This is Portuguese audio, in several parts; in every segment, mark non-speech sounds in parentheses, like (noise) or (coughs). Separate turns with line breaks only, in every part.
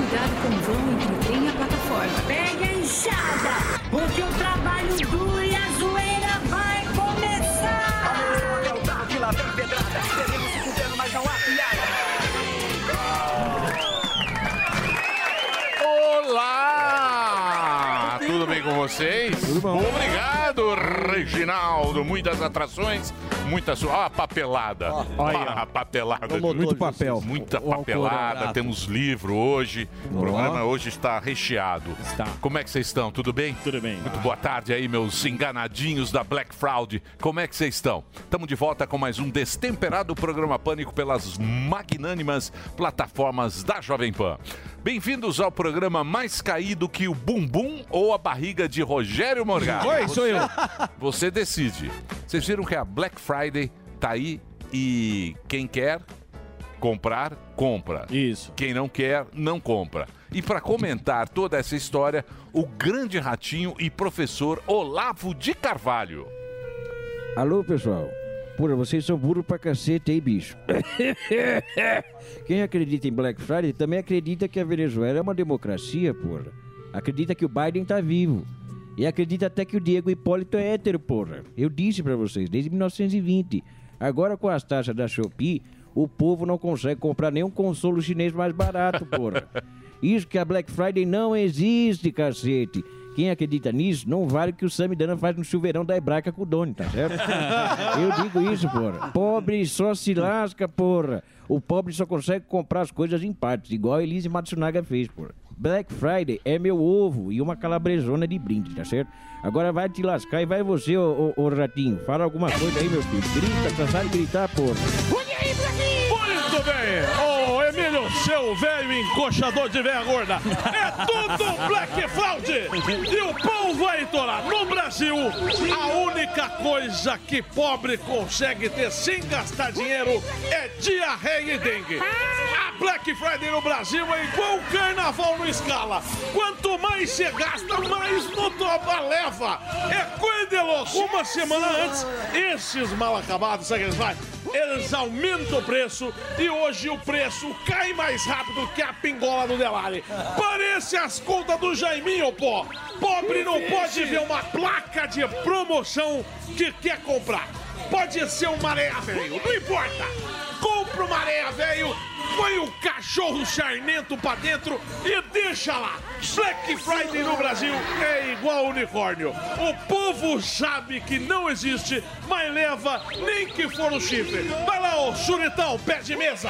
confusão entre o trem e a plataforma.
Pega a enxada, porque o trabalho duro e a zoeira vai começar.
Olá! Tudo bem com vocês? Tudo bom. Obrigado, Reginaldo. Muitas atrações, muita sua. Ah, a papelada.
Olha.
Ah, a papelada.
Vamos, muito papel.
Muita
O- o
papelada.
autorado.
(laughs)
Temos livro hoje. O programa hoje está recheado. Está. Como é que vocês estão? Tudo bem? Tudo bem. Muito boa tarde aí, meus enganadinhos da Black Fraud. Como é que vocês estão? Estamos de volta com mais um destemperado programa Pânico pelas magnânimas plataformas da Jovem Pan. Bem-vindos ao programa mais caído que o bumbum ou a barriga de Rogério Morgado.
Oi, sou eu.
Você decide. Vocês viram que a Black Friday tá aí e quem quer comprar, compra. Isso. Quem não quer, não compra. E para comentar toda essa história, o grande ratinho e professor Olavo de
(laughs)
Carvalho.
Alô, pessoal. Pura, vocês são burro pra cacete, hein, bicho? (laughs) Quem acredita em Black Friday também acredita que a Venezuela é uma democracia, porra. Acredita que o Biden tá vivo. E acredita até que o Diego Hipólito é hétero, porra. Eu disse pra vocês, desde 1920. Agora com as taxas da Shopee, o povo não consegue comprar nenhum consolo chinês mais barato, porra. Isso que a Black Friday não existe, cacete. Quem acredita nisso, não vale o que o Samidana faz no chuveirão da Hebraica com o Doni, tá certo? (laughs) Eu digo isso, porra. Pobre só se lasca, porra. O pobre só consegue comprar as coisas em partes, igual a Elise Matsunaga fez, porra. Black Friday é meu ovo e uma calabresona de brinde, tá certo? Agora vai te lascar e vai você, ô, ô, ô ratinho. Fala alguma coisa aí, meu filho. Grita, tá sabe gritar, porra.
Muito bem! Ô Emílio, seu velho encoxador de velha gorda! É tudo Black Fraud! E o pão vai torar! No Brasil, a única coisa que pobre consegue ter sem gastar dinheiro é diarreia e dengue! A Black Friday no Brasil é igual o carnaval no escala! Quanto mais você gasta, mais no toba leva! É coisa de louco! Uma semana antes, esses mal acabados, sabe o que eles fazem? Eles aumentam o preço e hoje o preço cai mais rápido que a pingola do Delari. Parece as contas do Jaiminho, pô! Pobre não pode ver uma placa de promoção que quer comprar. Pode ser um maré velho, não importa. Compra o maré velho, põe o cachorro charnento pra dentro e deixa lá. Black Friday no Brasil é igual unicórnio. O povo sabe que não existe, mas leva nem que for o chifre. Vai lá, ô Churitão, pé de mesa.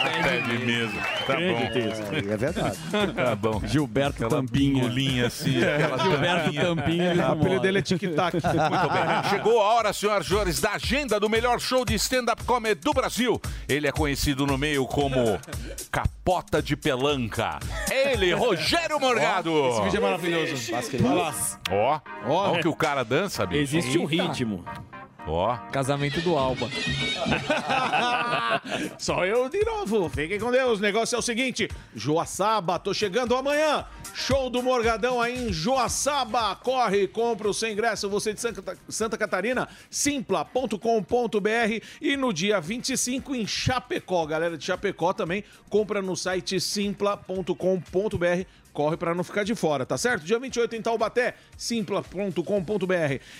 Até de mesa. Tá bom.
É verdade.
Tá bom.
Gilberto Tampinha.
Bolinha assim.
É,
aquela
Gilberto
tampinha. Tá
Tampinha. ele
O apelido
incomoda.
dele é Tic
Tá (laughs)
Tac.
(laughs) Muito bem. Chegou a hora, senhoras e senhores, da agenda do melhor show de stand-up comedy do Brasil. Ele é conhecido no meio como Capota de Pelanca.
(laughs)
Ele, Rogério Morgado. Ó,
é maravilhoso.
ó, o que o cara dança, bicho.
Existe um ritmo.
Ó,
Casamento do Alba.
(laughs) Só eu de novo. Fiquem com Deus. O negócio é o seguinte: Joaçaba, tô chegando amanhã. Show do Morgadão aí em Joaçaba. Corre, compra o seu ingresso. Você de Santa, Santa Catarina, simpla.com.br. E no dia 25 em Chapecó. Galera de Chapecó também compra no site simpla.com.br. Corre para não ficar de fora, tá certo? Dia 28 em Taubaté, simpla.com.br.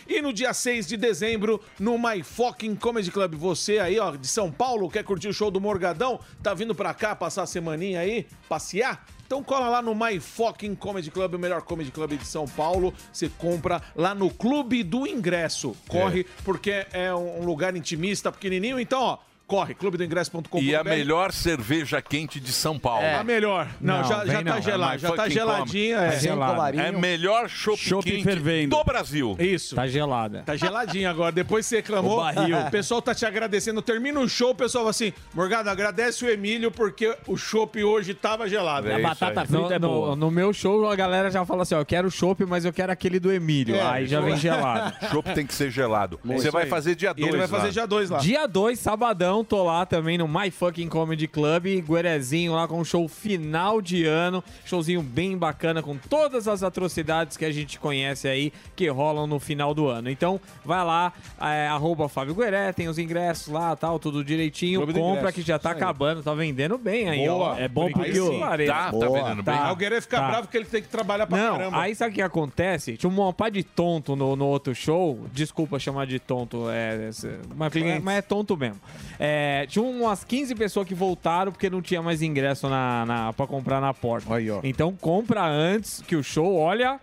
E no dia 6 de dezembro, no My Fucking Comedy Club. Você aí, ó, de São Paulo, quer curtir o show do Morgadão? Tá vindo pra cá passar a semaninha aí, passear? Então cola lá no My Fucking Comedy Club, o melhor comedy club de São Paulo. Você compra lá no Clube do Ingresso. Corre, porque é um lugar intimista, pequenininho. Então, ó, corre, clubedoingresso.com.br.
e a melhor cerveja quente de São Paulo.
É. A melhor. Não,
Não,
já,
vem
já tá
não.
gelada,
É
já tá
fucking
geladinha.
Tá
É.
gelada.
É a melhor chopp
Chopp
quente
fervendo.
do Brasil.
Isso.
Tá gelada.
Tá geladinho agora. Depois que você reclamou,
O barril.
o pessoal tá te agradecendo. Termina o show, o pessoal fala assim: Morgado, agradece o Emílio porque o chopp hoje tava gelado.
É
A
isso
batata
aí.
frita
No,
é
no-
boa.
no meu show, a galera já fala assim: ó, eu quero chopp, mas eu quero aquele do Emílio.
É,
aí já
(laughs)
vem gelado.
(laughs) Chopp tem que ser gelado. Você
isso
vai
aí.
fazer dia
E ele
2
vai fazer
lá.
dia 2 lá.
Dia 2, sabadão, não tô lá também no My Fucking Comedy Club. Guerezinho lá com um show final de ano. Showzinho bem bacana com todas as atrocidades que a gente conhece aí que rolam no final do ano. Então vai lá, é, arroba Fábio Gueré, tem os ingressos lá tal, tudo direitinho.
Clube do
Compra
ingresso,
que já tá
isso aí.
acabando, tá vendendo bem aí, ó.
Boa. É bom porque o- Tá, tá vendendo bem. Ah, o Gueré fica bravo
que ele tem que trabalhar
pra
tá. Não,
caramba.
aí sabe o que acontece? Tinha um par de tonto no, no outro show. Desculpa chamar de tonto, é, esse- mas,
Cliente.
mas é tonto mesmo. É, tinha umas 15 pessoas que voltaram porque não tinha mais ingresso na, na, pra comprar na porta. Então compra antes que o show, olha...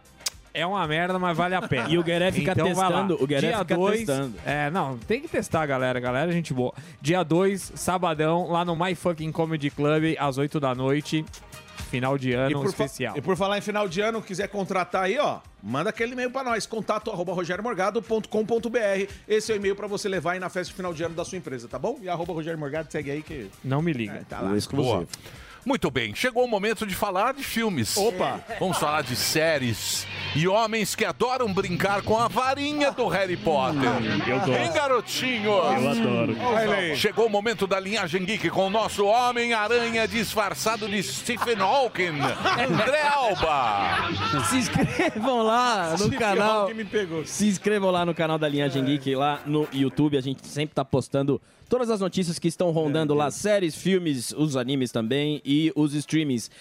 É uma merda, mas vale a pena.
(laughs) E o Gueré fica
Então vai lá.
testando, o Gueré
Dia
fica
dois,
testando.
é, não, tem que testar, galera. Galera, gente boa. Dia 2, sabadão, lá no My Fucking Comedy Club, às 8 da noite. Final de ano
por fa-
especial.
e por falar em final de ano, quiser contratar aí, ó, manda aquele e-mail pra nós, contato arroba rogeriomorgado.com.br. Esse é o e-mail pra você levar aí na festa de final de ano da sua empresa, tá bom? E arroba Rogério Morgado, segue aí que...
Não é me liga.
tá lá.
Boa. Muito bem, chegou o momento de falar de filmes.
Opa!
Vamos falar de séries e homens que adoram brincar com a varinha do Harry Potter.
eu gosto.
Hein, garotinho?
Eu adoro. Olha aí.
Chegou o momento da linhagem geek com o nosso Homem-Aranha disfarçado de Stephen Hawking, André Alba.
Se inscrevam lá no
Steve
canal.
Hawking me pegou. É.
Se inscrevam lá no canal da Linhagem Geek, lá no YouTube. A gente sempre tá postando todas as notícias que estão rondando
É,
lá: séries, filmes, os animes também e os streamings.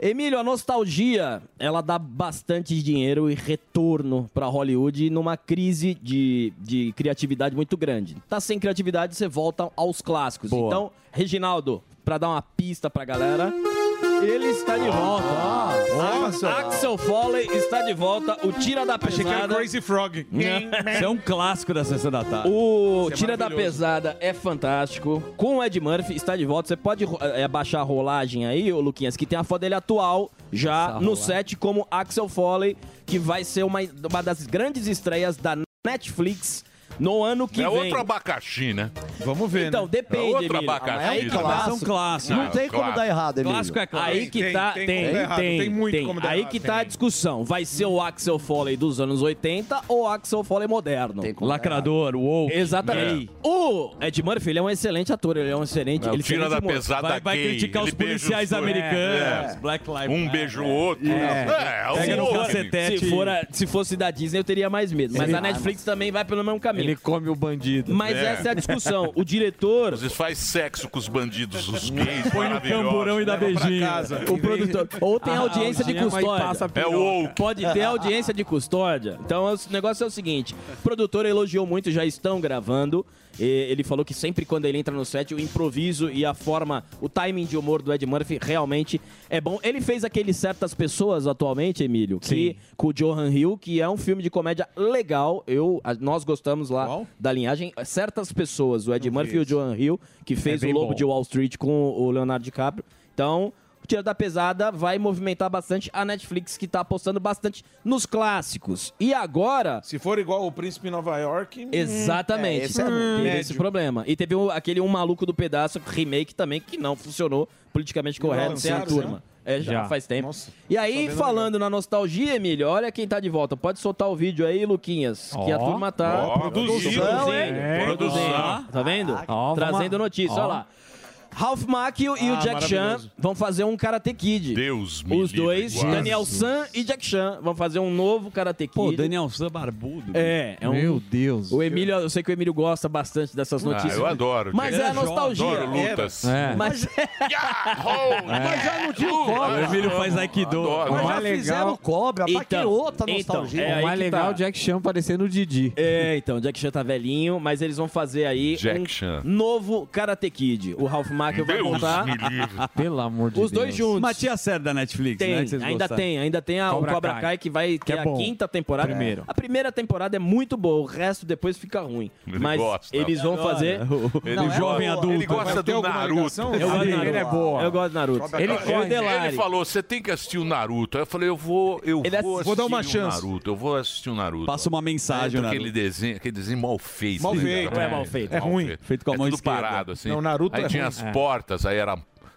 Emílio, a nostalgia, ela dá bastante dinheiro e retorno pra Hollywood numa crise de, de criatividade muito grande. Tá sem criatividade, você volta aos clássicos. Então, Reginaldo, pra dar uma pista pra galera, ele está de volta. Axel, Axel Foley está de volta. O Tira da Pesada.
Achei que era Crazy Frog.
Isso é um clássico da sessão da tarde.
Isso
O
é
Tira da
maravilhoso.
Pesada é fantástico. Com o Ed Murphy, está de volta. Você pode ro- eh, baixar a rolagem aí, ô Luquinhas, que tem a foto dele atual já
Essa
no
rolagem.
set como Axel Foley, que vai ser uma, uma das grandes estreias da Netflix no ano que
é
vem.
outro abacaxi, né?
Vamos ver. Então,
né?
depende.
É outro
Emílio.
abacaxi, né?
tá.
São clássicos. Não tem como Clássico. dar errado, Emílio.
Clássico é clássico. Aí que
Tem,
tá.
tem
Tem,
como dar errado, tem muito como dar
Aí
errado.
que tá a discussão. Vai ser o Axel Foley dos anos 80 ou o Axel Foley moderno?
Lacrador,
uou. Exatamente.
gay.
O Ed Murphy, ele é um excelente ator. Ele é um excelente. ele
Tira
fez
da
muito-
pesada
Vai- vai
gay.
criticar
Ele
os
beija
policiais
outro.
É,
americanos, Black Lives
Um
Matter.
beijo o outro. É, o
Pega no
outro.
cacetete. Se, for a- se fosse da Disney, eu teria mais medo. Mas
Ele-
a Netflix também vai pelo mesmo caminho.
Ele
come o bandido.
Mas essa é a discussão. O diretor.
Às vezes faz sexo com os bandidos, os gays.
Põe no
maravilhosos.
camburão e dá
Leva pra
beijinho.
casa.
O produtor. Ou tem
Ah,
audiência de
algema e
custódia.
passa piroca. É o woke.
Pode ter audiência de custódia. Então o negócio é o seguinte: o produtor elogiou muito, já estão gravando. E Ele falou que sempre quando ele entra no set, o improviso e a forma, o timing de humor do Ed Murphy realmente é bom. Ele fez aquele Certas Pessoas atualmente, Emílio, que, com o Johan Hill, que é um filme de comédia legal. Eu, a- nós gostamos lá da linhagem. Certas Pessoas, o Ed Murphy e o Johan Hill,
É
que fez
bem
o Lobo
bom.
de Wall Street com o Leonardo DiCaprio. Então, o Tira da Pesada vai movimentar bastante a Netflix, que tá apostando bastante nos clássicos. E agora...
Se for igual o Príncipe em Nova York... hum,
Exatamente.
É, esse é
Hum.
Teve
médio.
esse problema. E teve o- aquele Um Maluco do Pedaço remake também, que não funcionou politicamente
Não
correto, sem a
lançaram,
turma. É, já,
né? Já.
faz tempo.
Nossa,
e
um
tô
aí,
sabendo
falando na nostalgia, Emílio, olha quem tá de volta. Pode soltar o vídeo aí, Luquinhas, que a
Ó.
turma tá...
Ó, produzindo,
hein?
hein? Produção.
Produzindo. Tá
Ah,
vendo?
Ó, vamos
Trazendo
lá.
notícia,
Ó.
olha lá. Ralph Macchio e
Ah,
o Jack Chan
maravilhoso.
vão fazer um Karate Kid.
Deus
me
Os
livre,
dois,
Jesus.
Daniel San e Jack Chan, vão fazer um novo Karate Kid.
Pô, Daniel Sam barbudo.
É, é um...
Meu Deus.
O Emílio, eu sei que o Emílio gosta bastante dessas
Ah,
notícias.
eu adoro,
Mas
gente.
é a
Ele é
nostalgia.
jovem, adoro lutas. (laughs)
É. Mas... (laughs) É.
Mas já não tinha o
cobra.
O Emílio faz Aikido.
Mas já fizeram
cobra.
Então, é
o
aí
mais
que
legal
tá.
é o Jack Chan parecendo o Didi.
É, então, o Jack Chan tá velhinho, mas eles vão fazer aí
Jack
um
Chan.
novo Karate Kid. O Ralph Macchio vai montar. (laughs)
Pelo amor de
Os dois
Deus.
juntos.
Mas tinha a série da Netflix,
Tem,
né? que vocês
ainda
gostaram.
tem, ainda tem a,
Cobra
o Cobra
Kai.
Kai, que vai
Que
que
é
é a
bom.
quinta temporada.
Primeiro.
A primeira temporada é muito boa, o resto depois fica ruim.
Ele
mas
gosta.
eles vão
Agora,
fazer
o- Ele Não, é jovem boa. adulto. Ele gosta Mas tem do alguma Naruto. ligação?
Eu gosto
Sim,
do Naruto.
ele é boa.
Eu gosto do Naruto.
Ele,
corre
ele falou, você tem que assistir o Naruto. Aí eu falei, eu vou, eu
Ele
vou,
assiste- Vou dar uma
assistir o
um
chance.
Naruto, eu vou assistir o Naruto.
Passa uma mensagem,
Aí entra
Naruto.
aquele desenho, aquele desenho mal feito.
Mal
né,
feito,
cara?
é mal feito. É ruim. Feito com a
é
mão
tudo
esquerda.
parado assim.
Não, Naruto
aí
é
tinha
ruim.
as
É.
portas, aí era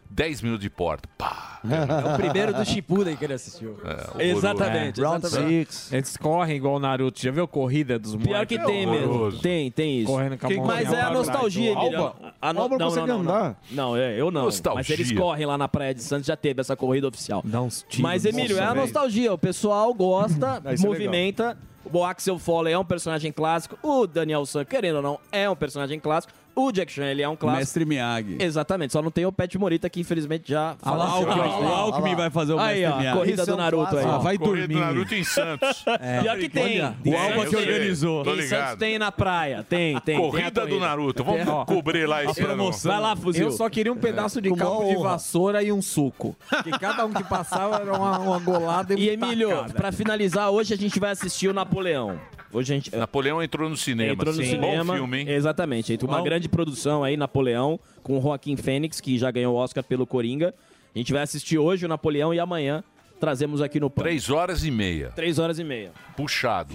10 minutos de porta. Pá.
É o primeiro do
(laughs)
Shippuden que ele assistiu.
É,
Exatamente. exatamente.
né? Eles correm igual o Naruto. Já viu a corrida dos moleques? É
Pior que tem mesmo. Tem, tem isso.
Correndo com a mão
mas
na
é a
praia.
nostalgia, Emílio. A no...
Alba
não,
consegue
não, não,
andar.
Não, Não, é, eu não. Mas
Nostalgia.
eles correm lá na Praia de Santos, já teve essa corrida oficial.
tiros.
Mas, Emílio,
Nossa,
é a
velho.
nostalgia. O pessoal gosta,
Ah, isso é
movimenta. o Axel Foley é um personagem clássico. O Daniel San, querendo ou não, é um personagem clássico. O Jack Chan, ele é um clássico.
Mestre Miyagi.
Exatamente, só não tem o Pet Morita que infelizmente já faleceu.
Alckmin. O Alckmin vai fazer o
Aí,
Mestre
ó,
Miyagi.
corrida
Isso é
do
um
Naruto aí.
clássico.
ó.
Ah, vai Corrida do dormir. Naruto
em Santos.
É. Pior que tem.
Olha, o Alba que organizou.
Em Santos tem na praia. Tem, tem.
Corrida
tem a
do Naruto. Vamos
Tem a-
cobrir lá esse ano.
Vai lá, fuzil.
Eu
É.
só queria um pedaço de
Com maior
cabo de
honra.
vassoura e um
(laughs)
suco. Que cada um que passava era uma, uma golada e, um
E Emílio, pra finalizar, hoje a gente vai assistir o Napoleão. Hoje a gente... é,
Napoleão entrou no cinema.
Entrou no
Sim.
cinema.
Bom filme, hein?
Exatamente. Entrou uma
Bom.
grande produção aí, Napoleão, com o Joaquim Fênix, que já ganhou o Oscar pelo Coringa. A gente vai assistir hoje o Napoleão e amanhã trazemos aqui no Pan.
Três horas e meia.
Três horas e meia.
Puxado.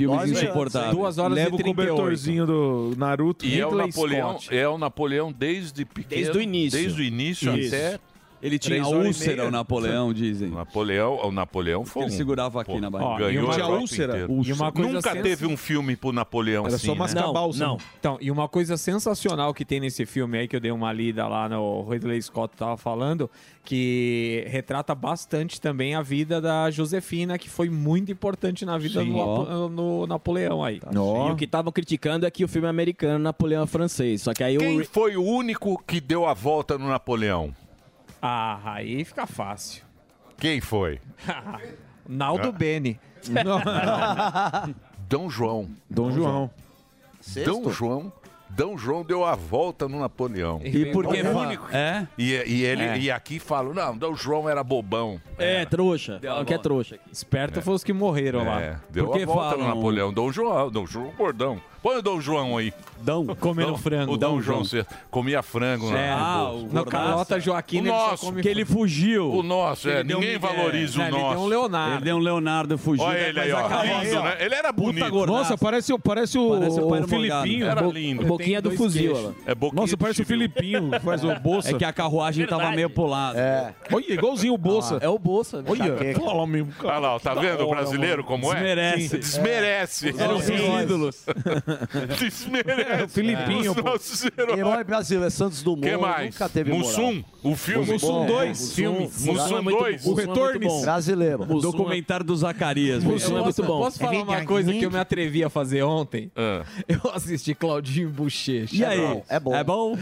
Leva o cobertorzinho do Naruto.
E é o,
Ridley
Napoleão,
Scott.
é o Napoleão desde pequeno.
Desde o início.
Desde o início
Isso.
até...
Ele tinha
três horas e
úlcera,
meia.
o Napoleão, dizem.
Napoleão, o Napoleão foi
Ele
um-
segurava aqui
pô,
na barriga. Ó,
Ganhou
e uma-
a
Tinha
Europa
úlcera.
inteira.
E uma coisa
Nunca
sens-
teve um filme pro Napoleão assim, né?
Não, Então, e uma coisa sensacional que tem nesse filme aí, que eu dei uma lida lá no Ridley Scott tava falando, que retrata bastante também a vida da Josefina, que foi muito importante na vida
Sim.
do
Ó.
Napo- no Napoleão aí.
Tá. E o que estavam criticando é que o filme é americano, Napoleão é francês. Só que aí
Quem
o...
foi o único que deu a volta no Napoleão?
Ah, aí fica fácil.
Quem foi?
Naldo
Ah.
Bene.
(laughs) Dom João.
Dom João.
Dom João. Dom João deu a volta no Napoleão.
E por que
É o
fa-
único.
É?
E, e ele,
É.
e aqui falam, não, Dom João era bobão.
É, trouxa.
Deu a
Falam que é
volta.
trouxa. aqui.
Esperto foi os que morreram
É,
lá.
deu
Porque
a volta
falam- um
no Napoleão. Dom João, Dom João gordão. Põe o Dom João aí.
Dão,
comendo
Dom-
frango.
O Dom,
Dom
João
João.
você comia frango.
É, ah, o
no
gordaço. Carlota Joaquina,
o
ele só
nosso,
come
Que ele fugiu.
O nosso, é.
Ele deu um
Ninguém
Miguel.
valoriza o
Não,
nosso.
Ele deu um Leonardo. Ele deu um Leonardo é fugido.
Olha ele aí,
mas
ó.
acabou.
Lindo, né? Ele era
Puta
bonito.
gordaço.
Nossa, parece, o- parece o,
Parece o Pedro
o Filipinho.
Morgado.
Era lindo.
Boquinha do fuzil,
queixos.
olha
É boquinha
Nossa, parece o Filipinho que faz o Bolsa.
É que a carruagem tava
Verdade.
meio pulada. É.
Olha, igualzinho o Bolsa.
É o Bolsa.
Olha, fala, meu
Olha lá, ó, tá vendo o brasileiro como é?
Desmerece.
Sim. (laughs) Desmerece.
É. Eram os ídolos.
Desmerece.
É, o
(laughs)
Filipinho,
Os
pô.
nossos heróis.
Herói brasileiro é Santos Dumont.
Que mais?
Nunca teve moral.
Mussum, o filme.
Mussum
Bom,
dois,
Mussum,
filme.
Mussum
Mussum é muito
2.
bom. O Mussum é muito Retornes. bom. Brasileiro. Mussum é-
Documentário do Zacarias. É
Eu
velho.
posso, posso
É
falar uma coisa que eu me atrevi a fazer ontem?
Ah.
(laughs) Eu assisti Claudinho Bochecha.
E aí? É bom. É bom?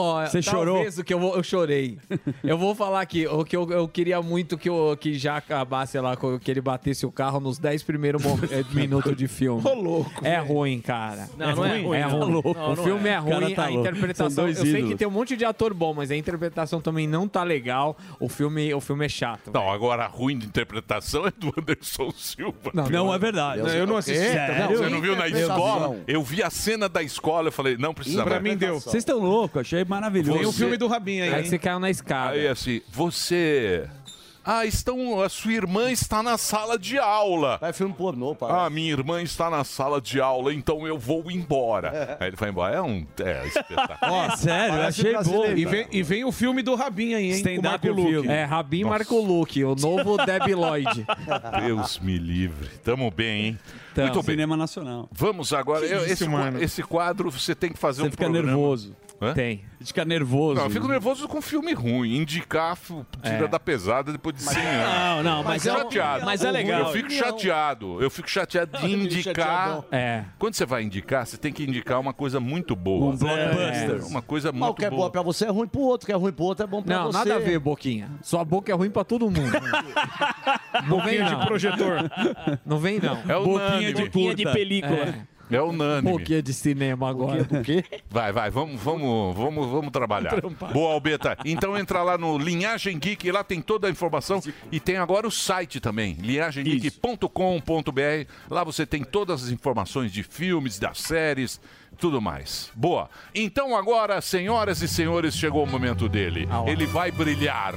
Ó,
Você
talvez o que eu, vou- eu chorei. eu vou falar aqui, o que eu, eu queria muito que, eu, que já acabasse lá, com- que ele batesse o carro nos 10 primeiros mo- eh, minutos de filme. Ô, louco. É ruim, cara.
Não, não é ruim,
É
não.
ruim.
Tá louco.
o
Não,
filme
não é.
é
O cara
ruim,
tá
a
louco. São
interpretação... Eu
dois
sei que
ídolos.
tem um monte de ator bom, mas a interpretação também não tá legal. O filme, o filme é chato.
Não, agora a ruim de interpretação é do Anderson Silva.
Não, não é verdade.
Não, eu não assisti
É,
também.
não, Você não viu na
Interpretação.
escola? Eu vi a cena da escola, eu falei, não precisa
Pra
mais.
mim deu.
Vocês estão loucos, achei maravilhoso.
Tem um filme do
Rabin
aí, Aí hein? você
caiu na escada.
Aí assim, você. Ah, estão. A sua irmã está na sala de aula.
É filme pornô, pai.
Ah, minha irmã está na sala de aula, então eu vou embora. Aí ele foi embora. É um. É espetáculo. (laughs)
É sério, eu achei bom.
E vem, e vem o filme do Rabin aí, hein?
Stand-up
com o
eu
Marco
vi.
Luque.
É, Rabin Marco Luque, o
(laughs)
(laughs)
novo Debi Lloyd.
Deus me livre. Tamo bem, hein?
Então,
Muito bem.
Cinema Nacional.
Vamos agora.
Que
eu-
isso,
esse, qua-
mano?
esse quadro você tem que fazer
Você
um
fica
programa.
nervoso.
Hã?
Tem.
Fica nervoso.
Não, eu fico nervoso com filme ruim. Indicar f- tira
É.
da pesada depois de 100 anos.
Não, não, mas é um-
chateado.
mas é legal.
Eu fico chateado. Eu fico chateado de indicar.
chateadão.
É.
Quando você vai indicar, você tem que indicar uma coisa muito boa.
Um blockbuster.
É, Uma coisa
Mas o
muito
que é bom
boa.
pra você é ruim pro outro, o que é ruim pro outro é bom pra
Não,
você.
nada a ver, Boquinha. Sua boca é ruim pra todo mundo. não vem, não. Não vem, não.
É unânime. É, é unânime.
Boquinha de cinema agora.
Vai, vai, vamos, vamos, vamos, vamos trabalhar.
Trampar.
Boa, Albeta. Então entra lá no Linhagem Geek, lá tem toda a informação e tem agora o site também, linhagemgeek.com.br. Lá você tem todas as informações de filmes, das séries, tudo mais. Boa. Então agora, senhoras e senhores, chegou o momento dele. Ele vai brilhar.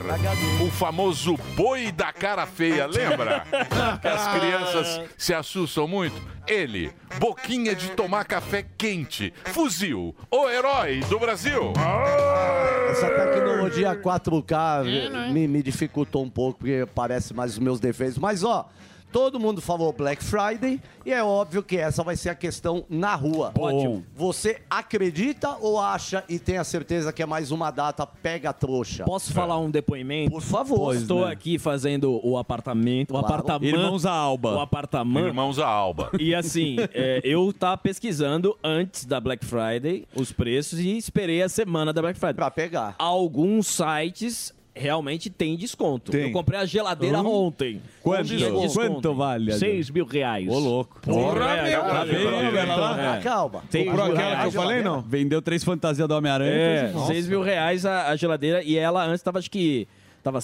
O famoso boi da cara feia, lembra?
Ah,
Que As crianças se assustam muito. Ele, boquinha de tomar café quente, fuzil, o herói do Brasil. Ah!
Essa tecnologia 4K me, me dificultou um pouco, porque parece mais os meus defeitos. Mas, ó, todo mundo falou Black Friday e é óbvio que essa vai ser a questão na rua. Ótimo. Você acredita ou acha e tem a certeza que é mais uma data pega trouxa?
Posso falar um depoimento? Por
favor.
Estou
É. Pois, né?
aqui fazendo o apartamento. O
Claro.
apartamento.
Irmãos à
Alba. O apartamento.
Irmãos à Alba.
E assim, é, eu tava pesquisando antes da Black Friday os preços e esperei a semana da Black Friday.
Pra pegar.
Alguns sites realmente têm desconto.
Tem.
Eu comprei a geladeira
Hum?
ontem.
Quanto?
Com desconto.
Quanto vale a
6 mil reais.
Ô, louco.
Porra,
É,
meu,
tá
tá
vendo?
vendo?
Ela
Então,
lá-
é. Calma.
Tem
Comprou
aquela
aquela
que eu falei, não? Vendeu três fantasias do Homem-Aranha.
É,
fez- um Nossa.
6 mil reais a, a geladeira. E ela antes tava, acho que. Tava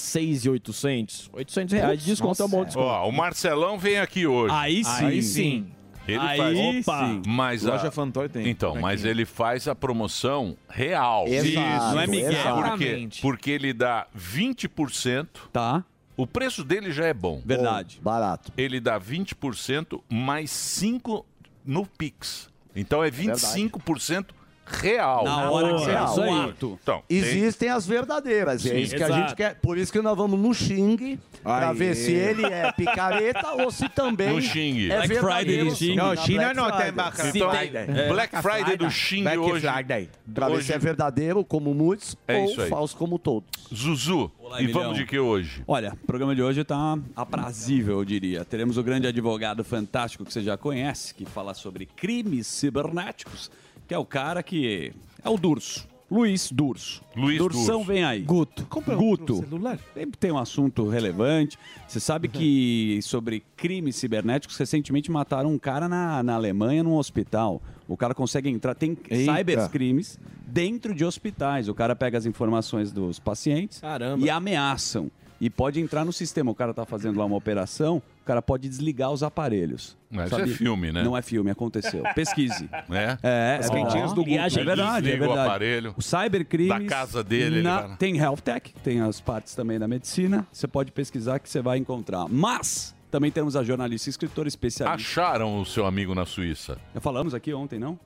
6,800. 800 reais de desconto é um bom desconto.
Ó, o Marcelão vem aqui hoje.
Aí sim.
Aí sim. Ele
Aí
faz.
sim.
Mas a...
Loja
Fantoy tem. Então, mas ele faz a promoção real.
Exato, Isso, não é migué.
Por quê?
exatamente.
Porque ele dá 20%.
Tá.
O preço dele já é bom.
Verdade. barato.
Ele dá 20% mais 5 no Pix. Então é 25% real.
Na hora que você
Real.
faz o
ato.
Então, tem-
Existem as verdadeiras. e é
Sim.
isso que a
Exato.
gente quer. Por isso que nós vamos no Xing pra
Aí.
ver se ele é picareta ou se também.
No Xing.
É verdadeiro.
Não, Xing
Black
não tem
Friday.
bacana.
Então, Black Friday do Xing
Black
hoje.
Friday. Pra ver
Hoje-
se é verdadeiro, como muitos,
É
ou
isso aí.
falso, como todos.
Zuzu,
Olá,
e
Emilhão.
vamos de que hoje?
Olha, o programa de hoje está aprazível, eu diria. Teremos o grande advogado fantástico que você já conhece, que fala sobre crimes cibernéticos, que é o cara que é o Durso. Luiz Durso.
Luiz
Dursão
Durso.
vem aí. Guto. Guto. Sempre tem um assunto relevante. Você sabe que sobre crimes cibernéticos, recentemente mataram um cara na, na Alemanha num hospital. O cara consegue entrar, tem
Eita.
cybercrimes dentro de hospitais. O cara pega as informações dos pacientes e ameaçam. E pode entrar no sistema. O cara tá fazendo lá uma operação, o cara pode desligar os aparelhos.
Mas isso é filme, né?
Não é
(laughs)
filme, aconteceu. Pesquise.
É?
É,
As
ó.
quentinhas do Guto.
É verdade, é
Desliga o
verdade.
aparelho.
O cybercrime.
Da casa dele, ele vai lá.
Tem health tech, tem as partes também da medicina. Você pode pesquisar que você vai encontrar. Mas também temos a jornalista e escritora especialista.
Acharam o seu amigo na Suíça?
Já falamos aqui ontem, não?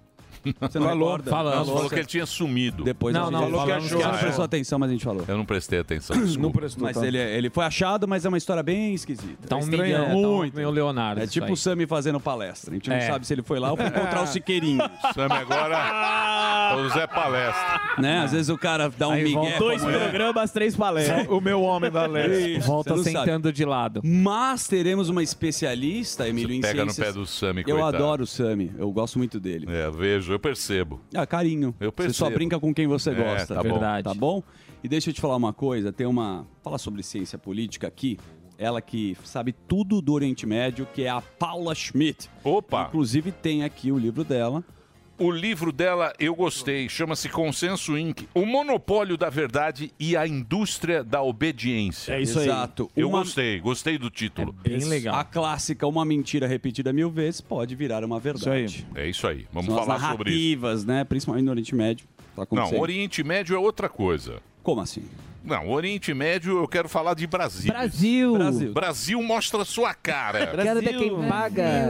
Você
Falou,
recorda?
falamos. Não, você falou que ele tinha sumido. Ah, é.
Depois
Não,
a gente
não,
falou que
falamos que
achou. Você assim, não
achou.
prestou atenção, mas a gente falou.
Eu não prestei (coughs) atenção. desculpa.
Mas ele, ele foi achado, mas é uma história bem esquisita.
Tá um
Estranho,
migué, tá um-
muito.
meio Leonardo
É
isso
tipo
aí.
o Sammy fazendo palestra. A gente não
É.
sabe se ele foi lá ou
(laughs)
foi encontrar o Siqueirinho.
Sammy agora. O Zé Palestra.
Né? Às vezes o cara dá um
Aí
migué.
é,
volta-
Dois
programas, três palestras.
O meu homem da
leste.
Volta sentando de lado.
Mas teremos uma especialista, Emílio, em
Pega no
ciências...
pé do Sammy,
Eu
coitado.
adoro o Sami, eu gosto muito dele.
É, vejo, eu percebo.
Ah, carinho.
Eu
Você só
percebo.
brinca com quem você
É,
gosta.
tá bom. Verdade.
Tá bom? E deixa eu te falar uma coisa, tem uma... Fala sobre ciência política aqui. Ela que sabe tudo do Oriente Médio, que é a Paula Schmidt.
Opa!
Inclusive tem aqui o livro dela.
O livro dela eu gostei, chama-se Consenso Inc. O Monopólio da Verdade e a Indústria da Obediência.
É isso aí. É Exato.
Eu
Uma-
gostei, gostei do título.
Esse- A clássica, uma mentira repetida mil vezes pode virar uma verdade.
É isso aí. Vamos
São as
falar sobre isso.
narrativas, né? Principalmente no Oriente Médio. Tá
Não,
acontecendo.
Oriente Médio é outra coisa.
Como assim?
Não, Oriente Médio eu quero falar de Brasil.
Brasil. Brasil.
Brasil mostra sua cara.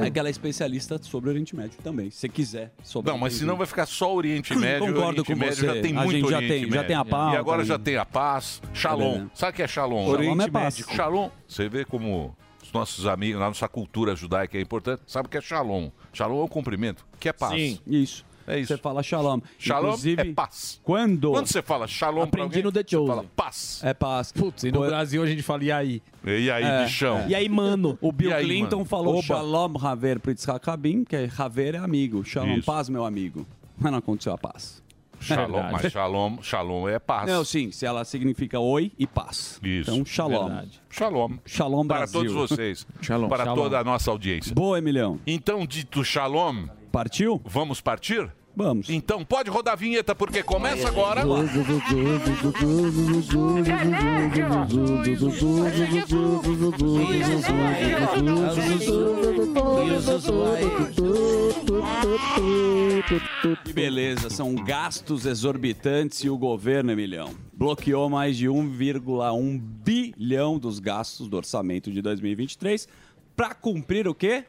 Aquela é especialista sobre o Oriente Médio também, se quiser. Sobre
Não, mas
Oriente
senão vai
Médio.
ficar só Oriente Médio.
Concordo
Oriente
com
Médio
você.
já tem
A
muito
gente já
Oriente
tem- já
Médio.
tem a pauta,
E agora
né?
já tem a paz.
É
Shalom.
né?
verdade.
Sabe o que é Shalom?
Oriente
Shalom
é paz. Médio.
Shalom, você vê como os nossos amigos, na nossa cultura judaica é importante, sabe o que é Shalom. Shalom é o cumprimento, que é paz.
Sim, isso.
É isso.
Você fala shalom.
Shalom
Inclusive,
é paz.
Quando?
Quando você fala Shalom pra alguém,
no The
você fala paz.
É paz. Putz,
E no Brasil a gente fala, e aí?
E aí,
É,
bichão?
é. E aí, mano? O Bill
E aí,
Clinton
mano?
falou
Oba.
shalom haver pro Yitzhak Rabin, que é haver é amigo. Shalom,
Isso.
paz, meu amigo. Mas não aconteceu a paz. É
Shalom,
Verdade.
mas shalom, shalom é paz.
Não, sim, se ela significa oi e paz.
Isso.
Então, shalom.
Verdade. Shalom.
Shalom
para
Brasil.
todos vocês.
Shalom.
Para
Shalom.
toda a nossa audiência.
Boa, Emilhão.
Então, dito shalom.
Partiu?
Vamos partir?
Vamos.
Então, pode rodar a vinheta, porque começa agora.
Que beleza, são gastos exorbitantes e o governo, Emilhão, bloqueou mais de 1,1 bilhão dos gastos do orçamento de 2023 para cumprir o quê?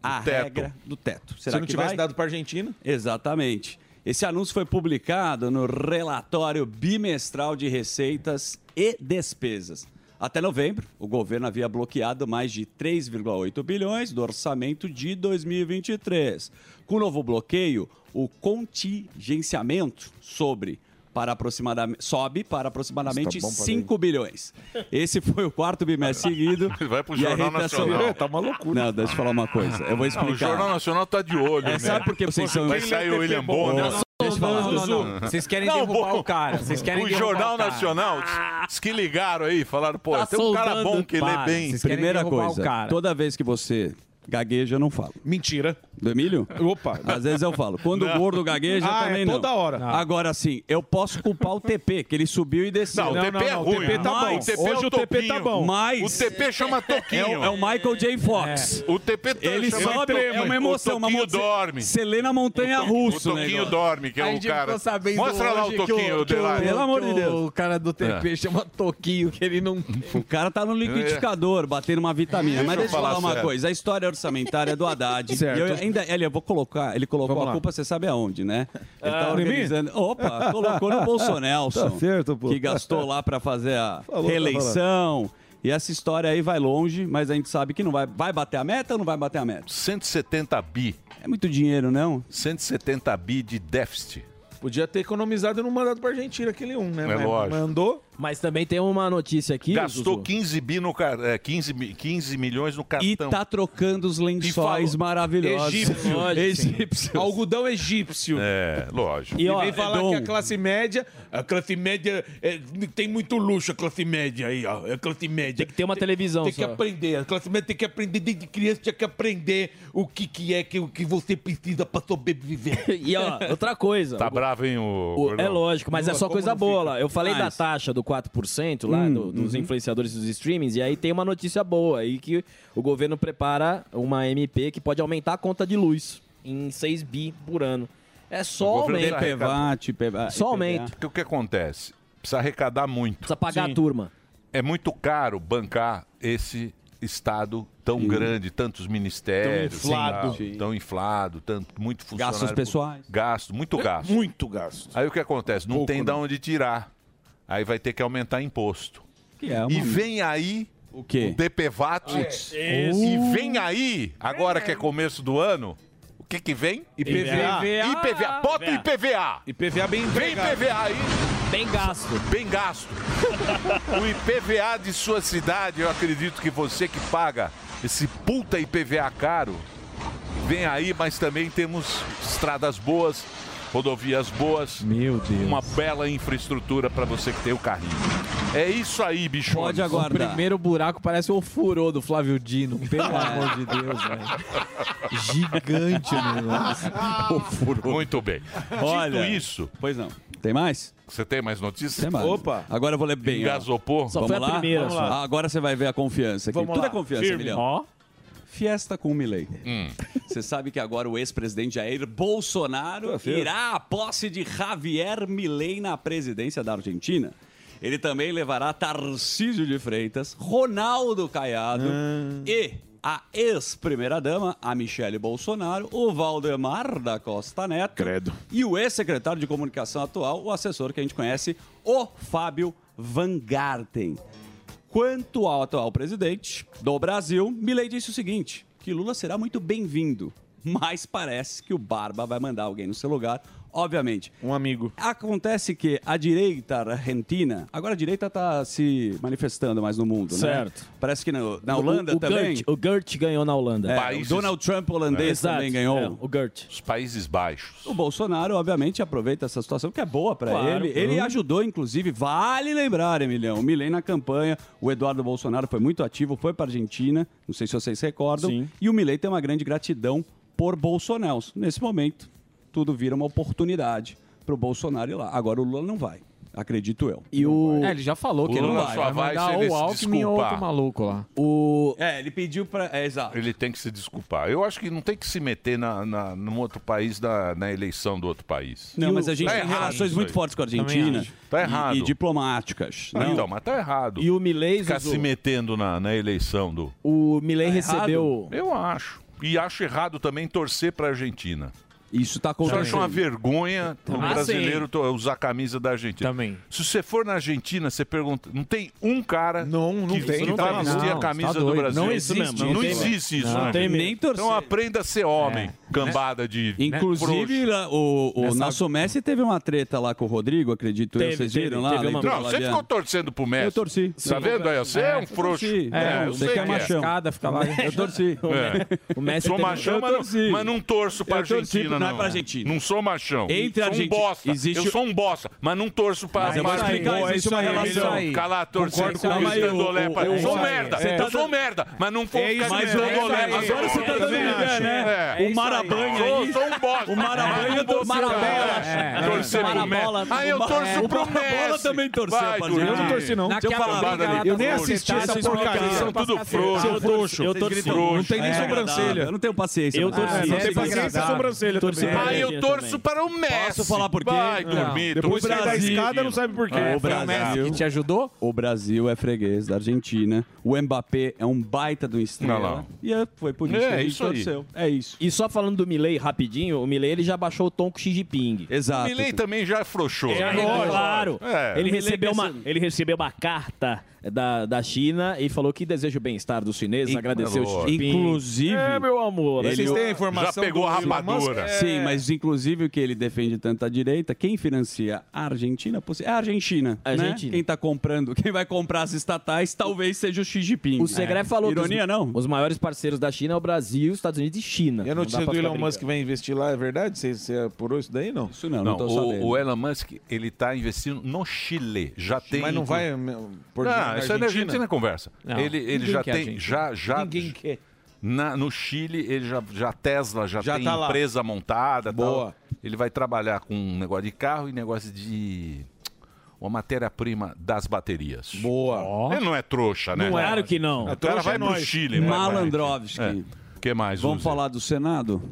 A
teto.
regra do teto.
Se não tivesse
vai?
dado pra Argentina.
Exatamente. Esse anúncio foi publicado no relatório bimestral de receitas e despesas. Até novembro, o governo havia bloqueado mais de 3,8 bilhões do orçamento de 2023. Com o novo bloqueio, o contingenciamento sobre para aproximadamente sobe para aproximadamente
Isso tá bom pra
5 bilhões. Esse foi o quarto
(laughs)
bimestre seguido. Vai
pro Jornal Nacional. É, tá
uma loucura. Não, deixa eu falar uma coisa. Eu vou explicar.
Não, o Jornal Nacional tá de olho.
É,
né?
sabe por que
Vocês
porque
são... né? Vai
quem
sair
lê
o William
TP bom,
Bonner.
não. Deixa eu falar uma coisa.
Vocês querem
Não,
derrubar
bom,
o cara. Vocês querem
O
derrubar
Jornal
o cara.
Nacional, os- os que ligaram aí, falaram, pô,
Tá
tem um cara bom que lê bem.
Primeira coisa, toda vez que você gagueja, eu não falo. Mentira.
(laughs)
Do Emílio? Opa. Às vezes eu falo. Quando
Não.
o gordo gagueja,
Ah, é
também não.
toda hora. Não.
Agora sim, eu posso culpar o TP, que ele subiu e desceu.
Não, o Não, TP é não, não, o ruim. TP tá bom.
Mas-
O TP é
hoje
o
o TP tá
Toquinho.
bom.
O TP chama Toquinho.
(laughs) É o, é o Michael J. Fox.
O TP tá-
Ele
chama
sobe,
Toquinho.
é uma emoção.
O
uma
Toquinho
monte-
dorme.
Selena Montanha
O Toquinho-
Russo,
o Toquinho
negócio.
dorme, que é A o gente cara- ficou sabendo Mostra lá o hoje que o- Toquinho, que o- Delari.
Pelo amor
que
de
o
Deus.
cara do TP chama Toquinho, que ele não...
O cara tá no liquidificador, batendo uma vitamina.
Deixa
Mas
eu
deixa eu falar
falar
uma
sério.
coisa. A história orçamentária é do Haddad.
Certo.
E eu ainda, ele, eu vou colocar, ele colocou
Vamos
a
lá.
culpa, você sabe aonde, né? Ele
Ah,
tá
em mim?
organizando. Opa, colocou no Bolsonelson.
Tá certo, pô.
Que gastou lá pra fazer a
Falou, tá
reeleição. E essa história aí vai longe, mas a gente sabe que não vai. Vai bater a meta ou não vai bater a meta?
170 bi.
É muito dinheiro, não?
170 bi de déficit.
Podia ter é economizado e não mandado pra Argentina aquele um, né?
É
Mas
lógico.
Mandou.
Mas também tem uma notícia aqui.
Gastou
Zuzu?
15, bi no, car- é, 15, mi- 15 milhões no cartão.
E tá trocando os lençóis
falou-
maravilhosos.
Egípcio.
Egípcios.
Algodão É um egípcio.
É, lógico.
E, vem falar que a classe média, a classe média é, tem muito luxo, a classe média aí, ó. é A classe média. Tem que ter uma televisão, Tem que
só.
aprender. A classe média tem que aprender desde criança, tinha que aprender o que, que é que, o que você precisa pra (laughs) sobreviver. É.
E ó, outra coisa.
Tá bravo, hein, o...
(laughs) O-
Gordão?
é lógico, mas é
Não,
só
como
coisa
não
boa.
fica?
lá. Eu falei da
Mas-
taxa do 4% lá
Hum,
do- dos
uhum.
influenciadores dos streamings, e aí tem uma notícia boa aí que o governo prepara uma MP que pode aumentar a conta de luz em 6 bi por ano. É só aumento. Só aumento.
Porque o que acontece? Precisa arrecadar muito. Precisa
pagar a Sim. turma.
É muito caro bancar esse estado tão grande, tantos ministérios,
Tão inflado.
tal, tão inflado, tanto muito funcionário,
Gastos pessoais.
gasto, muito gasto.
Muito gasto.
Aí o que acontece? Não
Pouco,
tem
né?
de onde tirar. Aí vai ter que aumentar imposto.
é uma-
E vem aí o
quê?
DPVAT.
Putz.
E
É.
vem aí, agora que é começo do ano, o que que vem?
IPVA.
IPVA. Bota o IPVA.
IPVA bem
Vem
empregado.
IPVA aí.
Bem gasto.
Bem gasto. o IPVA de sua cidade, eu acredito que você que paga esse puta IPVA caro, vem aí, mas também temos estradas boas, rodovias boas.
Meu Deus.
Uma bela infraestrutura pra você que tem o carrinho. É isso aí, bicho.
Pode O primeiro buraco parece o furô do Flávio Dino. Pelo amor de Deus, velho. Gigante o negócio.
Muito bem.
Olha,
Dito isso.
Pois não. Tem mais?
Você tem mais notícias?
Tem mais.
Opa.
Agora eu vou ler bem. ó.
Engasopou? Só
Vamos
foi a
lá?
primeira,
Vamos
só.
lá. Agora você vai ver a confiança aqui.
Vamos
Tudo
lá.
é confiança,
Firme.
Emilhão.
Ó.
Fiesta com o Milley. Você sabe que agora o ex-presidente Jair Bolsonaro
Fiesta.
irá à posse de Javier Milley na presidência da Argentina. Ele também levará Tarcísio de Freitas, Ronaldo Caiado e a ex-primeira-dama, a Michele Bolsonaro, o Valdemar da Costa Neto e o ex-secretário de comunicação atual, o assessor que a gente conhece, o Fábio Van Garten. Quanto ao atual presidente do Brasil, Milei disse o seguinte: que Lula será muito bem-vindo, mas parece que o Barba vai mandar alguém no seu lugar, obviamente. Um amigo. Acontece que a direita argentina, agora a direita está se manifestando mais no mundo, né?
Certo.
Parece que no- na
O-
Holanda
o
também.
Gert- o Gert ganhou na Holanda.
É, o Donald Trump holandês
Exato,
também ganhou.
é, o Gert.
Os Países Baixos.
O Bolsonaro, obviamente, aproveita essa situação que é boa pra
Claro.
ele. Ele
Uhum.
ajudou, inclusive, vale lembrar, Emilhão, o Milei na campanha, o Eduardo Bolsonaro foi muito ativo, foi pra Argentina, não sei se vocês recordam, e o Milei tem uma grande gratidão por Bolsonaro. Nesse momento, tudo vira uma oportunidade pro Bolsonaro ir lá. Agora o Lula não vai, acredito eu.
E o... (laughs) É, ele já falou que
O
ele não
Lula
vai.
só
Vai
vai
mandar
se ele
ou o
se
Alckmin ou
desculpar.
outro maluco lá.
O... É, ele pediu pra... É, exato.
Ele tem que se desculpar. Eu acho que não tem que se meter na, na, num outro país na, na eleição do outro país.
Não, mas a gente
Tá
tem
errado
relações
isso
muito
aí.
fortes com a Argentina.
Tá
e-
errado.
E, diplomáticas.
Ah,
não?
Então, mas tá errado.
E o Milei,
Ficar
Zuzu?
se metendo na, na eleição do...
O Milley
Tá
recebeu.
errado? Eu acho. E acho errado também torcer pra Argentina.
Isso tá
Isso eu
acontecendo.
acho uma vergonha o
Também. Ah,
brasileiro to- usar a camisa da Argentina. Também. Se você for na Argentina, você pergunta. Não tem um cara que,
tem,
que
não
vai
tem.
vestir
Não,
a camisa
tá
do
doido.
Brasil.
Não existe
Não,
isso, né?
existe isso.
Não
né?
tem nem É.
Então aprenda a ser homem, cambada de.
Né?
né, frouxo.
Inclusive, lá, o, o
Nessa-
Nasso Messi teve uma treta lá com o Rodrigo, acredito eu.
Teve,
Vocês
teve,
viram lá?
teve uma-
Leitura
Não, você
labiana.
ficou torcendo pro Messi.
Eu torci.
Tá
Sim.
vendo aí? ó? Você é um
eu torci.
frouxo.
É,
eu
você
sei
que é machão.
Escada, (laughs)
fica lá. (laughs) Eu
assim,
torci.
É.
O Messi
sou
teve-
machão,
Eu
mas
torci.
não, mas não torço pra
Eu torci,
Argentina,
não é
não.
pra Argentina.
Não sou machão. sou
Entre
um
Argentina-
bosta.
existe-
Eu sou um bosta, mas não torço pra
é
Mas eu vou
Argentina.
explicar,
Boa,
existe uma
aí,
relação.
Emilio. Ficar lá torcendo
Concordo
com
com
o
você.
escandolé. pra-
Eu- eu-
Sou
eu-
merda,
é
você
eu
tá
sou
dando-
merda, mas não vou
É isso,
ficar
mas
escandolé.
é isso aí. Agora você tá dando ideia, né? O Marabanha aí-
É. Sou um bosta.
O Marabanha
mas não vou
torceu
ficar-
pra ela,
É,
acho.
Torcer
O
pro
Marabola-
Messi. Ah,
o
eu
Mar-
torço
o
pro
Marabola
Messi.
também torceu
Vai,
pra
Dudu.
Argentina. Eu não torci, não.
Deixa eu
Naquela
falar,
briga lá
Dani.
da Vocês
Vocês
são porcaria.
São tudo
Vocês
frouxo. Eu
gritam- Eu torci.
torço.
Não tem nem sobrancelha. Eu não tenho paciência.
Eu torci.
Ah,
Não tem paciência e sobrancelha também. Ah, eu torço para o Messi.
Posso falar por quê?
Vai dormir,
Depois
torcer.
sai da escada,
não sabe por quê.
Ah, o
Foi o Messi
Brasil
que te
ajudou? O Brasil é freguês da Argentina. O Mbappé é um baita do estrela.
Olha lá.
E é- foi por isso que a gente torceu.
É isso. E só falando do Milley rapidinho, o Milley ele já baixou o tom com o Xi Jinping.
Exato.
O Milei também já afrouxou.
É,
né?
lógico. claro.
É.
Ele,
O Milei
recebeu
quer
uma, ele recebeu uma carta da, da China e falou que deseja o bem-estar dos chineses, agradeceu o Xi Jinping.
Inclusive,
É, meu amor.
ele-
do Elon Musk? É.
Sim, mas inclusive o que ele defende tanto à direita, quem financia a Argentina? possi- É a Argentina.
A
né?
Argentina.
Quem está comprando, quem vai comprar as estatais, talvez seja o Xi Jinping.
O Segré
É.
falou
Ironia,
que os,
não.
os maiores parceiros da China é o Brasil, Estados Unidos e China.
E a
Não
notícia
dá pra
do
ficar
Elon
brincando.
Musk que vai investir lá é verdade? Você, você apurou isso daí não?
Isso
Não, o, o Elon Musk, ele tá investindo no Chile. Já tem.
Mas não vai, meu, por dinheiro
Não,
na
isso aí na
Argentina?
Argentina é conversa.
Não,
ele ele
ninguém
já
quer
tem.
Argentina.
Já, já, Ninguém
quer.
no Chile, ele já, já Tesla, já,
Já
tem
tá lá.
empresa montada.
Boa.
tal. Ele vai trabalhar com um negócio de carro e negócio de. Uma matéria-prima das baterias.
Boa.
Ele não é trouxa, né?
Não é. Claro que não.
O cara
Trouxa
vai
é
pro
nós.
Chile,
Malandrovski.
O que mais?
Vamos
Uzi?
falar do Senado?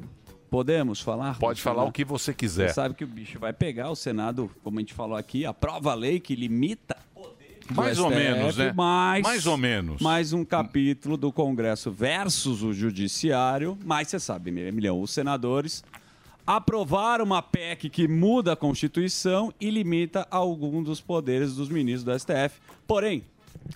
Podemos falar?
Pode falar o que você quiser.
Você sabe que o bicho vai pegar o Senado, como a gente falou aqui, aprova a lei que limita o poder do
Mais ou
STF,
menos, né?
Mas,
Mais ou menos.
Mais um capítulo do Congresso versus o Judiciário. Mas você sabe, Emilhão, os senadores aprovaram uma PEC que muda a Constituição e limita algum dos poderes dos ministros do STF. Porém,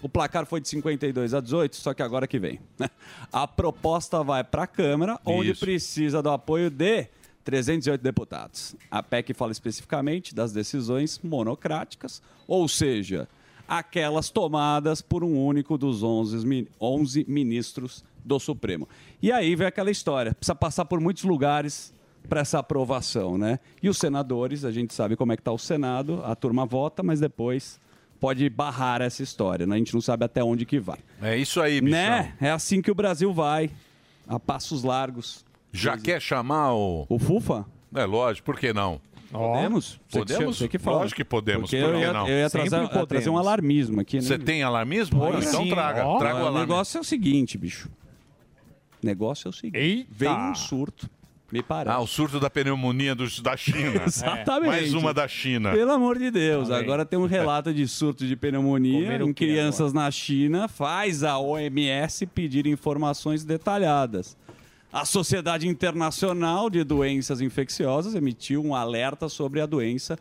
o placar foi de 52 a 18, só que agora que vem. (laughs) A proposta vai para a Câmara, onde
Isso.
precisa do apoio de 308 deputados. A PEC fala especificamente das decisões monocráticas, ou seja, aquelas tomadas por um único dos 11, mi- 11 ministros do Supremo. E aí vem aquela história, precisa passar por muitos lugares para essa aprovação, né? E os senadores, a gente sabe como é que está o Senado, a turma vota, mas depois pode barrar essa história, né? A gente não sabe até onde que vai.
É isso aí, bichão.
Né? É assim que o Brasil vai, a passos largos.
Já quer chamar o.
O Fufa?
É lógico, por que não?
Podemos? Você que-
Podemos?
você que fala.
Lógico que podemos,
Porque
por
eu
que
ia-
não?
eu ia trazer- Sempre eu ia podemos. trazer um alarmismo aqui, né?
Você tem alarmismo?
Olha,
então
sim.
traga,
Ó.
traga o
o
alarmismo.
negócio é o seguinte, bicho. O negócio é o seguinte. Vem um surto. Me parece.
Ah, o surto da pneumonia dos, da China.
(laughs) Exatamente.
Mais uma da China.
Pelo amor de Deus,
Também.
agora tem um relato de surto de pneumonia
Comeram
em crianças na China, faz a OMS pedir informações detalhadas. A Sociedade Internacional de Doenças Infecciosas emitiu um alerta sobre a doença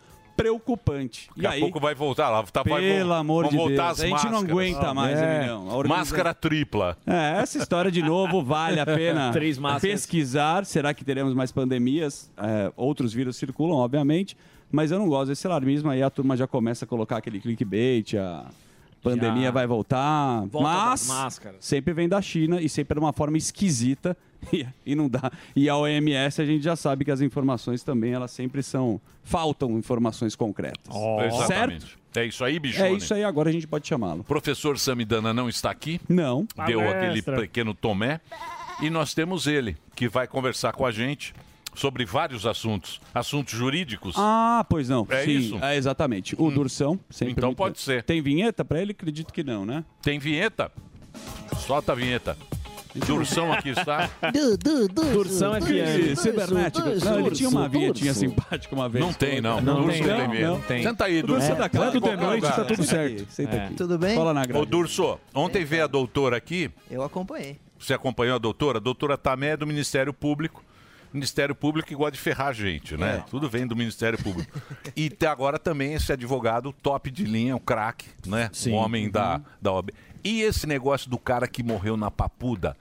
preocupante.
Daqui a pouco vai voltar lá. Tá, vai,
Pelo
vão-
amor
vão
de
voltar as
Deus, a gente não
máscaras.
aguenta mais, Emilhão. A organiza-
Máscara tripla.
É, essa história de novo vale
(laughs)
a pena
Três máscaras.
pesquisar. Será que teremos mais pandemias? É, outros vírus circulam, obviamente, mas eu não gosto desse alarmismo. Aí a turma já começa a colocar aquele clickbait, a pandemia
Já.
vai voltar.
Volta das
mas
máscaras.
sempre vem da China e sempre de uma forma esquisita (laughs) e, e não dá. E a OMS a gente já sabe que as informações também elas sempre são faltam informações concretas. certo?
Exatamente. É isso aí, bicho.
É isso aí. Agora a gente pode chamá-lo.
Professor Samidana não está aqui.
Não.
Deu aquele
Palestra.
pequeno tomé. E nós temos ele, que vai conversar com a gente sobre vários assuntos. Assuntos jurídicos.
Ah, pois não.
É
Sim,
isso? Hum.
É exatamente. O Durção. Sempre
Então
muito
pode
bom.
ser.
Tem vinheta pra ele? Acredito que não, né?
Tem vinheta? Solta a vinheta. Dursão aqui está.
Durção
é que é.
Cibernético.
Durso,
Não, ele tinha uma
Durso,
vinhetinha
Durso.
simpática uma vez.
Não tem, não.
Não
Durso
tem,
não
não,
tem mesmo.
não tem.
Santa aí,
O Durso
Durso.
é da casa
Senta em
do
qualquer
noite,
lugar.
tá tudo
Senta
certo.
aqui.
Senta aqui.
Tudo bem?
Fala na grade.
Ô, Durso, ontem veio a doutora aqui.
Eu acompanhei.
Você acompanhou a doutora? A doutora Tamé é do Ministério Público. Ministério Público que gosta de ferrar a gente,
É.
né? Tudo vem do Ministério Público. e até agora também esse advogado top de linha, o craque, né? O homem
Uhum.
da, da OAB. E esse negócio do cara que morreu na papuda?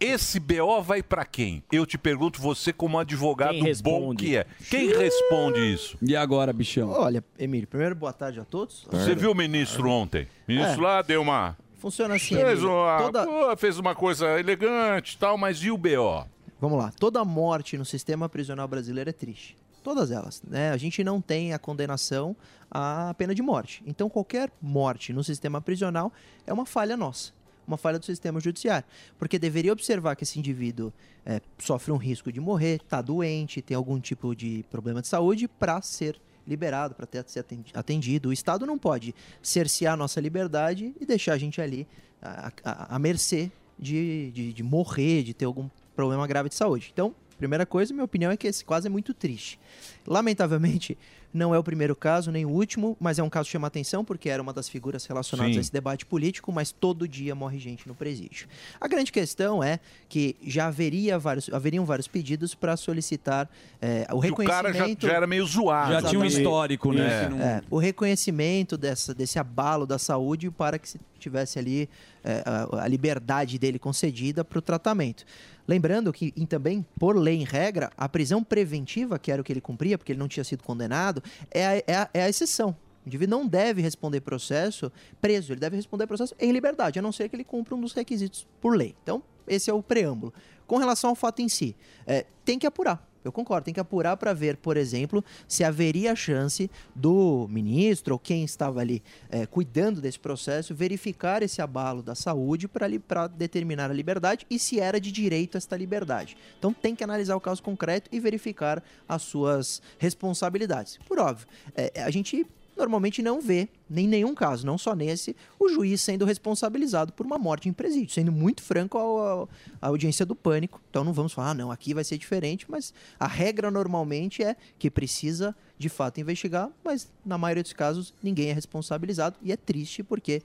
Esse BO vai pra quem? Eu te pergunto, você como advogado bom que é. Quem responde isso?
E agora, bichão?
Olha, Emílio, primeiro boa tarde a todos.
Você viu o ministro ontem? O ministro
É.
lá deu uma...
Funciona assim.
Fez
Emílio.
uma,
Toda-
pô, fez uma coisa elegante e tal, mas e o BO?
Vamos lá. Toda morte no sistema prisional brasileiro é triste. Todas elas, né? A gente não tem a condenação à pena de morte. Então qualquer morte no sistema prisional é uma falha nossa, uma falha do sistema judiciário, porque deveria observar que esse indivíduo é, sofre um risco de morrer, está doente, tem algum tipo de problema de saúde para ser liberado, para ter ser aten- atendido. O Estado não pode cercear a nossa liberdade e deixar a gente ali à, à- à mercê de, de, de morrer, de ter algum problema grave de saúde. Então, primeira coisa, minha opinião é que esse caso é muito triste. Lamentavelmente, não é o primeiro caso, nem o último, mas é um caso que chama atenção porque era uma das figuras relacionadas
Sim.
a esse debate político, mas todo dia morre gente no presídio. A grande questão é que já haveria vários, haveriam vários pedidos para solicitar eh, o
Que o cara já-
reconhecimento...
já era meio zoado. Já tinha um
Exatamente.
histórico, né?
É.
Que não-
É, o reconhecimento dessa, desse abalo da saúde para que se tivesse ali é, a, a liberdade dele concedida para o tratamento. Lembrando que, em também, por lei em regra, a prisão preventiva, que era o que ele cumpria, porque ele não tinha sido condenado, é a, é a- é a exceção. O indivíduo não deve responder processo preso, ele deve responder processo em liberdade, a não ser que ele cumpra um dos requisitos por lei. Então, esse é o preâmbulo. Com relação ao fato em si, é, tem que apurar. Eu concordo, tem que apurar para ver, por exemplo, se haveria chance do ministro ou quem estava ali é, cuidando desse processo verificar esse abalo da saúde para determinar a liberdade e se era de direito esta liberdade. Então tem que analisar o caso concreto e verificar as suas responsabilidades. Por óbvio, é, a gente normalmente não vê, nem em nenhum caso, não só nesse, o juiz sendo responsabilizado por uma morte em presídio, sendo muito franco ao- ao- à audiência do pânico. Então não vamos falar, ah, não, aqui vai ser diferente, mas a regra normalmente é que precisa, de fato, investigar, mas na maioria dos casos ninguém é responsabilizado e é triste porque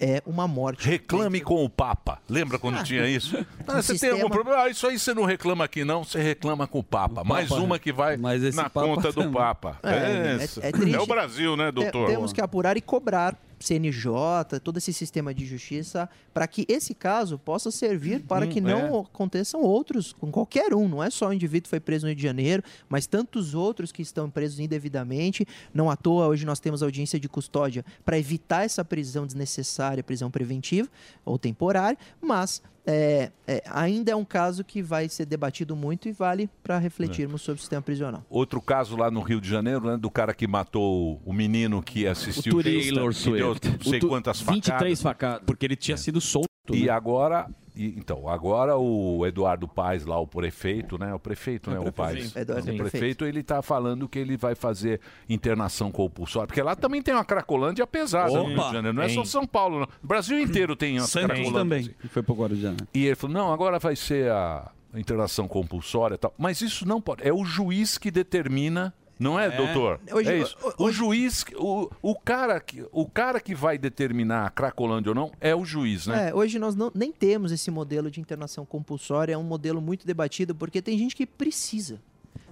é uma morte.
Reclame com o Papa. Lembra quando tinha
(laughs)
isso? Ah,
Um
você
sistema-
tem algum problema? Ah, isso aí você não reclama aqui, não. Você reclama com o Papa. Mais uma que vai na
Papa
conta do
também.
Papa.
É, é- é
isso.
triste.
o Brasil, né,
Te-
doutor?
É, Temos que apurar e cobrar CNJ, todo esse sistema de justiça, para que esse caso possa servir para
Uhum,
que não
é.
aconteçam outros, com qualquer um. Não é só o indivíduo que foi preso no Rio de Janeiro, mas tantos outros que estão presos indevidamente. Não à toa, hoje nós temos audiência de custódia para evitar essa prisão desnecessária, prisão preventiva ou temporária, mas. é, é, ainda é um caso que vai ser debatido muito e vale para refletirmos sobre o sistema prisional.
Outro caso lá no Rio de Janeiro, né, do cara que matou o menino que assistiu
O turista.
Taylor Swift.
O
Deu sei
tu-
quantas facadas.
23
facadas.
Porque ele tinha sido solto. né?
E agora, e- então, agora o Eduardo Paes lá, o prefeito, né? O
É
prefeito, né? O Paes.
prefeito. Eduardo
o
Paes.
prefeito, ele tá falando que ele vai fazer internação compulsória. Porque lá também tem uma cracolândia pesada no Rio
Opa,
de Janeiro. Não é só
tem.
São Paulo, não. O Brasil inteiro tem uma
Santos
cracolândia.
também. Que foi pro Guarujá. né?
E ele falou: não, agora vai ser a internação compulsória e tal. Mas isso não pode. É o juiz que determina. Não é,
É.
doutor?
Hoje-
é isso. O, juiz, que- o, o, cara que, o cara que vai determinar a cracolândia ou não é o juiz, né?
É, hoje nós não- nem temos esse modelo de internação compulsória, é um modelo muito debatido porque tem gente que precisa.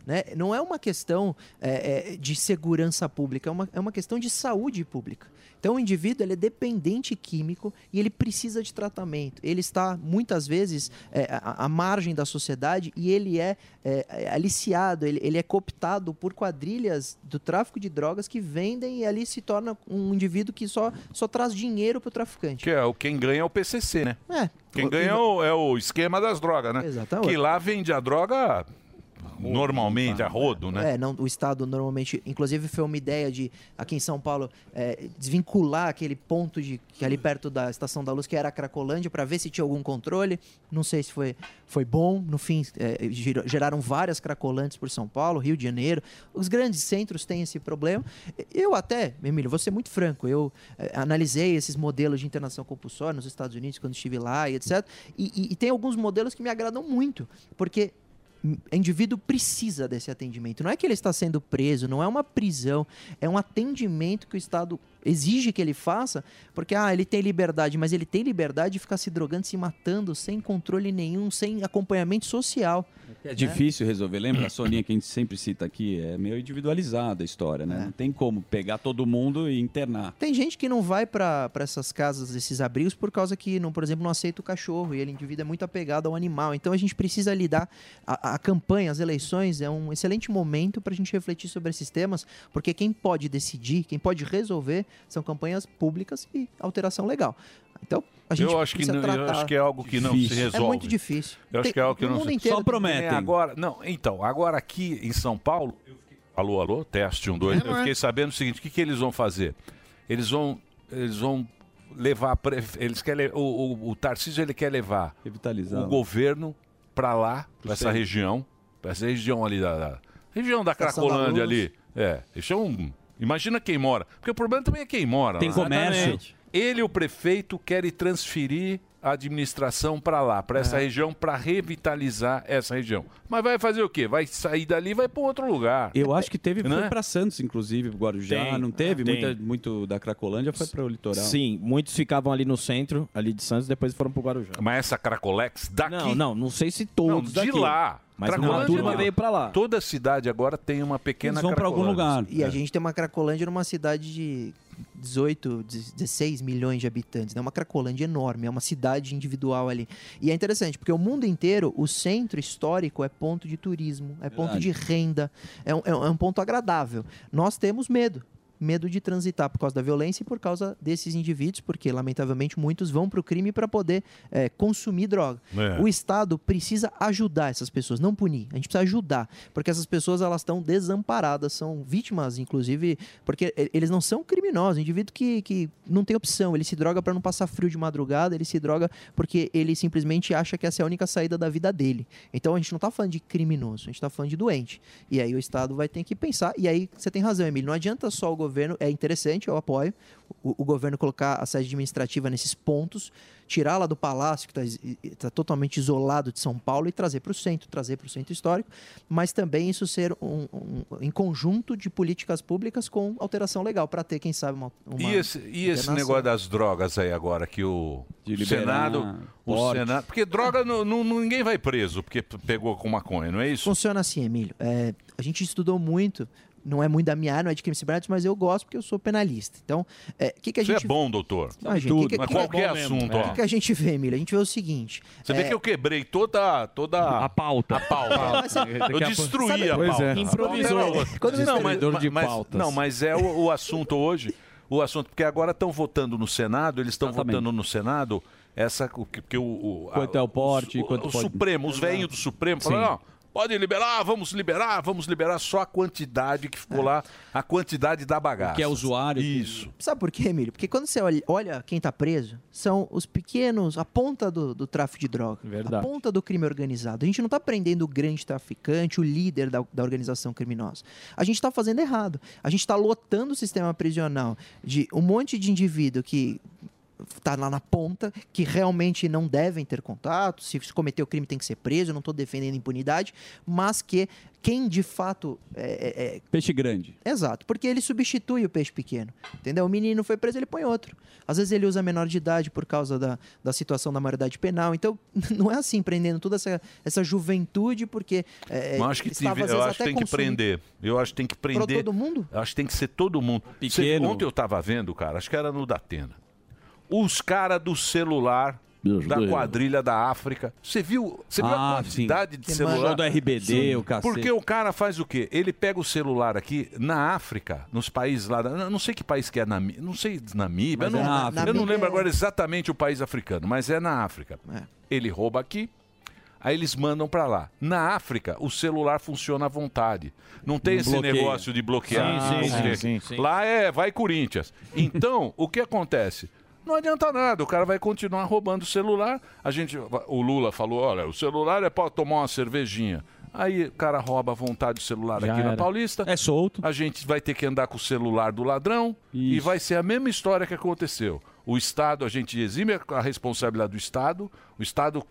Né? Não é uma questão é, é, de segurança pública, é uma, é uma questão de saúde pública. Então o indivíduo ele é dependente químico e ele precisa de tratamento. Ele está muitas vezes é, à, à margem da sociedade e ele é, é, é, aliciado, ele, ele é cooptado por quadrilhas do tráfico de drogas que vendem e ali se torna um indivíduo que só, só traz dinheiro para o traficante.
Que é o quem ganha é o PCC, né?
É.
Quem
O-
ganha é o, é o esquema das drogas, né?
Exatamente.
Que lá vende a droga normalmente, a rodo, né?
É, não, o Estado normalmente, inclusive foi uma ideia de, aqui em São Paulo, é, desvincular aquele ponto de que ali perto da Estação da Luz, que era a Cracolândia, para ver se tinha algum controle. Não sei se foi, foi bom. No fim, é, gerou- geraram várias Cracolantes por São Paulo, Rio de Janeiro. Os grandes centros têm esse problema. Eu até, Emílio, vou ser muito franco, eu é, analisei esses modelos de internação compulsória nos Estados Unidos, quando estive lá e etc. E- e- e tem alguns modelos que me agradam muito, porque o indivíduo precisa desse atendimento. Não é que ele está sendo preso, não é uma prisão, é um atendimento que o Estado exige que ele faça, porque ah, ele tem liberdade, mas ele tem liberdade de ficar se drogando, se matando, sem controle nenhum, sem acompanhamento social.
É difícil resolver.
Hum.
Lembra a Soninha que a gente sempre cita aqui? É meio individualizada a história, né? Não tem como pegar todo mundo e internar.
Tem gente que não vai para essas casas, esses abrigos, por causa que, não, por exemplo, não aceita o cachorro e ele, indivíduo, é muito apegado ao animal. Então a gente precisa lidar. A, a campanha, as eleições, é um excelente momento para a gente refletir sobre esses temas, porque quem pode decidir, quem pode resolver, são campanhas públicas e alteração legal. Então, a gente
eu acho que
precisa
não- eu
tratar.
acho que é algo que não se resolve.
É muito difícil.
Eu acho
Tem-
que é algo que
o
não
mundo
se
inteiro tem-
É, Agora, não, então, agora aqui em São Paulo, eu fiquei- alô, alô, teste um dois.
É, não
eu
é?
fiquei sabendo o seguinte, o que, que eles vão fazer? Eles vão, eles vão levar, a pref- eles querem, le- o, o, o Tarcísio ele quer levar
Revitalizar.
o governo para lá,
Pro
para essa
centro.
região, para essa região ali da, da- região da
Estação da
Cracolândia
Luz.
ali. É, isso é um, imagina quem mora, porque o problema também é quem mora.
Tem
né?
comércio. Exatamente.
Ele, o prefeito, quer transferir a administração para lá, para
É.
essa região, para revitalizar essa região. Mas vai fazer o quê? Vai sair dali e vai para outro lugar.
Eu acho que teve
Né?
foi para Santos, inclusive, pro Guarujá,
Tem.
não teve?
Ah, tem.
Muita- muito da Cracolândia foi para o litoral.
Sim, muitos ficavam ali no centro, ali de Santos, depois foram pro Guarujá.
Mas essa Cracolex daqui.
Não, não, não sei se todos
Não, de
daqui.
lá.
Mas
Cracolândia
uma turma
não.
veio pra lá.
Toda cidade agora tem uma pequena É.
E
É.
a gente tem uma Cracolândia numa cidade de 18, 16 milhões de habitantes. É né? uma Cracolândia enorme, é uma cidade individual ali. E é interessante, porque o mundo inteiro, o centro histórico é ponto de turismo, é ponto de renda, é um, é um- é um ponto agradável. Nós temos medo. Medo de transitar por causa da violência e por causa desses indivíduos, porque lamentavelmente muitos vão para o crime para poder eh, consumir droga.
É.
O o Estado precisa ajudar essas pessoas, não punir. A gente precisa ajudar, porque essas pessoas elas estão desamparadas, são vítimas, inclusive, porque e- eles não são criminosos. O indivíduo que, que não tem opção, ele se droga para não passar frio de madrugada, ele se droga porque ele simplesmente acha que essa é a única saída da vida dele. Então a gente não está falando de criminoso, a gente está falando de doente. E aí o Estado vai ter que pensar. E aí você tem razão, Emílio. Não adianta só o governo. É interessante, eu apoio o, o governo colocar a sede administrativa nesses pontos, tirá-la do palácio, que tá está totalmente isolado de São Paulo, e trazer para o centro, trazer para o centro histórico, mas também isso ser um, um- em conjunto de políticas públicas com alteração legal, para ter, quem sabe, uma. uma
E esse, e esse
alternação.
negócio das drogas aí agora que o
liberar
Senado, o
porte.
Senado, porque droga não- não- ninguém vai preso porque p- pegou com maconha, não é isso?
Funciona assim, Emílio. É, a gente estudou muito. Não é muito da minha área, não é de crimes cibernéticos, mas eu gosto porque eu sou penalista. Então, é, o que, que a
Você
gente.
é bom, doutor.
Imagina,
Tudo.
que que-
Mas
que-
qualquer
é bom mesmo.
assunto,
É. O
ó.
que, que a gente vê, Emílio? A gente vê o seguinte.
Você vê
é,
que eu quebrei toda, toda a pauta.
Mas sabe-
Eu
Daqui a
destruí
pouco-
a
Pois
pauta.
é.
A
Improvisou.
pauta era
Quando
outra. não, mas,
Destruidor de
mas-
pautas.
não, mas é o, o assunto hoje. O assunto, porque agora estão votando no Senado, eles estão votando no Senado essa. o que- Porque o, o, a-
Quanto é o porte,
o,
quanto
o
pode-
Supremo, os velhinhos do Supremo
Sim.
falaram, não. Pode liberar, vamos liberar, vamos liberar só a quantidade que
É.
ficou lá, a quantidade da bagaça.
que é
usuário. Isso.
Sabe por quê, Emílio? Porque quando você olha, olha quem tá preso, são os pequenos, a ponta do, do tráfico de droga. A ponta do crime organizado. A gente não tá prendendo o grande traficante, o líder da, da organização criminosa. A gente tá fazendo errado. A gente tá lotando o sistema prisional de um monte de indivíduo que tá lá na ponta, que realmente não devem ter contato, se cometeu crime tem que ser preso, eu não estou defendendo impunidade, mas que quem de fato é, é, é,
Peixe grande.
Exato, porque ele substitui o peixe pequeno. Entendeu? O menino foi preso, ele põe outro. Às vezes ele usa menor de idade por causa da, da situação da maioridade penal. Então, (laughs) não é assim, prendendo toda essa, essa juventude, porque. é,
Mas acho que,
estava,
tive-
às
eu
vezes,
acho que
até
tem que
consumindo.
prender. Eu acho que tem que prender.
todo mundo?
Eu acho que tem que ser todo mundo. Você- ontem eu tava vendo, cara, acho que era no Datena. Os caras do celular da
Deus.
quadrilha da África. Você viu, você viu
Ah,
a quantidade
sim.
de
Que
celular?
manda- Do RBD, o cacete.
Porque o cara faz o quê? Ele pega o celular aqui na África, nos países lá, da, eu não sei que país que é, Namí- não sei, Namíbia, eu não,
Mas é na
eu não
África.
lembro agora exatamente o país africano, mas é na África. Ele rouba aqui, Aí eles mandam pra lá. Na África, o celular funciona à vontade. Não tem
Não
esse
bloqueia.
negócio de bloquear.
Sim, sim,
não sei.
sim, sim, sim.
Lá é, vai Corinthians. Então, o que acontece? Não adianta nada, o cara vai continuar roubando o celular. A gente, o Lula falou, olha, o celular é para tomar uma cervejinha. Aí o cara rouba à vontade o celular
Já
aqui na
era.
Paulista. É solto. A gente vai ter que andar com o celular do ladrão e vai ser a mesma história que aconteceu. O Estado, a gente exime a- a responsabilidade do Estado. O Estado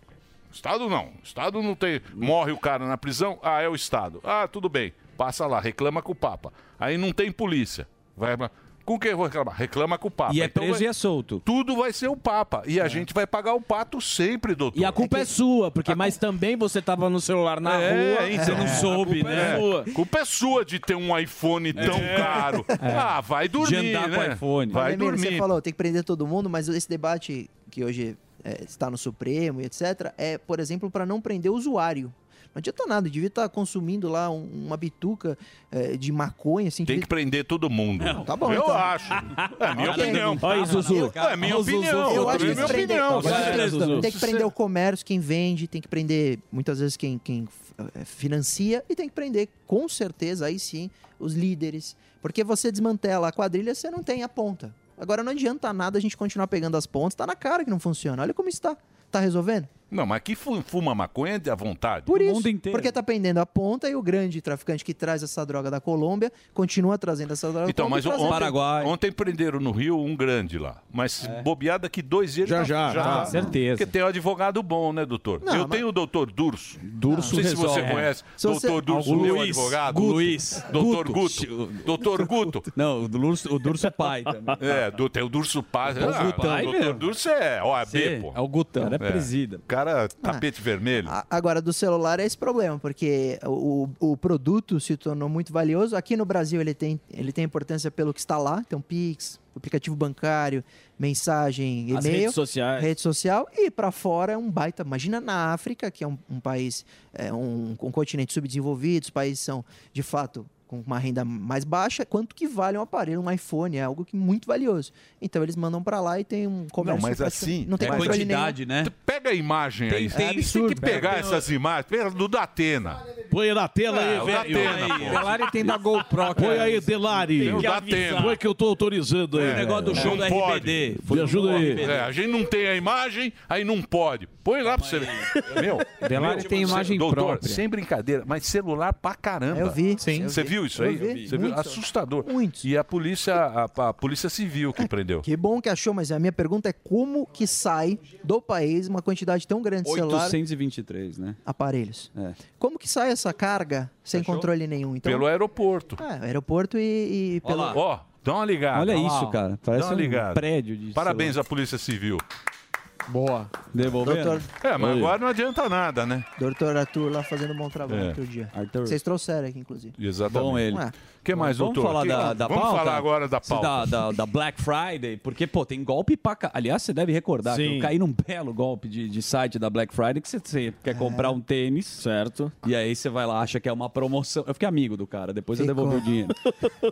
Estado não. Estado não tem. Morre o cara na prisão, ah, é o Estado. Ah, tudo bem. Passa lá, reclama com o Papa. Aí não tem polícia. Vai. pra- Com quem eu vou reclamar? Reclama com o Papa.
E é
Então
preso
vai-
e é solto.
Tudo vai ser o Papa. E
É.
a gente vai pagar o pato sempre, doutor.
E a culpa é, sua, porque mas também
(laughs)
você tava no celular na
É,
rua,
então.
você não
É,
soube,
a culpa
né?
É sua. culpa é sua de ter um iPhone tão caro. Ah, vai dormir, né? Vai
Mas, Emílio, Você
dormir.
falou, tem que prender todo mundo, mas esse debate que hoje é, está no Supremo e etc., é, por exemplo, para não prender o usuário. Não adianta nada, devia estar consumindo lá um- uma bituca é, de maconha, assim.
Tem
devia-
que prender todo mundo.
Tá bom,
Eu
então.
acho. É minha
Olha,
opinião.
olha aí, Zuzu.
É minha
Olha o Zuzu
opinião.
falando. Eu acho
É
que
minha
tem que prender,
opinião.
tá,
Você-
vai. Tem que
você-
prender o comércio, quem vende, tem que prender muitas vezes quem, quem eh, financia e tem que prender, com certeza, aí sim, os líderes. Porque você desmantela a quadrilha, você não tem a ponta. Agora não adianta nada a gente continuar pegando as pontas, tá na cara que não funciona. Olha como está. Tá resolvendo?
Não, mas que fu- fuma maconha é à vontade.
Por isso, porque tá pendendo a ponta e o grande traficante que traz essa droga da Colômbia continua trazendo essa droga
Então,
da Colômbia.
mas
e
ontem,
trazendo.
ontem prenderam no Rio um grande lá. Mas bobeada daqui dois dias
Já, já, tá,
certeza. Porque tem um advogado bom, né, doutor?
Não,
eu
mas-
tenho o doutor Durso.
Durso
Ah. Não sei se você
resolve. É.
conhece.
Se você-
Doutor Durso,
Algum-
meu
Luiz,
advogado.
Guto. Luiz,
Doutor
Guto.
Guto. Doutor Guto.
Não, o Durso, o Durso é pai também.
É, do, tem o Durso Paz.
É O Gutão.
o doutor ah, Durso é OAB,
Sim,
pô.
é o Gutão. Cara, é presida.
Cara, tapete vermelho.
Agora, do celular é esse problema, porque o, o produto se tornou muito valioso. Aqui no Brasil ele tem, ele tem importância pelo que está lá, então Pix, aplicativo bancário, mensagem, e-mail.
As redes sociais.
Rede social. E para fora é um baita. Imagina na África, que é um, um país, é, um, um continente subdesenvolvido, os países são, de fato, com uma renda mais baixa, quanto que vale um aparelho, um iPhone? É algo que muito valioso. Então eles mandam para lá e tem um comércio.
Não, mas
praticamente-
assim,
é
não tem controle nenhum.
né?
Pega a imagem aí.
Tem- é
Tem, tem
absurdo,
que pegar
velho.
essas imagens. Pega do da Atena.
Põe na tela aí,
É, o
velho.
Datena, pô. Delari
tem da GoPro, Põe aí, Delari.
Tem o Datena.
Põe que eu tô autorizando aí.
É, não pode.
Me ajuda aí.
É, a gente não tem a imagem, aí não pode. Põe lá pra você ver. Meu,
Delari
meu,
tem
tipo,
imagem
doutor,
própria.
sem brincadeira, mas celular pra caramba.
Eu vi,
Sim.
eu
Você
vi.
viu isso
Eu
aí?
vi,
Você viu?
muito.
Assustador. E a polícia, a, a polícia civil que
(laughs)
prendeu.
Que bom que achou, mas a minha pergunta é como que sai do país uma quantidade tão grande de celular,
823, né?
aparelhos?
É.
Como que sai essa carga sem controle nenhum? Então,
Pelo aeroporto.
Ah,
É, aeroporto e, e pelo...
Ó, dá uma ligada.
Olha
Ó lá,
isso,
ó.
cara. Parece
Dá uma
um
ligada.
prédio de
Parabéns à polícia civil.
Boa.
Devolvendo?
É, mas
Oi.
agora não adianta nada, né?
Doutor Arthur lá fazendo um bom trabalho
É.
outro dia.
Arthur.
Vocês trouxeram aqui, inclusive.
Exatamente.
Bom ele.
Ué.
O que mais,
vamos
doutor?
Falar
Que-
da, da
vamos
pauta?
falar agora da
Se
pauta.
Da, da- da Black Friday, porque, pô, tem golpe pra... ca- Aliás, você deve recordar que
Sim.
eu caí num belo golpe de, de site da Black Friday, que você, você quer comprar um tênis. Certo. E aí você vai lá, acha que é uma promoção. Eu fiquei amigo do cara, depois eu
Ficou.
devolvi o dinheiro.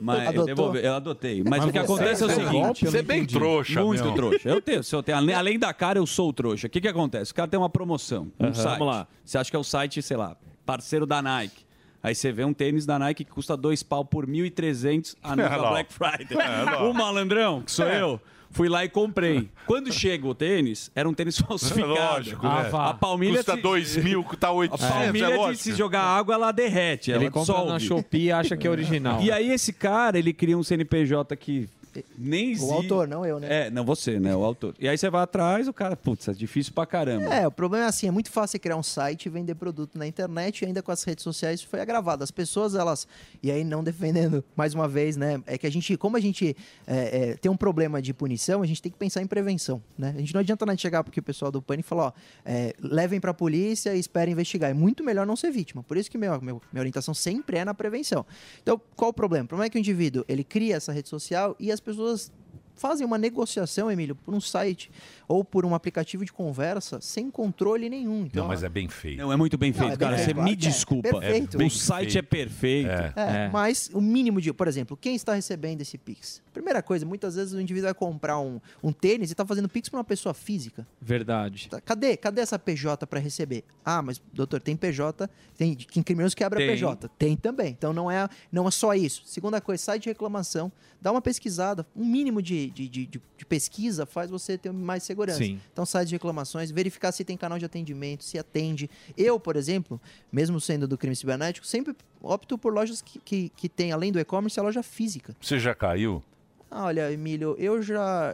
Mas
Adotou?
eu devolvi, eu adotei. Mas,
Mas
o que
você-
acontece é o
você é
seguinte...
golpe?
eu
Você
não
é bem
entendi.
trouxa,
Muito
meu.
trouxa. Eu tenho, se eu tenho- além, além da cara, eu sou o trouxa. O que que acontece? O cara tem uma promoção, um
Aham.
site.
Vamos lá.
Você acha que é o site, sei lá, parceiro da Nike. Aí você vê um tênis da Nike que custa dois pau por 1.300 a
É
nova
lá.
Ah, Black Friday.
É lá.
o malandrão, que sou
É.
eu, fui lá e comprei. Quando chega o tênis, era um tênis (laughs) falsificado.
Lógico, né?
A palmilha...
Custa
se-
2
(laughs)
mil, tá 800,
A palmilha,
é
de
lógico.
se jogar água, ela derrete.
Ele
ela
compra
(laughs)
dissolve.
na Shopee
e acha que é original.
E aí esse cara, ele cria um CNPJ que
é
nem existe.
O autor, não eu, né?
É, não você, né? O autor. E aí você vai atrás, o cara, putz, é difícil pra caramba.
É, o problema é assim, é muito fácil você criar um site e vender produto na internet e ainda com as redes sociais isso foi agravado. As pessoas, elas... E aí, não defendendo, mais uma vez, né? É que a gente, como a gente é, é, tem um problema de punição, a gente tem que pensar em prevenção, né? A gente não adianta nada chegar porque o pessoal do Pânico falou, ó, é, levem pra polícia e esperem investigar. É muito melhor não ser vítima. Por isso que meu, meu- minha orientação sempre é na prevenção. Então, qual o problema? O problema é que o indivíduo, ele cria essa rede social e as pessoas fazem uma negociação, Emílio, por um site ou por um aplicativo de conversa sem controle nenhum. Então,
Não, mas é bem feio.
Não, é muito bem
Não,
feito,
é bem
cara.
feito,
Você
claro
me
que é.
desculpa.
Perfeito.
O site é perfeito.
é, mas o mínimo de, por exemplo, quem está recebendo esse Pix? Primeira coisa, muitas vezes o indivíduo vai comprar um, um tênis e está fazendo Pix para uma pessoa física.
Verdade.
Tá, Cadê, cadê essa PJ para receber? Ah, mas doutor, tem PJ, tem que criminoso que abre
Tem.
a PJ. Tem também. Então não é, não é só isso. Segunda coisa, site de reclamação, dá uma pesquisada, um mínimo de, de, de- de- de pesquisa faz você ter mais segurança.
Sim.
Então site de reclamações, verificar se tem canal de atendimento, se atende. Eu, por exemplo, mesmo sendo do crime cibernético, sempre opto por lojas que, que, que tem, além do e-commerce, a loja física.
Você já caiu?
Ah, Olha, Emílio, eu já.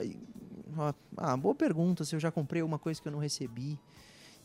Ah, boa pergunta se eu já comprei alguma coisa que eu não recebi.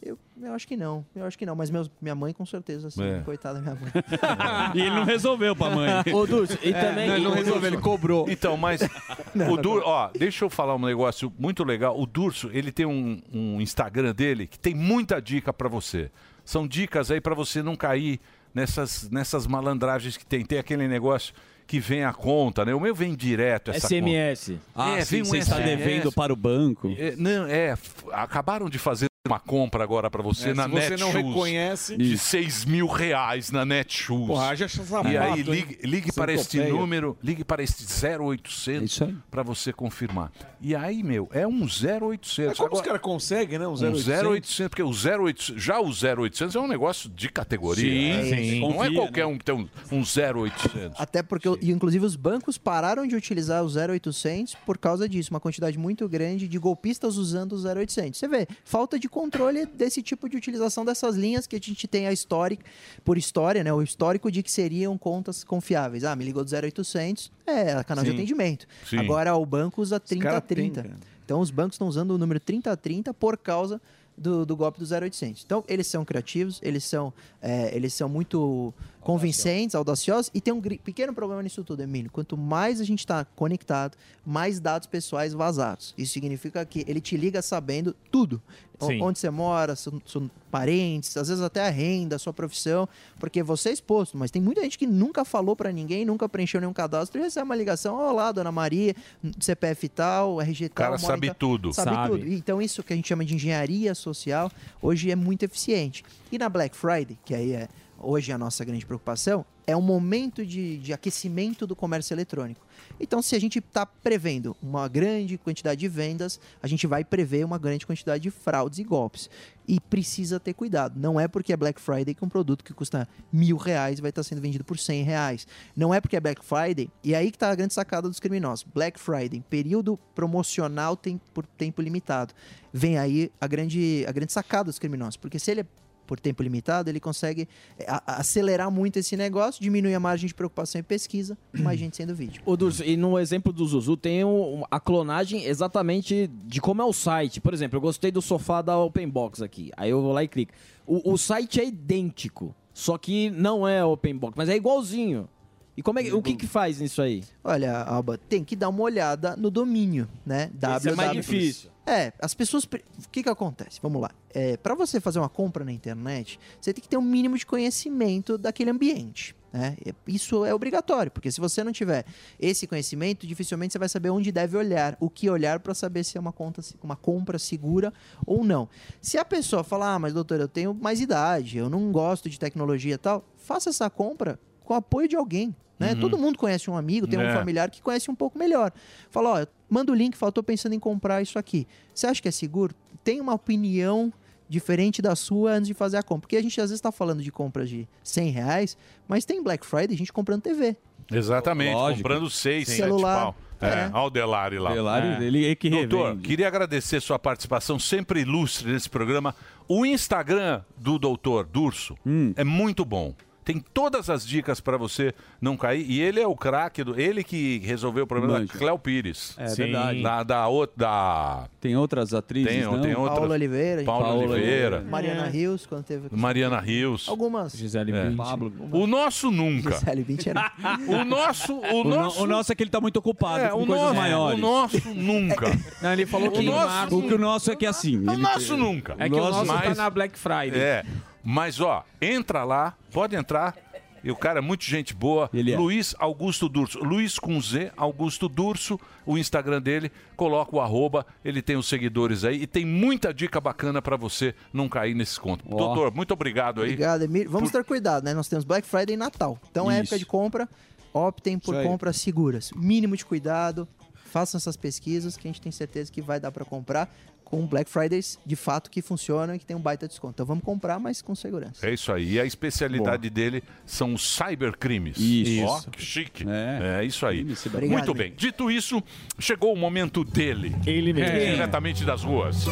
Eu, eu acho que não, eu acho que não, mas meus, minha mãe com certeza, assim,
É.
coitada da minha mãe.
(laughs) E ele não resolveu pra mãe.
Ô, Dulce, e também-
É, Não, ele não
Ô,
resolveu, ele cobrou.
Então,
(laughs)
mas. o Dur, ó, deixa eu falar um negócio muito legal. O Durso, ele tem um, um Instagram dele que tem muita dica pra você. São dicas aí pra você não cair nessas, nessas malandragens que tem. Tem aquele negócio que vem a conta, né? O meu vem direto essa
SMS.
conta.
É,
Ah, sim,
vem um
você está
SMS.
devendo para o banco.
É, não, é, f- acabaram de fazer uma compra agora pra você
É,
na
se você
Netshoes.
não reconhece-
De
Isso.
6 mil reais na Netshoes.
Porra, haja sapato,
E aí,
hein?
ligue, ligue para este
Centopeia.
número, ligue para este 0800 para você confirmar. E aí, meu, é um 0800.
Mas como
Agora-
os caras conseguem, né? Um
um
0800.
0800, porque o 0800, já o 0800 é um negócio de categoria.
Sim,
né?
sim.
Não é
Confia,
qualquer um que tem um, um 0800.
Até porque, e inclusive, os bancos pararam de utilizar o 0800 por causa disso. Uma quantidade muito grande de golpistas usando o 0800. Você vê, falta de controle desse tipo de utilização dessas linhas que a gente tem a história, por história, né? O histórico de que seriam contas confiáveis. Ah, me ligou do 0800, é canal de
Sim.
atendimento.
Sim.
Agora o banco usa
cara
3030.
têm, cara.
então os bancos estão usando o número 3030 por causa do, do golpe do 0800. Então eles são criativos, eles são, é, eles são muito convincentes, audaciosos e tem um gri- pequeno problema nisso tudo, Emílio. Quanto mais a gente está conectado, mais dados pessoais vazados. Isso significa que ele te liga sabendo tudo. O-
Sim.
Onde você mora, seus seus parentes, às vezes até a renda, a sua profissão, porque você é exposto. Mas tem muita gente que nunca falou pra ninguém, nunca preencheu nenhum cadastro e recebe uma ligação: Olá, dona Maria, CPF tal, RG tal.
cara
mora em
sabe
tal."
tudo.
Sabe,
Sabe.
tudo. Então, isso que a gente chama de engenharia social hoje é muito eficiente. E na Black Friday, que aí é hoje a nossa grande preocupação, é um momento de, de aquecimento do comércio eletrônico. Então, se a gente está prevendo uma grande quantidade de vendas, a gente vai prever uma grande quantidade de fraudes e golpes. E precisa ter cuidado. Não é porque é Black Friday que um produto que custa mil reais vai estar sendo vendido por cem reais. Não é porque é Black Friday. E aí que está a grande sacada dos criminosos. Black Friday, período promocional tem, por tempo limitado. Vem aí a grande, a grande sacada dos criminosos. Porque se ele é por tempo limitado, ele consegue eh, a- a- acelerar muito esse negócio, diminuir a margem de preocupação e pesquisa, mais gente sendo vítima.
Ô, Durso, e no exemplo do Zuzu, tem um- um- a clonagem exatamente de como é o site. Por exemplo, eu gostei do sofá da Open Box aqui. Aí eu vou lá e clico. O, o site é idêntico, só que não é Open Box, mas é igualzinho. E como é que, o que, que faz nisso aí?
Olha, Alba, tem que dar uma olhada no domínio, né?
Esse é mais difícil.
É, as pessoas. pre- O que que acontece? Vamos lá. É, para você fazer uma compra na internet, você tem que ter um mínimo de conhecimento daquele ambiente. Né? E Isso é obrigatório, porque se você não tiver esse conhecimento, dificilmente você vai saber onde deve olhar, o que olhar para saber se é uma, conta, se- uma compra segura ou não. Se a pessoa falar, ah, mas doutor, eu tenho mais idade, eu não gosto de tecnologia e tal, faça essa compra com o apoio de alguém. Né?
Uhum.
Todo mundo conhece um amigo, tem um
É.
familiar familiar que conhece um pouco melhor. Fala, ó, manda o link, fala, tô pensando em comprar isso aqui. Você acha que é seguro? Tem uma opinião diferente da sua antes de fazer a compra. Porque a gente às vezes tá falando de compras de 100 reais, mas tem Black Friday, a gente comprando TV.
Exatamente, comprando seis,
Sim.
sete
Celular.
pau. É, olha o Delari lá.
Delari,
é.
ele é que
Doutor,
revende.
queria agradecer sua participação sempre ilustre nesse programa. O Instagram do doutor Durso
Hum.
é muito bom. Tem todas as dicas para você não cair. E ele é o craque, do, ele que resolveu o problema
Manja.
da Cléo Pires.
É Sim. verdade.
Da, da, outra- da...
Tem outras atrizes,
Tem,
não?
tem outra.
Paula Oliveira, a gente
Paula
falou.
Oliveira.
Mariana Rios, quando teve aqui.
Mariana Rios.
Algumas. Gisele
Bündchen.
Pablo.
O nosso nunca.
Gisele Bündchen era-
Ah, O nosso... O,
(laughs) O no-
nosso...
o nosso é que ele tá muito ocupado
É,
com
o
coisas
nosso-
maiores.
o nosso
(laughs)
nunca.
Não, ele
falou que
o
em
nosso,
março-
o que o nosso é que é assim.
O nosso nunca.
É que o nosso tá na
Black Friday. É. Mas, ó, entra lá, pode entrar. E o cara é muito gente boa.
é.
Luiz Augusto Durso. Luiz com Z, Augusto Durso. O Instagram dele, coloca o arroba. Ele tem os seguidores aí. E tem muita dica bacana pra você não cair nesse conto. Doutor, muito obrigado aí.
Obrigado, Emílio. Vamos ter cuidado, né? Nós temos Black Friday e Natal. Então, é
Isso.
época de compra, optem por
Isso aí.
compras seguras. Mínimo de cuidado, façam essas pesquisas que a gente tem certeza que vai dar para comprar com Black Fridays de fato que funcionam e que tem um baita desconto. Então, vamos comprar, mas com segurança.
É isso aí. E a especialidade dele são os cybercrimes.
Isso.
Ó, que chique. É, isso aí.
Obrigado,
Muito bem. Dito isso, chegou o momento dele.
Ele mesmo.
É. Diretamente das ruas.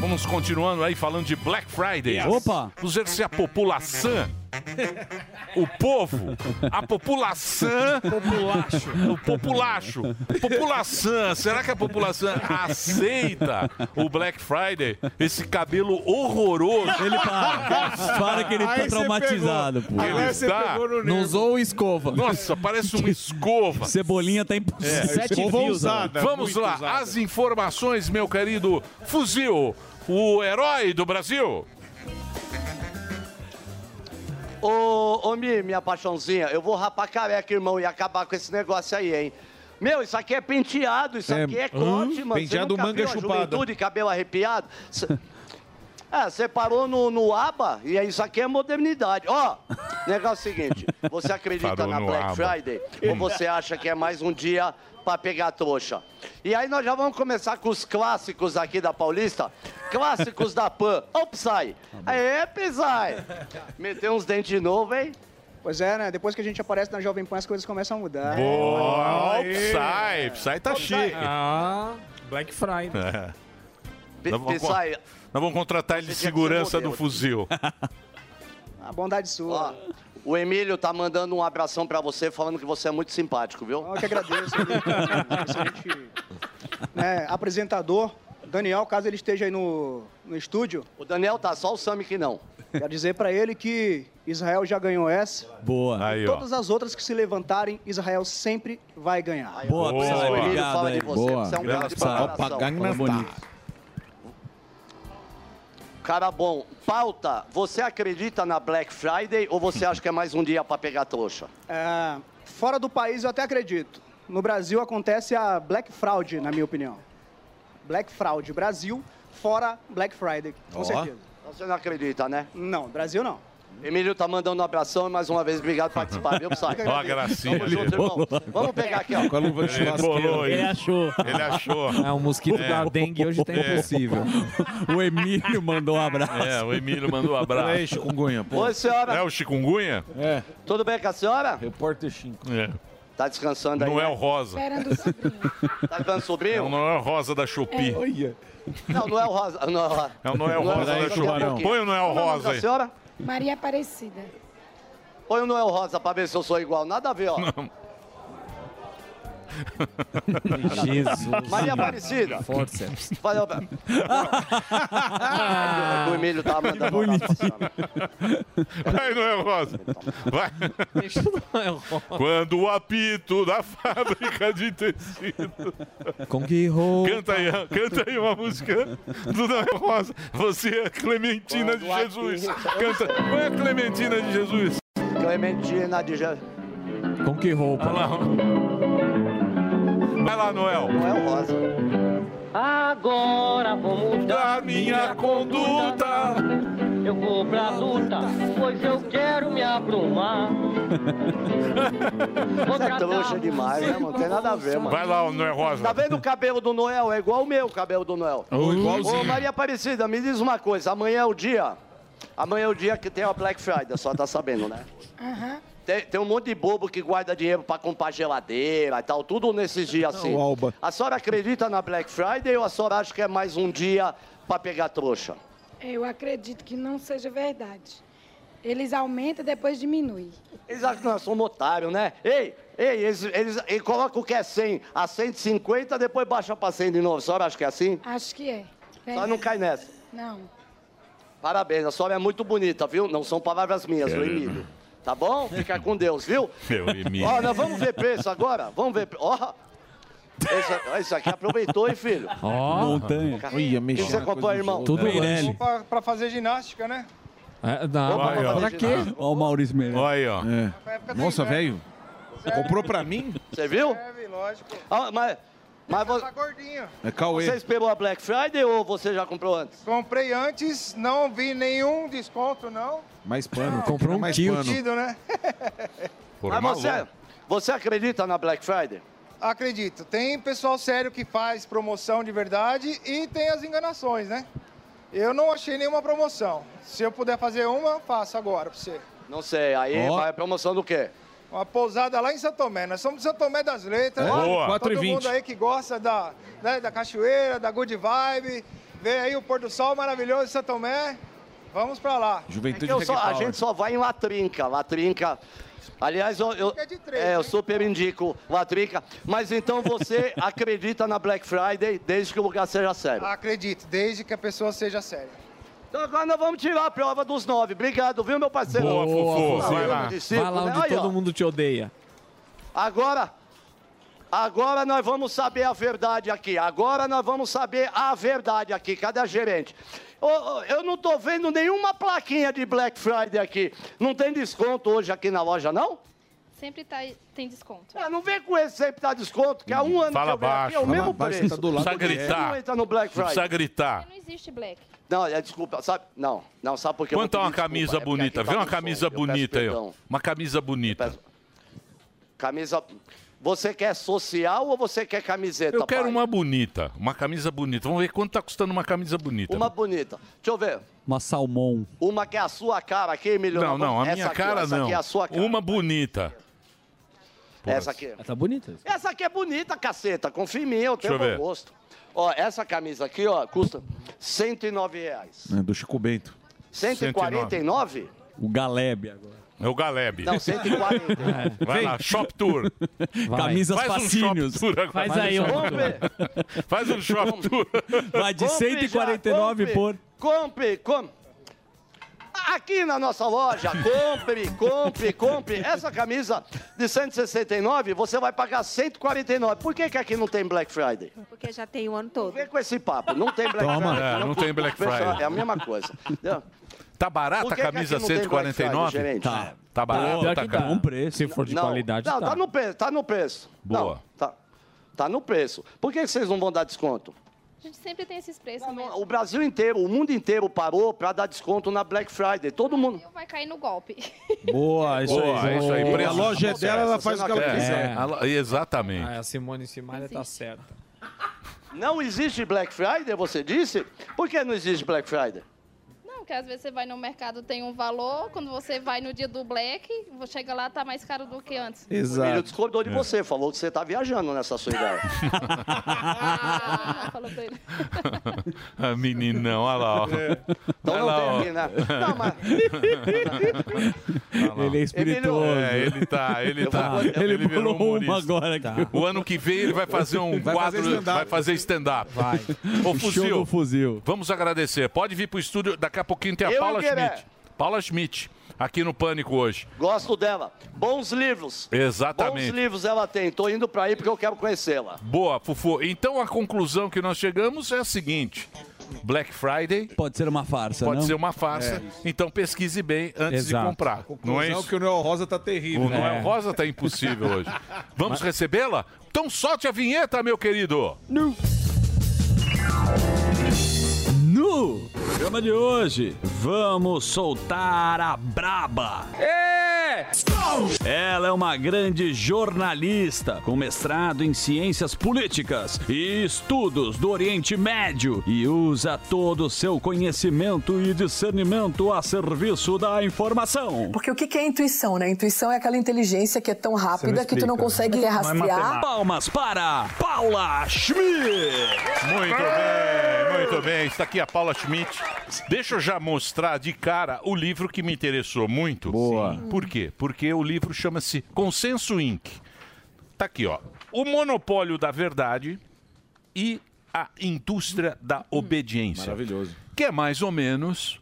Vamos continuando aí falando de Black Friday.
Hum. Yes. Opa.
Vamos ver se a população, o povo, a população...
Populacho.
O populacho. População. Será que a população aceita o Black Friday, esse cabelo horroroso.
Ele para. Para que ele tá Aí você traumatizado, pegou. pô. Agora
Ele
você
está...
pegou no Não nervo. usou
escova. Nossa, parece uma escova.
Cebolinha tá impossível. Escova usada,
Vamos
muito
lá,
usada.
as informações, meu querido Fuzil, o herói do Brasil.
Ô, ô Mi, minha paixãozinha, eu vou rapar careca, irmão, e acabar com esse negócio aí, hein? Meu, isso aqui é penteado, isso
É,
aqui é
hã?
corte, mano. Você
Penteado
nunca
manga
viu a
chupada.
Juventude, cabelo arrepiado. Cê- (laughs) Ah, você parou no, no ABA e aí isso aqui é modernidade. Ó, negócio é o seguinte, você acredita
Parou
na
no
Black
ABBA.
Friday ou você acha que é mais um dia pra pegar trouxa? E aí nós já vamos começar com os clássicos aqui da Paulista, clássicos da PAN. Ó o Psy.
Tá
É, Psy. (laughs) Meteu uns dentes de novo, hein?
Pois é, né? Depois que a gente aparece na Jovem Pan, as coisas começam a
É.
mudar.
Boa, Psy.
Aí.
Psy tá chique.
Ah, Black Friday.
É.
Pe-
Nós vamos, con-
Psy.
nós vamos contratar ele de
Você tinha que ser
segurança do
modelo.
fuzil.
A bondade sua. o Emílio tá mandando um abração pra você, falando que você é muito simpático, viu?
Eu
(laughs)
que agradeço. né? Apresentador, Daniel, caso ele esteja aí no, no estúdio.
O Daniel tá, só o Sami que não.
Quero dizer pra ele que Israel já ganhou essa.
Boa.
Aí, ó.
Todas as outras que se levantarem, Israel sempre vai ganhar.
Boa, Boa. Psy,
O Emílio
obrigado,
fala de
hein?
você,
Boa.
você é um
Grande
cara de preparação.
é
Cara bom, pauta, você acredita na Black Friday ou você acha que é mais um dia pra pegar trouxa?
É, fora do país, eu até acredito. No Brasil acontece a Black Fraud, na minha opinião. Black Fraud Brasil, fora Black Friday, com
Ó.
certeza.
Você não acredita, né?
Não, Brasil não.
Emílio tá mandando um abração e mais uma vez obrigado por participar, viu,
(laughs)
Psy?
Ó a gracinha.
Tamo junto, irmão. Vamos pegar aqui, ó.
Com a luva de Ele churrasqueiro. bolou, hein? Ele achou. Ele achou.
É, o mosquito
É.
da dengue hoje
(laughs)
tá
É.
impossível.
(laughs) o Emílio mandou um abraço.
É, o Emílio mandou um abraço.
Olha aí, chikungunya, pô.
Oi, senhora.
É o chikungunya?
É. Tudo bem com a senhora?
Repórter Chico. É.
Tá descansando aí?
Não é o
né?
Rosa.
Tá dando
É o
sobrinho?
Noel Rosa da Shopee.
Não, não é o Rosa. Não é o Rosa.
É o Noel Rosa da Shopee. Põe o Noel
Como é nome
Rosa
da
aí.
senhora?
Maria Aparecida.
Põe o Noel Rosa pra ver se eu sou igual. Nada a ver, ó.
Jesus.
Maria Aparecida.
Forceps.
Vai,
(laughs)
ó. O Emílio
tá
tava mandando. Ah. Bonitinho.
Vai, Noel Rosa.
tá
Vai.
é
Quando o apito da fábrica de tecido.
Com que roupa?
Canta aí, canta aí uma música do Noel Rosa. Você é Clementina de
Quando
Jesus.
apito-
Canta. Qual é a Clementina de Jesus?
Clementina de Jesus.
Com que roupa?
Vai lá, Noel.
Noel é Rosa.
Agora vou mudar
minha conduta.
Eu vou pra luta, pois eu quero
(laughs)
me abrumar.
Você é trouxa demais,
um
né, mano? Não tem nada a ver, mano.
Vai lá, o Noel Rosa.
Tá vendo o cabelo do Noel? É igual o meu cabelo do Noel.
Ô, igualzinho.
Ô, Maria Aparecida, me diz uma coisa. Amanhã é o dia. Amanhã é o dia que tem a Black Friday, só tá sabendo, né?
Aham.
Tem, tem um monte de bobo que guarda dinheiro pra comprar geladeira e tal, tudo nesses dias assim.
Não, Alba.
A senhora acredita na Black Friday ou a senhora acha que é mais um dia pra pegar trouxa?
Eu acredito que não seja verdade. Eles aumentam depois diminui.
Eles acham que nós somos otários, né? Ei, ei, eles, eles, eles colocam o que é 100 a 150, depois baixa pra 100 de novo. A senhora acha que é assim?
Acho que é.
A
Vem.
senhora não cai nessa.
Não.
Parabéns, a senhora é muito bonita, viu? Não são palavras minhas, do Emílio. Tá bom? Fica com Deus, viu?
(laughs)
Meu Emílio.
Ó, nós vamos ver preço agora? Vamos ver. pre- Ó. Esse- é, ó, Isso aqui aproveitou, hein, filho?
Ó. Montanha.
Ia,
Ia,
mexer.
mexer
O que você
na
comprou,
coisa de
irmão?
jogo. Tudo Meirelles.
Vou pra, pra fazer ginástica, né?
É, não,
Vai, ó.
pra quê?
Ó o Maurício É. Meirelles.
Olha aí, ó.
Nossa, velho.
Comprou pra mim? Você viu? Serve,
lógico.
Ah, mas mas vo-
Tá gordinho.
você, esperou a Black Friday ou você já comprou antes?
Comprei antes, não vi nenhum desconto, não.
Tá Mais pano.
Não, mais Curtido, né?
Mas você, você acredita na Black Friday?
Acredito. Tem pessoal sério que faz promoção de verdade e tem as enganações, né? Eu não achei nenhuma promoção. Se eu puder fazer uma, eu faço agora pra você.
Não sei, aí
Ó.
vai a promoção do quê?
Uma pousada lá em São Tomé. Nós somos de São Tomé das Letras.
É? Boa.
Todo
4,20.
mundo aí que gosta da, né, da cachoeira, da good vibe. Vê aí o pôr do sol maravilhoso de São Tomé. Vamos pra lá.
Então, né? É que eu só- a gente só vai em Latrinca. Latrinca Aliás, eu, eu, é, eu super indico Latrica. Mas
(laughs)
então você acredita na Black Friday desde que o lugar seja sério?
Acredito, desde que a pessoa seja séria.
Então agora nós vamos tirar a prova dos nove. Obrigado, viu, meu parceiro?
Boa, Fofo. Vai lá.
Discípulo,
Vai lá
né?
onde
Aí, ó.
todo mundo te odeia.
Agora, agora nós vamos saber a verdade aqui. Agora nós vamos saber a verdade aqui. Cadê a gerente? Ô, ô, eu não tô vendo nenhuma plaquinha de Black Friday aqui. Não tem desconto hoje aqui na loja, não?
Sempre tá, tem desconto.
Ah, não vem com esse sempre tá desconto, que há um ano
Fala
que eu venho aqui, é o
baixo.
mesmo
Fala baixo,
preço.
tá do lado
Por que
do
você
gritar.
Não entra no Black
Não
Friday.
precisa gritar.
Não existe black.
Não, é, desculpa, sabe? Não, não, sabe por quê?
Quanto é
Eu
uma
pedi
camisa
desculpa, é porque
bonita?
aqui
Vê
tá
uma
com
camisa
som, eu peço
bonita aí. ó.
perdão.
Uma camisa bonita.
Camisa. Você quer social ou você quer camiseta?
Eu quero
pai?
uma bonita. Uma camisa bonita. Vamos ver quanto tá custando uma camisa bonita.
Uma bonita. Deixa eu ver.
Uma salmão.
Uma que é a sua cara aqui, Emílio.
Não, não, a
Essa
minha
aqui, ó,
cara
essa
não.
Aqui é a sua cara.
Uma bonita.
Essa aqui.
Tá bonita.
Essa aqui é bonita, caceta. Confia em mim, eu
Deixa
tenho
eu ver.
bom gosto. Ó, essa camisa aqui, ó, custa R$ 109 reais.
É, do Chico Bento.
149?
O Galeb agora.
É o Galeb.
Não, 140.
(laughs) Vai lá, Shop Tour.
Vai. Camisas
Faz
fascínios.
Um shop tour agora.
Faz aí,
um
ô,
shop tour. Faz um shop tour.
Vai de
Compre
149
já,
por-
Compre, compre. Aqui na nossa loja, compre, compre, compre. Essa camisa de 169, você vai pagar 149. Por que, que aqui não tem Black Friday?
Porque já tem o ano todo.
Vem com esse papo, não tem Black
Toma.
Friday.
É, não tem Black
pessoal,
Friday.
É a mesma coisa.
Tá barata
Por
a
que que
camisa
aqui não tem
149?
Black Friday,
tá.
gerente?
Tá barata,
Pior
tá
que tá.
cara.
Bom
preço. Se for
não, não, tá. no preço, tá no preço.
Boa.
Não, tá, tá no preço. Por que que vocês não vão dar desconto?
A gente sempre tem esses preços mesmo.
O Brasil inteiro, o mundo inteiro parou para dar desconto na Black Friday. Todo mundo.
Vai cair no golpe. (laughs)
Boa,
isso Boa, aí. isso aí. Preço-
Você não acredita?
É, a lo- Exatamente.
Ah, a Simone Simaria tá certa.
Não existe Black Friday, você disse? Por que não existe Black Friday?
Não, porque às vezes você vai no mercado, tem um valor. Quando você vai no dia do black, chega lá, tá mais caro do que antes.
O Emílio discordou de
É.
você, falou que você tá viajando nessa sua
(laughs)
ideia.
Ah, falou pra ele.
A Ah, meninão, olha lá. Ó.
Então
olha
não
lá,
tem
ó.
aqui, né? Não, mas-
Olha lá.
Ele é espirituoso.
É, ele tá, ele
Eu
tá.
vou- eu- Ele
virou
pulou uma
humorista.
agora aqui. Tá.
O ano que vem ele vai fazer um
Vai fazer
quadro,
stand-up.
vai fazer stand-up.
Vai.
Ô,
O show
fuzil,
do fuzil.
vamos agradecer. Pode vir pro estúdio, daqui a pouquinho tem a
Eu
Paula
quero é.
Schmidt. Paula Schmidt, aqui no Pânico hoje.
Gosto dela. Bons livros.
Exatamente.
Bons Tá livros ela tem. Tô indo para aí porque eu quero conhecê-la.
Boa, Fufu. Então a conclusão que nós chegamos é a seguinte: Black Friday
Pode ser uma farsa,
pode
não? É
ser uma farsa. Então pesquise bem antes
Exato. É.
de comprar. Não é
Não,
isso?
que o Noel Rosa tá terrível.
O Noel Rosa tá impossível
(laughs)
hoje. Vamos recebê-la? Então solte a vinheta, meu querido.
No programa de hoje, vamos soltar a braba. É! Ela é uma grande jornalista, com mestrado em ciências políticas e estudos do Oriente Médio, e usa todo o seu conhecimento e discernimento a serviço da informação.
Porque o que que é intuição, né? Intuição é aquela inteligência que é tão rápida que tu não é consegue
é
rastrear.
Palmas para Paula Schmidt!
Muito bem, muito bem. Está aqui a Paula Schmidt. Deixa eu já mostrar de cara o livro que me interessou muito. Boa. Por quê? Porque o livro chama-se Consenso Inc. Tá aqui, ó. O monopólio da verdade e a indústria da obediência. Maravilhoso. Que é mais ou menos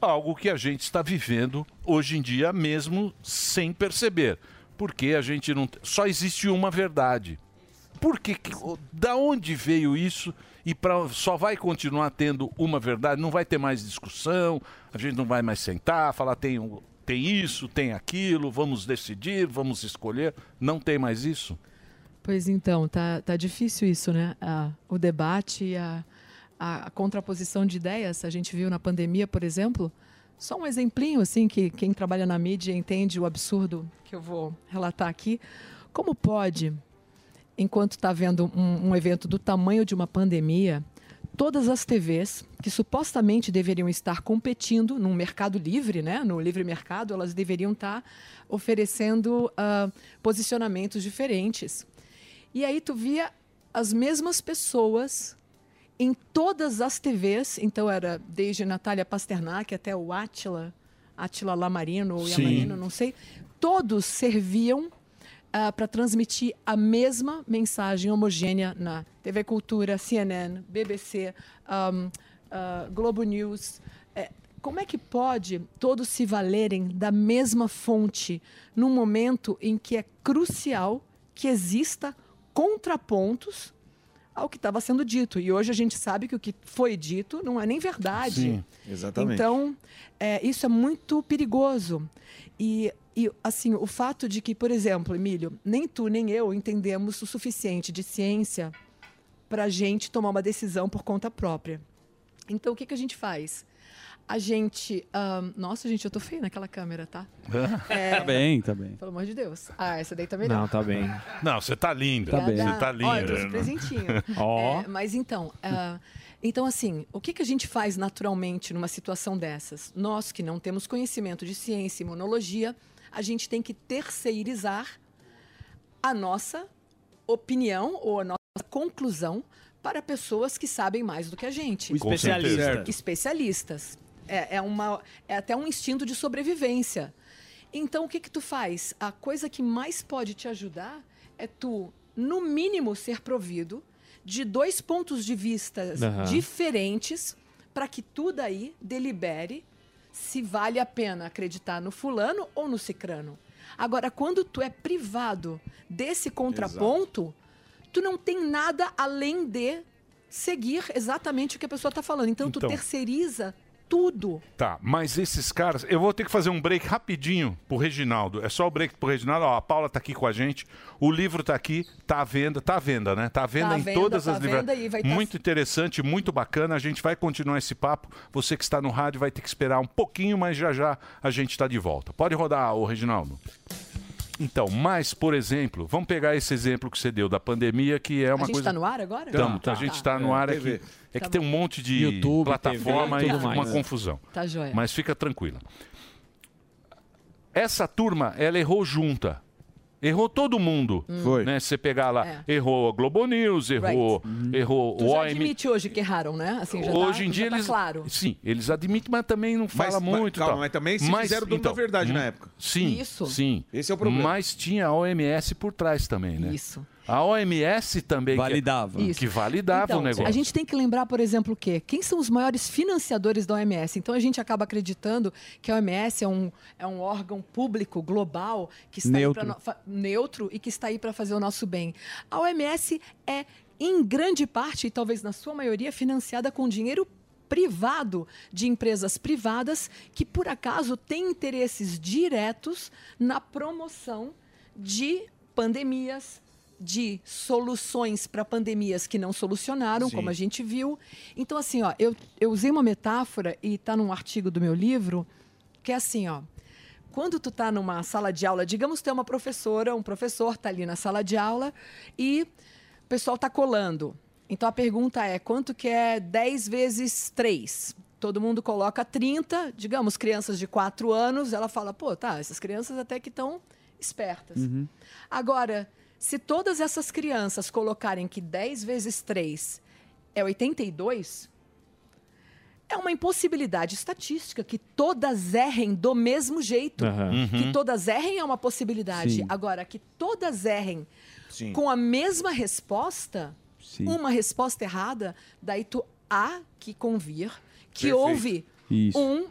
algo que a gente está vivendo hoje em dia mesmo sem perceber. Porque a gente não só existe uma verdade. Por que, que- o- da onde veio isso? E pra, só vai continuar tendo uma verdade, não vai ter mais discussão, a gente não vai mais sentar, falar tem, um- tem isso, tem aquilo, vamos decidir, vamos escolher. Não tem mais isso?
Pois então, tá, tá difícil isso, né? Ah, o debate, a, a contraposição de ideias, a gente viu na pandemia, por exemplo. Só um exemplinho, assim, que quem trabalha na mídia entende o absurdo que eu vou relatar aqui. Como pode, enquanto está vendo um, um evento do tamanho de uma pandemia, todas as TVs que supostamente deveriam estar competindo num mercado livre, né, no livre mercado, elas deveriam estar oferecendo ah, posicionamentos diferentes. E aí tu via as mesmas pessoas em todas as TVs, então era desde Natália Pasternak até o Átila, Átila Lamarino ou
Sim.
Yamarino, não sei, todos serviam para ah, transmitir a mesma mensagem homogênea na TV Cultura, CNN, BBC, ahm, ah, Globo News. É, como é que pode todos se valerem da mesma fonte num momento em que é crucial que exista contrapontos ao que estava sendo dito? E hoje a gente sabe que o que foi dito não é nem verdade.
Sim, exatamente.
Então, é, isso é muito perigoso. E, e, assim, o fato de que, por exemplo, Emílio, nem tu nem eu entendemos o suficiente de ciência para a gente tomar uma decisão por conta própria. Então, o que, que a gente faz? A gente. ahn, nossa, gente, eu tô feia naquela câmera, tá?
(laughs)
É,
Tá bem, tá bem.
Pelo amor de Deus. Ah, essa daí tá melhor.
bem.
Não, você tá linda.
Tá bem.
Você tá linda.
Ó, eu trouxe presentinho.
(laughs)
(laughs)
Ó.
É, mas então, ah, então assim, o que, que a gente faz naturalmente numa situação dessas? Nós que não temos conhecimento de ciência e imunologia, a gente tem que terceirizar a nossa opinião ou a nossa conclusão para pessoas que sabem mais do que a gente.
O Com especialista. certeza. Certo.
Especialistas. É, é uma, é até um instinto de sobrevivência. Então, o que, que tu faz? A coisa que mais pode te ajudar é tu, no mínimo, ser provido de dois pontos de vista
Aham.
diferentes para que tu daí delibere se vale a pena acreditar no fulano ou no cicrano. Agora, quando tu é privado desse contraponto, tu não tem nada além de seguir exatamente o que a pessoa está falando. Então, tu
Então.
terceiriza tudo.
Tá, mas esses caras. Eu vou ter que fazer um break rapidinho pro Reginaldo. É só o break pro Reginaldo. Ó, a Paula tá aqui com a gente. O livro tá aqui, tá à venda, tá à venda, né? Tá à venda
Tá à
em
venda,
todas
tá
as
à venda
livrarias.
e vai tá-
Muito interessante, muito bacana. A gente vai continuar esse papo. Você que está no rádio vai ter que esperar um pouquinho, mas já já a gente tá de volta. Pode rodar, ô Reginaldo. Então, mas, por exemplo, vamos pegar esse exemplo que você deu da pandemia, que é uma
a gente
coisa.
está no ar agora?
Ah,
Tá.
Tamo, tá. A gente está no ar aqui. É que tem um monte de
tá. YouTube,
plataforma
TV,
e
tudo
uma
mais.
confusão.
Tá joia.
Mas fica tranquila. Essa turma, ela errou junta. Errou todo mundo. Foi. Né? Se você pegar
É.
lá, errou a Globo News, errou, errou
Tu
o
já
OM.
admite hoje que erraram, né? Assim, já tá-
Hoje em
já
dia
tá
eles.
claro.
Sim, eles admitem, mas também não
Mas-
falam
mas-
muito. e
calma,
tal.
mas também se fizeram dono da verdade na
hum,
época.
Sim.
Isso.
Sim.
Esse é o problema.
Mas tinha a OMS por trás também, né?
Isso.
A OMS também. Validava. Que,
Isso.
que validava
Então,
o negócio.
A gente tem que lembrar, por exemplo, o quê? Quem são os maiores financiadores da OMS? Então a gente acaba acreditando que a OMS é um, é um órgão público global que está aí
Neutro.
pra no- fa- neutro e que está aí para fazer o nosso bem. A OMS é, em grande parte, e talvez na sua maioria, financiada com dinheiro privado de empresas privadas que por acaso têm interesses diretos na promoção de pandemias, de soluções para pandemias que não solucionaram,
Sim.
como a gente viu. Então, assim, ó, eu, eu usei uma metáfora e está num artigo do meu livro, que é assim, ó. Quando tu tá numa sala de aula, digamos tu é uma professora, um professor tá ali na sala de aula e o pessoal tá colando. Então a pergunta é: quanto que é 10 vezes 3? Todo mundo coloca 30, digamos, crianças de 4 anos, ela fala: "Pô, tá, essas crianças até que estão espertas".
Uhum.
Agora, se todas essas crianças colocarem que 10 vezes 3 é 82, é uma impossibilidade estatística que todas errem do mesmo jeito.
Aham.
Que
Uhum.
todas errem é uma possibilidade.
Sim.
Agora, que todas errem
Sim.
com a mesma resposta,
Sim.
uma resposta errada, daí tu há que convir que
Perfeito.
houve
Isso.
um-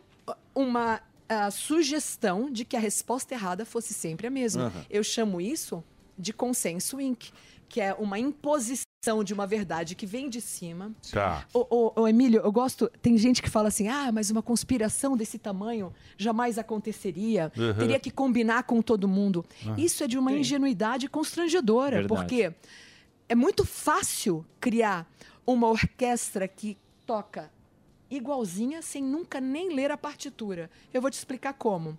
uma ah, sugestão de que a resposta errada fosse sempre a mesma.
Aham.
Eu chamo isso de consenso inc, que é uma imposição de uma verdade que vem de cima.
Tá.
Ô, ô, ô, Emílio, eu gosto. Tem gente que fala assim: ah, mas uma conspiração desse tamanho jamais aconteceria.
Uhum.
Teria que combinar com todo mundo.
Ah.
Isso é de uma ingenuidade constrangedora,
Verdade.
porque é muito fácil criar uma orquestra que toca igualzinha sem nunca nem ler a partitura. Eu vou te explicar como.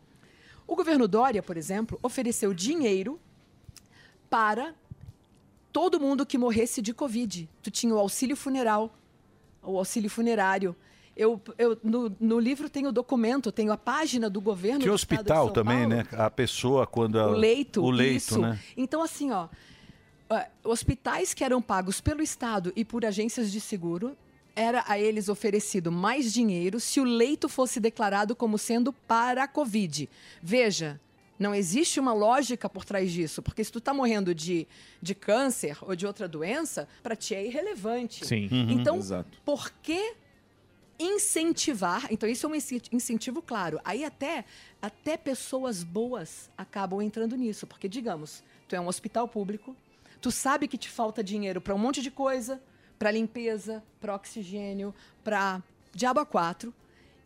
O governo Dória, por exemplo, ofereceu dinheiro para todo mundo que morresse de Covid. Tu tinha o auxílio funeral, o auxílio funerário. Eu, eu- no, no livro tem o documento, tem a página do governo.
Tinha
do estado de
hospital
São
também,
Paulo.
né? A pessoa quando.
O
ela-
leito.
O leito,
isso.
né?
Então, assim, ó, ah, hospitais que eram pagos pelo Estado e por agências de seguro, era a eles oferecido mais dinheiro se o leito fosse declarado como sendo para a Covid. Veja, Não existe uma lógica por trás disso, porque se tu tá morrendo de, de câncer ou de outra doença, para ti é irrelevante.
Sim. Uhum.
Então,
Exato.
por que incentivar? Então, isso é um incen- incentivo claro. Aí até, até pessoas boas acabam entrando nisso, porque, digamos, tu é um hospital público, tu sabe que te falta dinheiro para um monte de coisa, para limpeza, para oxigênio, para diabo a quatro,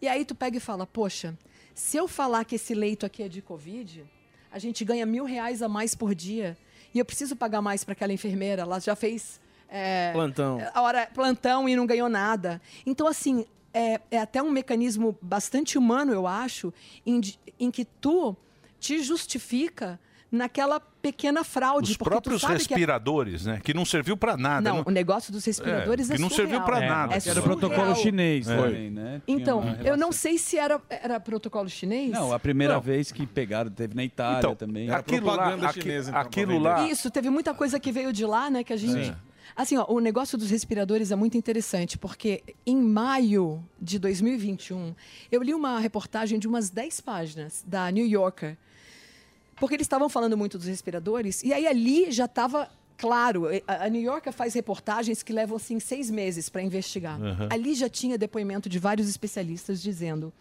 e aí tu pega e fala, poxa, se eu falar que esse leito aqui é de Covid, a gente ganha mil reais a mais por dia. E eu preciso pagar mais para aquela enfermeira. Ela já fez. é,
Plantão.
A hora plantão e não ganhou nada. Então, assim, é, é até um mecanismo bastante humano, eu acho, em, de- em que tu te justifica naquela pequena fraude.
Os
porque tu
próprios
sabe que é-
respiradores, né? Que não serviu pra nada.
Não, o negócio dos respiradores é,
que não serviu
surreal.
pra nada.
É
Era
surreal.
protocolo
chinês,
É.
foi, né? Tinha
Então,
uma
eu não sei se era, era protocolo chinês.
Não, a primeira vez que pegaram teve na Itália
Então,
também.
aquilo lá- aqui- aquilo lá-
Isso, teve muita coisa que veio de lá, né, que a gente...
Sim.
Assim, ó, o negócio dos respiradores é muito interessante, porque em maio de 2021, eu li uma reportagem de umas 10 páginas da New Yorker, porque eles estavam falando muito dos respiradores, e aí ali já estava claro, a a New Yorker faz reportagens que levam, assim, seis meses para investigar.
Uhum.
Ali já tinha depoimento de vários especialistas dizendo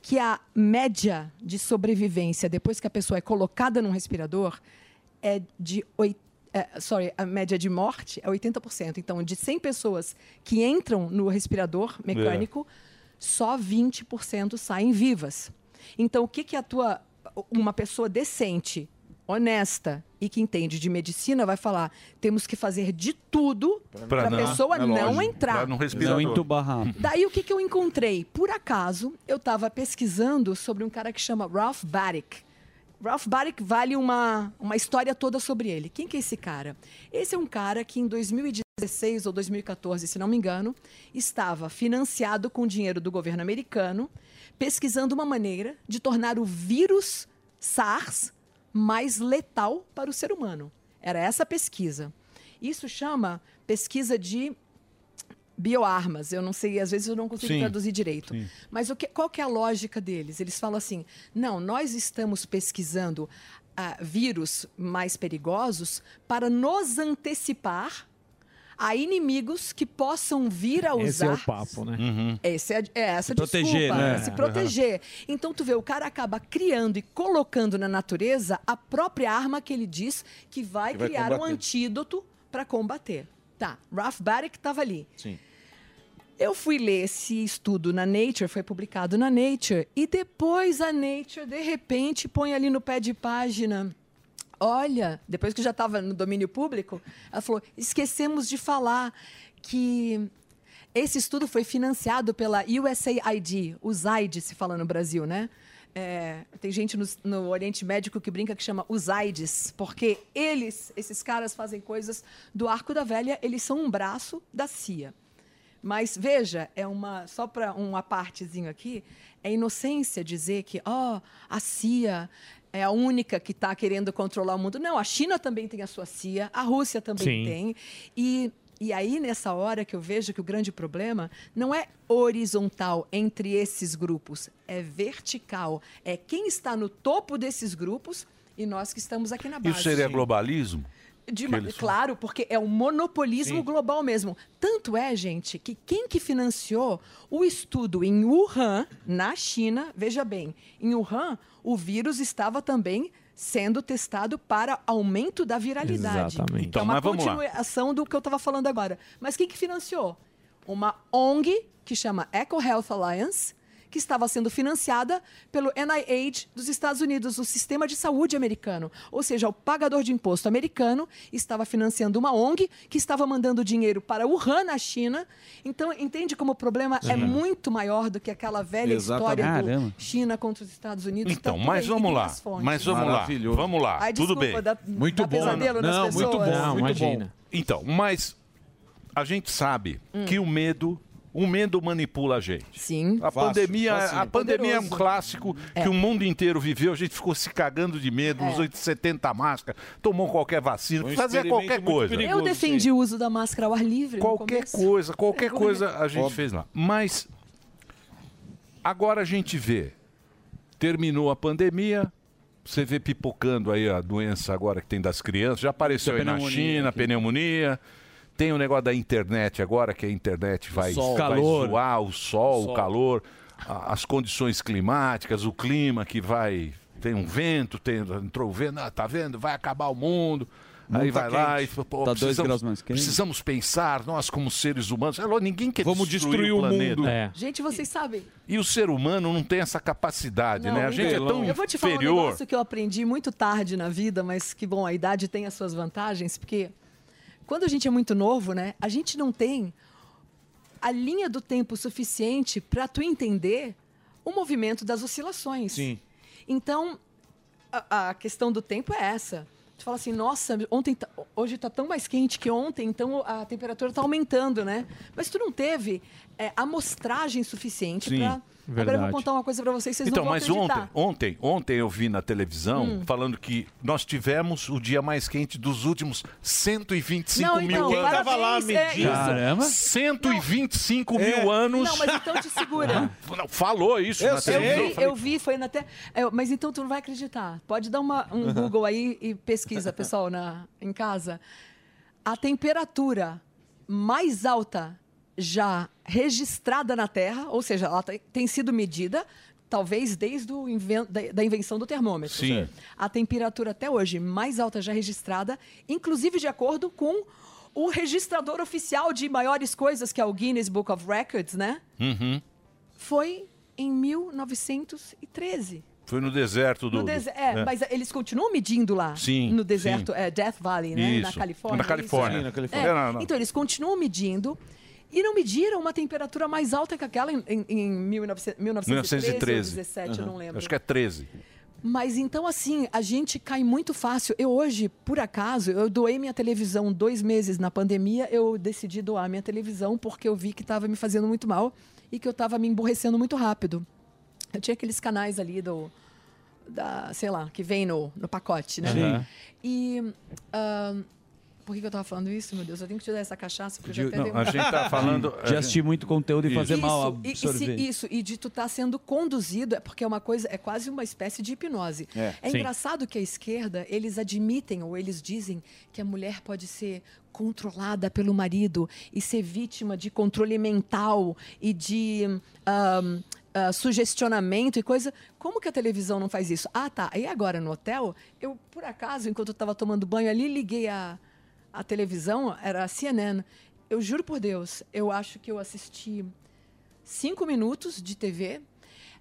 que a média de sobrevivência depois que a pessoa é colocada num respirador é de oit- é, sorry, a média de morte é 80%. Então, de 100 pessoas que entram no respirador mecânico,
É.
só 20% saem vivas. Então, o que que a tua uma pessoa decente, honesta e que entende de medicina vai falar? Temos que fazer de tudo para a pessoa não entrar.
É Não respirar.
é Não entubar rápido.
Daí o que, que eu encontrei? Por acaso, eu estava pesquisando sobre um cara que chama Ralph Barrick. Ralph Barrick vale uma, uma história toda sobre ele. Quem que é esse cara? Esse é um cara que em 2016 ou 2014, se não me engano, estava financiado com dinheiro do governo americano, pesquisando uma maneira de tornar o vírus SARS mais letal para o ser humano. Era essa a pesquisa. Isso chama pesquisa de bioarmas. Eu não sei, às vezes eu não consigo
Sim.
traduzir direito.
Sim.
Mas o que, qual que é a lógica deles? Eles falam assim: não, nós estamos pesquisando ah, vírus mais perigosos para nos antecipar a inimigos que possam vir a usar.
Esse é o papo, né?
Uhum.
Esse é, é essa a
Proteger,
desculpa,
né?
é se proteger. Então tu vê, o cara acaba criando e colocando na natureza a própria arma que ele diz que vai,
Que vai
criar um
combater.
antídoto para combater. Tá, Ralph Barrick estava ali.
Sim.
Eu fui ler esse estudo na Nature, foi publicado na Nature, e depois a Nature, de repente, põe ali no pé de página. Olha, depois que já estava no domínio público, ela falou: esquecemos de falar que esse estudo foi financiado pela USAID, USAID se fala no Brasil, né? É, tem gente no, no Oriente Médico que brinca que chama USAIDs, porque eles, esses caras, fazem coisas do Arco da Velha, eles são um braço da CIA. Mas veja, é uma só para um apartezinho aqui, é inocência dizer que ó, a CIA é a única que está querendo controlar o mundo. Não, a China também tem a sua CIA, a Rússia também
Sim.
tem. E e aí nessa hora que eu vejo que o grande problema não é horizontal entre esses grupos, é vertical, é quem está no topo desses grupos e nós que estamos aqui na base.
Isso seria globalismo?
De
Que
ma-
eles-
Claro, porque é um monopolismo
Sim.
global mesmo. Tanto é, gente, que quem que financiou o estudo em Wuhan, na China, veja bem, em Wuhan, o vírus estava também sendo testado para aumento da viralidade.
Exatamente. Então,
Então, é uma
mas vamos lá.
continuação do que eu estava falando agora. Mas quem que financiou? Uma ONG que chama Eco Health Alliance, que estava sendo financiada pelo NIH dos Estados Unidos, o sistema de saúde americano. Ou seja, o pagador de imposto americano estava financiando uma ONG que estava mandando dinheiro para Wuhan, na China. Então, entende como o problema é
Sim.
muito maior do que aquela velha
Uhum. Exatamente.
história do
Caramba.
China contra os Estados Unidos.
Então,
Tá tudo
mas
aí,
vamos
tem
lá.
as fontes.
Mas vamos lá. Vamos lá.
Ai,
Tudo
desculpa,
bem.
dá- Muito dá bom. pesadelo nas Não, muito pessoas. bom, muito bom.
Então, mas a gente sabe
Hum.
que o medo o medo manipula a gente.
Sim.
A
Fácil,
pandemia,
fácil.
a pandemia é um
Poderoso.
clássico que o mundo inteiro viveu. A gente ficou se cagando de medo,
É.
usou 70 máscara, tomou qualquer vacina,
Um
fazia
experimento
qualquer
muito
coisa.
eu defendi o uso da máscara ao ar livre. Qualquer
coisa,
É
qualquer coisa
(laughs)
a gente fez lá. Mas agora a gente vê. Terminou a pandemia, Você vê pipocando aí a doença agora que tem das crianças. Já apareceu
Tem
aí na
pneumonia né?
China, pneumonia. Tem o negócio da internet agora, que a internet vai,
sol.
vai
Calor.
zoar o sol,
Sol.
o calor, a- as condições climáticas, o clima que vai. Tem um vento, tem, entrou o vento, ah, tá vendo? Vai acabar o mundo. Aí
mundo tá
vai lá e
quente.
pô,
Tá dois
precisamos-
graus mais quente.
Precisamos pensar, nós como seres humanos. É lógico, Ninguém quer
Vamos destruir o
planeta.
mundo.
Gente, vocês sabem.
E o ser humano não tem essa capacidade,
Não,
né? A gente é
então,
tão
eu vou te falar um
inferior.
negócio que eu aprendi muito tarde na vida, mas que bom, a idade tem as suas vantagens, porque quando a gente é muito novo, né, a gente não tem a linha do tempo suficiente para tu entender o movimento das oscilações.
Sim.
Então, a, a questão do tempo é essa. Tu fala assim, nossa, ontem tá- hoje está tão mais quente que ontem, então a temperatura está aumentando, né? Mas tu não teve é, amostragem suficiente
Sim,
para. Agora eu vou
verdade.
contar uma coisa para vocês, vocês
Então,
não vão
mas
acreditar.
ontem, ontem, ontem eu vi na televisão
Hum.
falando que nós tivemos o dia mais quente dos últimos 125
Não,
mil
então,
anos.
parabéns, Tava lá, é medindo. isso. Caramba.
125
É.
mil anos. Ah,
Não, mas então
(laughs)
te segura.
Não, falou isso
Eu,
na televisão.
vi, eu vi, foi na te... é, Mas então tu não vai acreditar. Pode dar uma- um
Uhum.
Google aí e pesquisa, pessoal, na, em casa. A temperatura mais alta já registrada na Terra, ou seja, ela te- tem sido medida, talvez desde o inven- da, da invenção do termômetro.
Sim.
A temperatura até hoje mais alta já registrada, inclusive de acordo com o registrador oficial de maiores coisas, que é o Guinness Book of Records, né?
Uhum.
foi em 1913.
Foi no deserto do.
No
do-
dese- é,
né?
Mas eles continuam medindo lá.
Sim,
No deserto
sim.
é, Death Valley, né? Na
Isso.
Califórnia.
Na Califórnia.
isso?
Sim, na Califórnia.
É,
Não, não.
Então, eles continuam medindo e não mediram uma temperatura mais alta que aquela em, em, em 1900 1913 ou
1913.
17, eu
Uhum.
não lembro.
Acho que é 13.
Mas então, assim, a gente cai muito fácil. Eu hoje, por acaso, eu doei minha televisão dois meses na pandemia. Eu decidi doar minha televisão porque eu vi que estava me fazendo muito mal e que eu estava me emborrecendo muito rápido. Eu tinha aqueles canais ali do. Da, sei lá, que vem no, no pacote, né?
Sim.
E. ah, por que que eu tava falando isso, meu Deus? Eu tenho que te dar essa cachaça, porque eu já até
Não,
dei uma-
a gente tá (laughs) falando. De assistir muito conteúdo e fazer
isso,
mal,
e- e se-
absorver.
isso, e de tu estar sendo conduzido, é porque é uma coisa, é quase uma espécie de hipnose.
É. Sim.
engraçado que a esquerda, eles admitem ou eles dizem que a mulher pode ser controlada pelo marido e ser vítima de controle mental e de ahm, ah, sugestionamento e coisa. Como que a televisão não faz isso? Ah, tá. E agora no hotel, eu por acaso, enquanto eu estava tomando banho ali, liguei a, a televisão, era a CNN. Eu juro por Deus, eu acho que eu assisti cinco minutos de TV.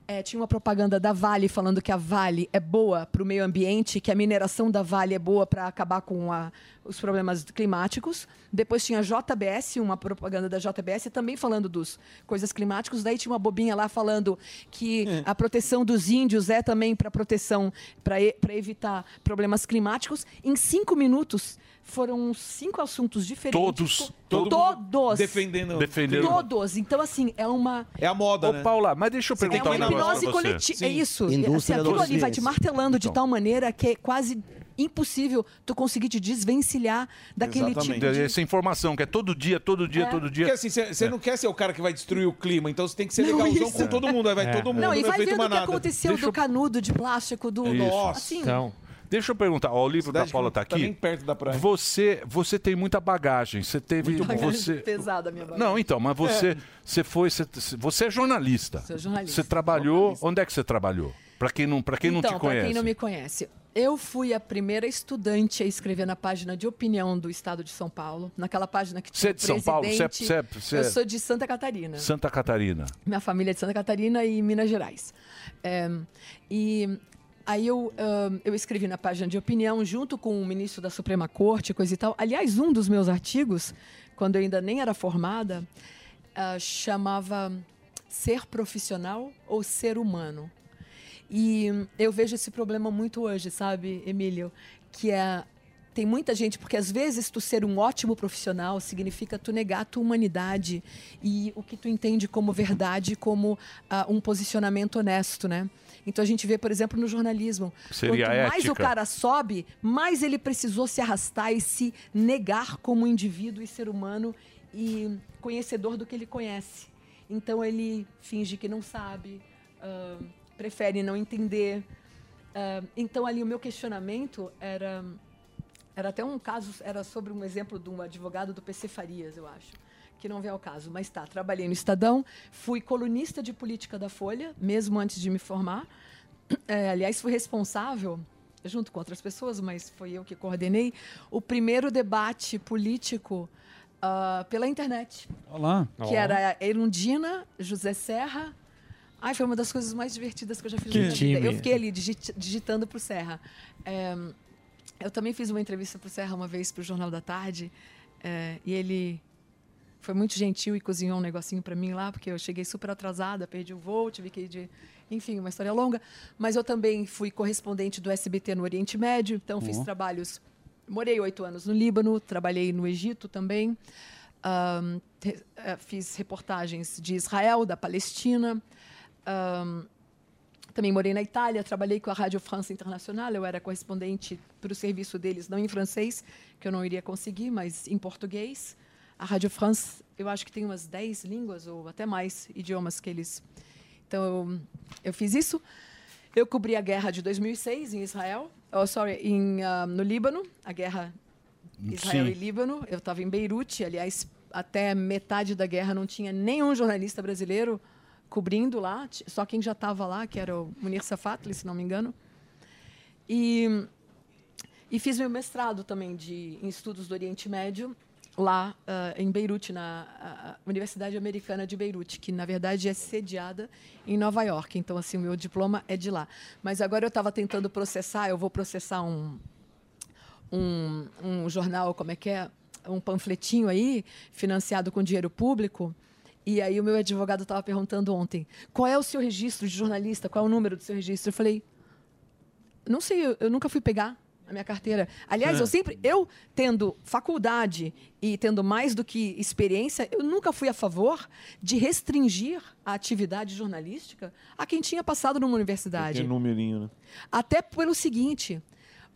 É, tinha uma propaganda da Vale falando que a Vale é boa para o meio ambiente, que a mineração da Vale é boa para acabar com a- os problemas climáticos. Depois tinha a JBS, uma propaganda da JBS também falando dos coisas climáticos. Daí tinha uma bobinha lá falando que a proteção dos índios é também para proteção, para evitar problemas climáticos. Em cinco minutos foram cinco assuntos diferentes.
Todos.
To- todos.
Defendendo.
tipo, Defendendo.
Todos. Então, assim, é uma.
É a moda,
Ô,
né?
Paula, mas deixa eu
É
perguntar
uma
um negócio
hipnose
pra você.
coletiva. É isso.
Indústria
Assim,
da
aquilo ali vai
consciência.
te martelando de
Então.
tal maneira que é quase impossível tu conseguir te desvencilhar daquele tipo de...
Essa informação que é todo dia, todo dia,
É.
todo dia.
Porque assim, você não quer ser o cara que vai destruir o clima, então você tem que ser
Não,
legalzão
isso.
com todo mundo. Aí vai
É.
todo mundo
Não,
no
e vai
efeito
vendo o que
manada.
aconteceu do canudo de plástico, do...
Isso. Então,
Assim,
Deixa eu perguntar, ó, o livro da Paula tá aqui.
bem perto da praia.
Você, você tem muita bagagem. Você teve. então, você...
pesada a minha bagagem.
Não, então, mas você,
É.
você foi. Você, você é jornalista.
Sou jornalista.
Você trabalhou. Onde é que você trabalhou? Pra quem não, pra quem
então,
não te
Pra
conhece.
quem não me conhece, eu fui a primeira estudante a escrever na página de opinião do Estado de São Paulo, naquela página que
Você
tinha
é de São Paulo? Você é-
presidente.
você é- você é-
Eu sou de Santa Catarina.
Santa Catarina.
Minha família é de Santa Catarina e Minas Gerais. É, e aí eu, ahn, eu escrevi na página de opinião, junto com o ministro da Suprema Corte, coisa e tal. Aliás, um dos meus artigos, quando eu ainda nem era formada, ah, chamava Ser Profissional ou Ser Humano. E hum, eu vejo esse problema muito hoje, sabe, Emílio? Que é. Tem muita gente, porque às vezes tu ser um ótimo profissional significa tu negar a tua humanidade e o que tu entende como verdade, como ah, um posicionamento honesto, né? Então a gente vê, por exemplo, no jornalismo.
Seria
quanto mais o
ética.
cara sobe, mais ele precisou se arrastar e se negar como indivíduo e ser humano e conhecedor do que ele conhece. Então ele finge que não sabe, ah, prefere não entender. Ah, então, ali, o meu questionamento era. Era até um caso, era sobre um exemplo de um advogado do PC Farias, eu acho, que não vem ao caso, mas tá. Trabalhei no Estadão, fui colunista de política da Folha, mesmo antes de me formar. Eh, aliás, fui responsável, junto com outras pessoas, mas foi eu que coordenei, o primeiro debate político ah, pela internet
Olá.
que era Erundina, José Serra. Ai, foi uma das coisas mais divertidas que eu já fiz
Que
na minha vida.
time.
Eu fiquei ali digit- digitando pro Serra. É, eu também fiz uma entrevista pro Serra uma vez pro Jornal da Tarde. é, e ele foi muito gentil e cozinhou um negocinho para mim lá, porque eu cheguei super atrasada, perdi o voo, tive que ir de. Enfim, uma história longa. Mas eu também fui correspondente do SBT no Oriente Médio, então fiz
Ó.
trabalhos. Morei oito anos no Líbano, trabalhei no Egito também. Ahn, te- eh, fiz reportagens de Israel, da Palestina. Ahn, também morei na Itália, trabalhei com a Rádio França Internacional. Eu era correspondente para o serviço deles, não em francês, que eu não iria conseguir, mas em português. A Rádio France, eu acho que tem umas 10 línguas ou até mais idiomas que eles. Então, eu, eu fiz isso. Eu cobri a guerra de 2006 em Israel, oh, sorry, em, ah, no Líbano, a guerra Israel
Sim.
e Líbano. Eu estava em Beirute, aliás, até metade da guerra não tinha nenhum jornalista brasileiro cobrindo lá, t- só quem já estava lá, que era o Munir Safatli, se não me engano. E, e fiz meu mestrado também de, em estudos do Oriente Médio, lá ah, em Beirute, na ah, Universidade Americana de Beirute, que na verdade é sediada em Nova York. Então, assim, o meu diploma é de lá. Mas agora eu estava tentando processar, eu vou processar um, um, um jornal, como é que é? Um panfletinho aí, financiado com dinheiro público. E aí o meu advogado estava perguntando ontem, qual é o seu registro de jornalista? Qual é o número do seu registro? Eu falei, não sei, eu, eu nunca fui pegar a minha carteira. Aliás,
É.
eu sempre, eu tendo faculdade e tendo mais do que experiência, eu nunca fui a favor de restringir a atividade jornalística a quem tinha passado numa universidade.
Tem numerinho, né?
Até pelo seguinte,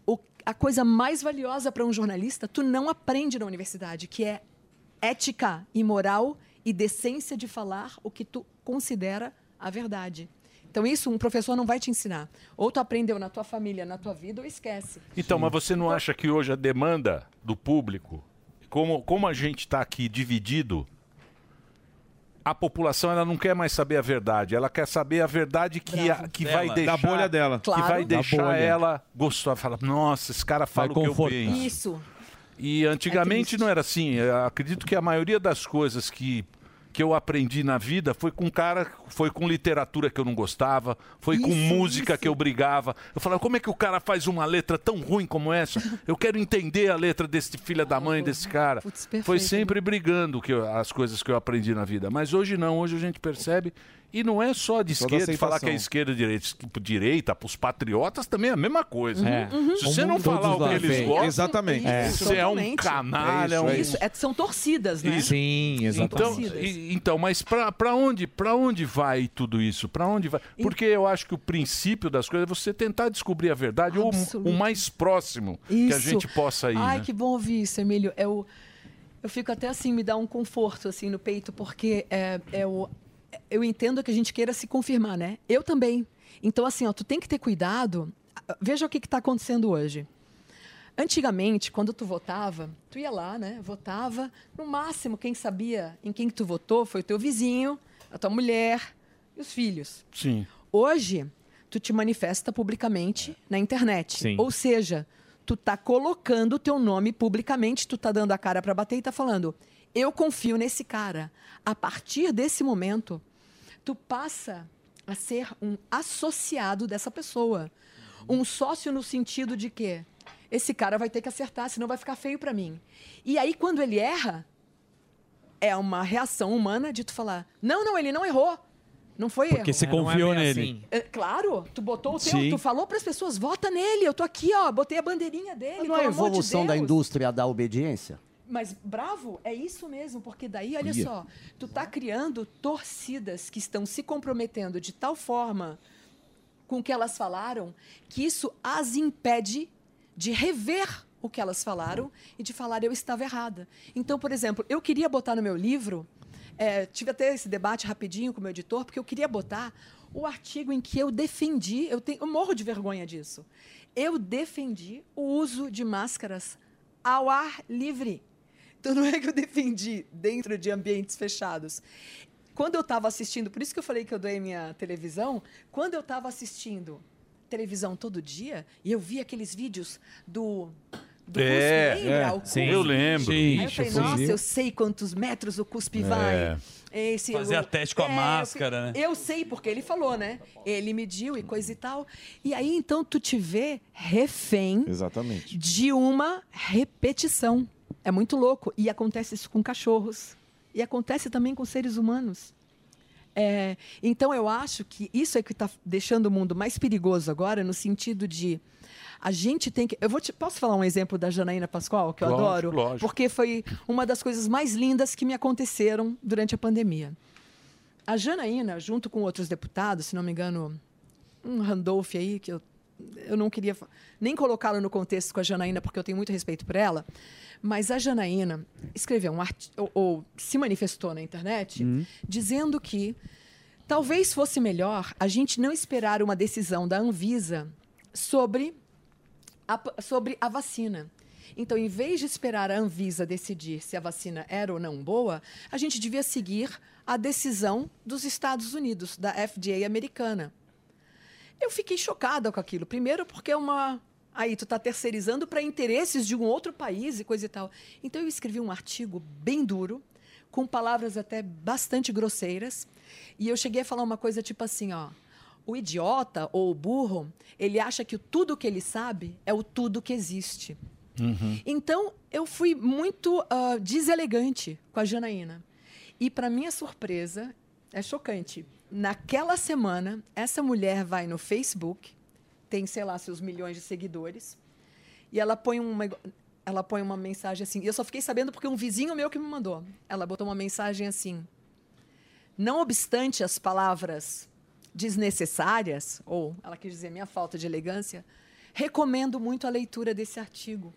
o- a coisa mais valiosa para um jornalista, tu não aprende na universidade, que é ética e moral e decência de falar o que tu considera a verdade. Então isso um professor não vai te ensinar. Ou tu aprendeu na tua família, na tua vida, ou esquece.
Então, mas você não acha que hoje a demanda do público, como, como a gente está aqui dividido, a população ela não quer mais saber a verdade, ela quer saber a verdade que, a- que
Dela,
vai
da
deixar
bolha dela.
que vai
Claro. Da
deixar
bolha.
ela gostosa, fala, nossa, esse cara fala o que eu penso.
Isso.
E antigamente não era assim. Eu acredito que a maioria das coisas que, que eu aprendi na vida foi com cara, foi com literatura que eu não gostava, foi com música que eu brigava. Eu falava, como é que o cara faz uma letra tão ruim como essa? Eu quero entender a letra desse filho da mãe, desse cara. foi sempre brigando que eu- as coisas que eu aprendi na vida. Mas hoje não, hoje a gente percebe. E não é só de
Toda
esquerda, falar que
aceitação.
é esquerda e direita. Tipo, direita, para os patriotas também é a mesma coisa.
É. Uhum.
Se você
Uhum.
não falar
Todos
o que
lá.
eles
Sim,
gostam,
exatamente.
Isso,
você é um
totalmente.
canalha, é um...
Isso, é- são torcidas, né?
Isso. Então, e- então mas para onde, pra onde vai tudo isso? Para onde vai? Porque eu acho que o princípio das coisas é você tentar descobrir a verdade ou o mais próximo que a
Isso.
gente possa ir.
Ai,
né?
que bom ouvir isso, Emílio. Eu, eu fico até assim, me dá um conforto assim no peito, porque é, é o- eu entendo que a gente queira se confirmar, né? Eu também. Então, assim, ó, tu tem que ter cuidado. Ah, Veja o que está acontecendo hoje. Antigamente, quando tu votava, tu ia lá, né? Votava. No máximo, quem sabia em quem que tu votou foi o teu vizinho, a tua mulher e os filhos.
Sim.
Hoje, tu te manifesta publicamente na internet.
Sim.
Ou seja, tu tá colocando o teu nome publicamente, tu tá dando a cara para bater e tá falando: "Eu confio nesse cara". A partir desse momento, tu passa a ser um associado dessa pessoa. Um sócio no sentido de que esse cara vai ter que acertar, senão vai ficar feio para mim. E aí quando ele erra, é uma reação humana de tu falar: "Não, não, ele não errou". Não foi
Porque
erro.
você É, não é confiou bem nele. assim.
É, claro, tu botou o teu,
Sim.
tu falou para as pessoas, vota nele, eu tô aqui, ó, botei a bandeirinha dele,
Não é a
pelo amor de
evolução
Deus.
da indústria da obediência?
Mas bravo, é isso mesmo, porque daí, olha
Ia.
só, tu tá criando torcidas que estão se comprometendo de tal forma com o que elas falaram, que isso as impede de rever o que elas falaram e de falar eu estava errada. Então, por exemplo, eu é, queria botar no meu livro, eh, tive até esse debate rapidinho com o meu editor, porque eu queria botar o artigo em que eu defendi, eu, tenho, eu morro de vergonha disso. Eu defendi o uso de máscaras ao ar livre. Então não é que eu defendi dentro de ambientes fechados. Quando eu estava assistindo, por isso que eu falei que eu doei minha televisão, quando eu estava assistindo televisão todo dia e eu vi aqueles vídeos do do
É,
cuspe, lembra?
é.
O
Sim.
cuspe.
Eu lembro.
Aí eu
Ixi, É.
falei,
eu fui.
nossa, eu sei quantos metros o cuspe vai. Esse,
Fazer
o-
a teste com a
eu fi-
máscara, né?
Eu sei, porque ele falou, né? Ele mediu e coisa e tal. E aí, então, tu te vê refém
Exatamente.
de uma repetição. É muito louco. E acontece isso com cachorros. E acontece também com seres humanos. É, então, eu acho que isso é que está deixando o mundo mais perigoso agora, no sentido de a gente tem que. Eu vou te, posso falar um exemplo da Janaína Pascoal, que eu
Lógico,
adoro?
lógico.
Porque foi uma das coisas mais lindas que me aconteceram durante a pandemia. A Janaína, junto com outros deputados, se não me engano, um Randolph aí, que eu, eu não queria fa- nem colocá-lo no contexto com a Janaína, porque eu tenho muito respeito por ela, mas a Janaína escreveu um artigo, ou, ou se manifestou na internet,
Hum.
dizendo que talvez fosse melhor a gente não esperar uma decisão da Anvisa sobre a, p- sobre a vacina. Então, em vez de esperar a Anvisa decidir se a vacina era ou não boa, a gente devia seguir a decisão dos Estados Unidos, da FDA americana. Eu fiquei chocada com aquilo. Primeiro, porque é uma. Aí, tu está terceirizando para interesses de um outro país e coisa e tal. Então, eu escrevi um artigo bem duro, com palavras até bastante grosseiras. E eu cheguei a falar uma coisa tipo assim: ó. O idiota ou o burro, ele acha que o tudo que ele sabe é o tudo que existe.
Uhum.
Então, eu fui muito ah, deselegante com a Janaína. E, para minha surpresa, é chocante. Naquela semana, essa mulher vai no Facebook, tem, sei lá, seus milhões de seguidores, e ela põe uma, ela põe uma mensagem assim. E eu só fiquei sabendo porque um vizinho meu que me mandou. Ela botou uma mensagem assim. Não obstante as palavras desnecessárias, ou ela quis dizer minha falta de elegância, recomendo muito a leitura desse artigo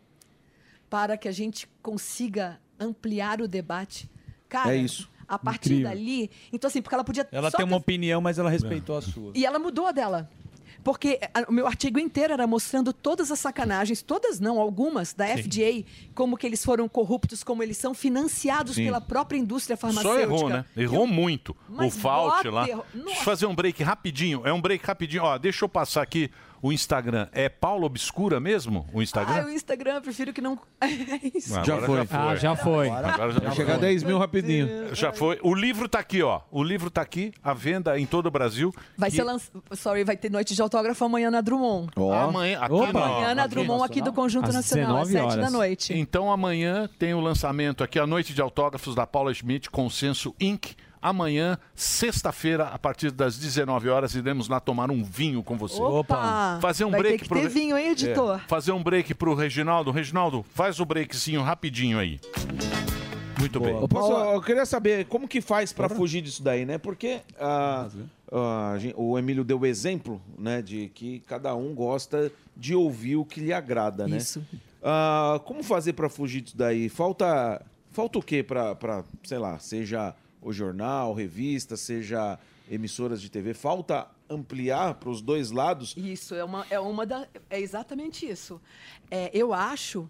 para que a gente consiga ampliar o debate. Cara,
É isso.
a partir
Incrível.
dali. Então, assim, porque ela podia.
Ela
só
tem uma
ter-
opinião, mas ela
É.
respeitou a sua.
E ela mudou a dela. Porque eh, a- o meu artigo inteiro era mostrando todas as sacanagens, todas não, algumas, da FDA, como que eles foram corruptos, como eles são financiados
Sim.
pela própria indústria
Só
farmacêutica.
errou, né? Errou muito.
Mas
o Fault
bota
lá.
erro-
Deixa eu fazer um break rapidinho. É um break rapidinho. Ó, deixa eu passar aqui o Instagram. É Paulo Obscura mesmo? O
Ah,
Instagram?
o Instagram, eu prefiro que não. (laughs) É isso.
Agora
Ah, já foi.
Agora
Vai chegar 10 mil
rapidinho. Já foi. O livro tá aqui, ó. O livro tá aqui, à venda em todo o Brasil.
Vai
Que-
ser lançado. Sorry, vai ter noite de autógrafo amanhã na Drummond.
Ó. Amanhã, aqui
Opa.
no-
Amanhã na Drummond, aqui do Conjunto
Às
Nacional, às
19
sete da
horas.
noite.
Então amanhã tem o lançamento aqui, a noite de autógrafos da Paula Schmidt, Consenso Inc. Amanhã, sexta-feira, a partir das 19 horas, iremos lá tomar um vinho com você.
Opa!
Fazer um
Vai ter
break
que
pro
ter
Re-
vinho, hein, editor?
Fazer um break pro Reginaldo. Reginaldo, faz o breakzinho rapidinho aí. Muito bem.
Eu, posso- eu queria saber como que faz pra fugir disso daí, né? Porque ah, ah, a gen- o Emílio deu o exemplo, né, de que cada um gosta de ouvir o que lhe agrada, né?
Isso.
Ah, como fazer pra fugir disso daí? Falta, falta o quê pra, pra, sei lá, seja o jornal, revista, seja emissoras de TV? Falta ampliar pros dois lados?
Isso, é uma, é uma da, é exatamente isso. É, eu acho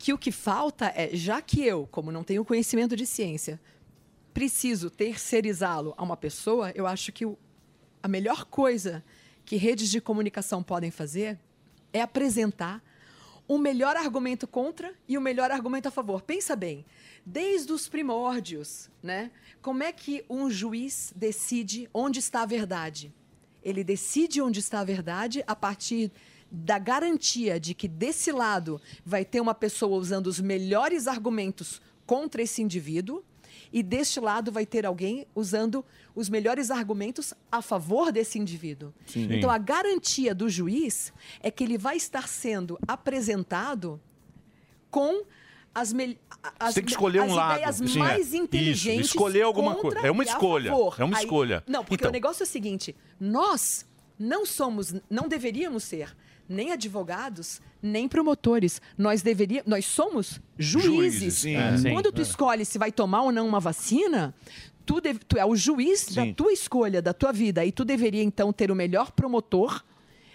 que o que falta é, já que eu, como não tenho conhecimento de ciência, preciso terceirizá-lo a uma pessoa, eu acho que o- a melhor coisa que redes de comunicação podem fazer é apresentar o melhor argumento contra e o melhor argumento a favor. Pensa bem, desde os primórdios, né? Como é que um juiz decide onde está a verdade? Ele decide onde está a verdade a partir da garantia de que desse lado vai ter uma pessoa usando os melhores argumentos contra esse indivíduo e deste lado vai ter alguém usando os melhores argumentos a favor desse indivíduo.
Sim.
Então a garantia do juiz é que ele vai estar sendo apresentado com as melhores
Você tem que escolher um lado.
ideias
Sim, é.
mais
Isso,
inteligentes.
escolher alguma
contra
coisa. É uma
e a
escolha,
favor.
é uma escolha.
Não, porque
Então.
o negócio é o seguinte: nós não somos, não deveríamos ser nem advogados, nem promotores. Nós deveríamos, nós somos juízes.
Juízes, sim. É, sim.
Quando tu
É.
escolhe se vai tomar ou não uma vacina, tu, deve- tu é o juiz da
Sim.
tua escolha, da tua vida, e tu deveria então ter o melhor promotor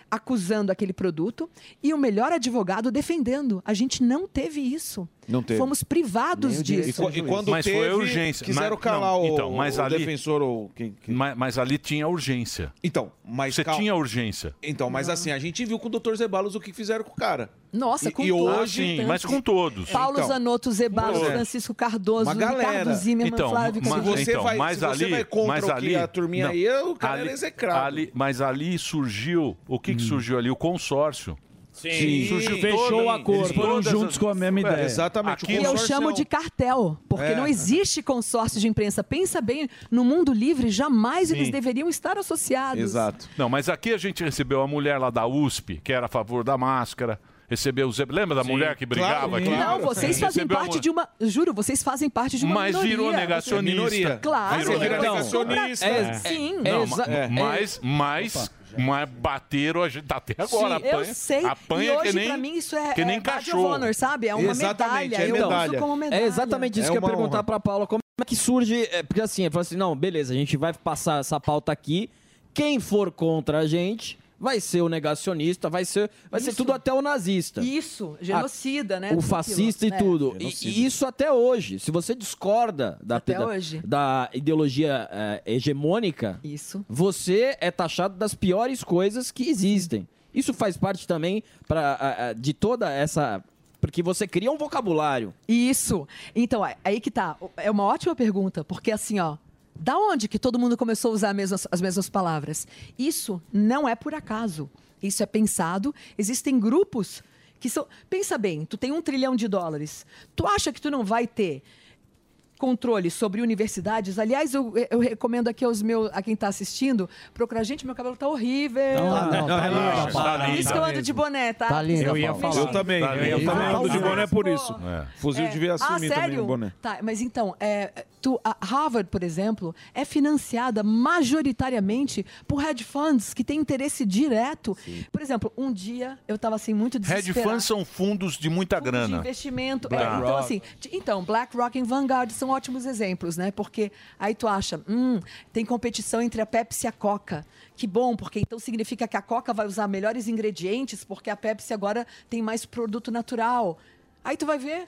acusando aquele produto e o melhor advogado defendendo. A gente não teve isso.
Não teve.
Fomos privados
E,
disso.
qu- e quando
Mas
teve,
foi a urgência.
quiseram
Mas-
calar
não,
o,
então, mas
o
ali-
defensor ou quem...
Mas, mas ali tinha urgência.
Então, mas
Você
cal-
tinha urgência.
Então, mas assim, a gente viu com o Dr. Zebalos o que fizeram com o cara.
Nossa,
e,
com
e
todos.
hoje,
Sim,
mas com todos.
Paulo
Então,
Zanotto, Zebalo,
todos.
Francisco Cardoso, Ricardo Zimmermann,
Então,
Flávio
ma-
Camargo.
você vai-
Então, mas
se você
ali,
vai contra
mas
o que
ali,
a turminha aí, o cara era execrado.
ali- mas ali surgiu, o que,
Hum.
que surgiu ali? O consórcio.
Sim.
Surgiu
Fechou
todo-
o acordo.
eles
Foram
todas
juntos
as-
com a mesma
É,
ideia.
Exatamente. o
que eu
consórcio é
chamo
um-
de cartel, porque
É.
não existe consórcio de imprensa. Pensa bem, no mundo livre, jamais eles
Sim.
deveriam estar associados.
Não, mas aqui a gente recebeu a mulher lá da USP, que era a favor da máscara. Recebeu o Zé. Lembra da mulher que brigava aqui?
Não, vocês fazem
Recebeu a
parte
mu-
de uma. Juro, vocês fazem parte de uma
Mas
minoria.
virou negacionista.
Vocês- Claro.
Virou
Então,
negacionista.
É, sim.
Não,
Exa-
ma-
é.
Mas, mas, mas bateram a gente até agora.
Sim,
apanha,
eu sei.
apanha
e hoje,
que nem,
pra mim, isso é,
que nem
é badge of
cachorro.
honor, sabe? É uma medalha. eu uso como medalha.
É exatamente isso que eu ia perguntar pra Paula. Como é que surge... é, porque assim, eu falo assim, não, beleza, a gente vai passar essa pauta aqui. Quem for contra a gente vai ser o negacionista, vai ser, vai ser tudo até o nazista.
Isso, genocida, né?
O
Tudo
fascista
aquilo,
e
né?
tudo. E, e isso até hoje. Se você discorda da,
Até
da-
hoje.
da ideologia eh, hegemônica,
Isso.
você é taxado das piores coisas que existem. Isso faz parte também pra, ah, ah, de toda essa. Porque você cria um vocabulário.
Isso. Então, é- aí que tá. É uma ótima pergunta, porque assim, ó. Da onde que todo mundo começou a usar a mesmas- as mesmas palavras? Isso não é por acaso. Isso é pensado. Existem grupos que são. Pensa bem, tu tem um trilhão de dólares. Tu acha que tu não vai ter controle sobre universidades. Aliás, eu, eu recomendo aqui aos meus, a quem está assistindo, procura gente, meu cabelo tá horrível.
Não, não, tá lindo,
Por
tá lindo,
isso
tá
que eu ando
mesmo.
de boné, tá?
Tá lindo,
Não,
eu ia
não,
falar.
não.
Eu também, Tá eu lindo. também ando de boné por isso.
Fuzil
É.
devia assumir
ah, sério?
também o boné.
Tá, mas então, é, tu, a Harvard, por exemplo, é financiada majoritariamente por hedge funds que têm interesse direto. Por exemplo, um dia eu estava assim muito
Hedge
desesperada.
funds são fundos de muita
de
grana.
investimento. É,
BlackRock.
então, assim, t- então, BlackRock e Vanguard são ótimos exemplos, né? Porque aí tu acha, hum, tem competição entre a Pepsi e a Coca. Que bom, porque então significa que a Coca vai usar melhores ingredientes, porque a Pepsi agora tem mais produto natural. Aí tu vai ver.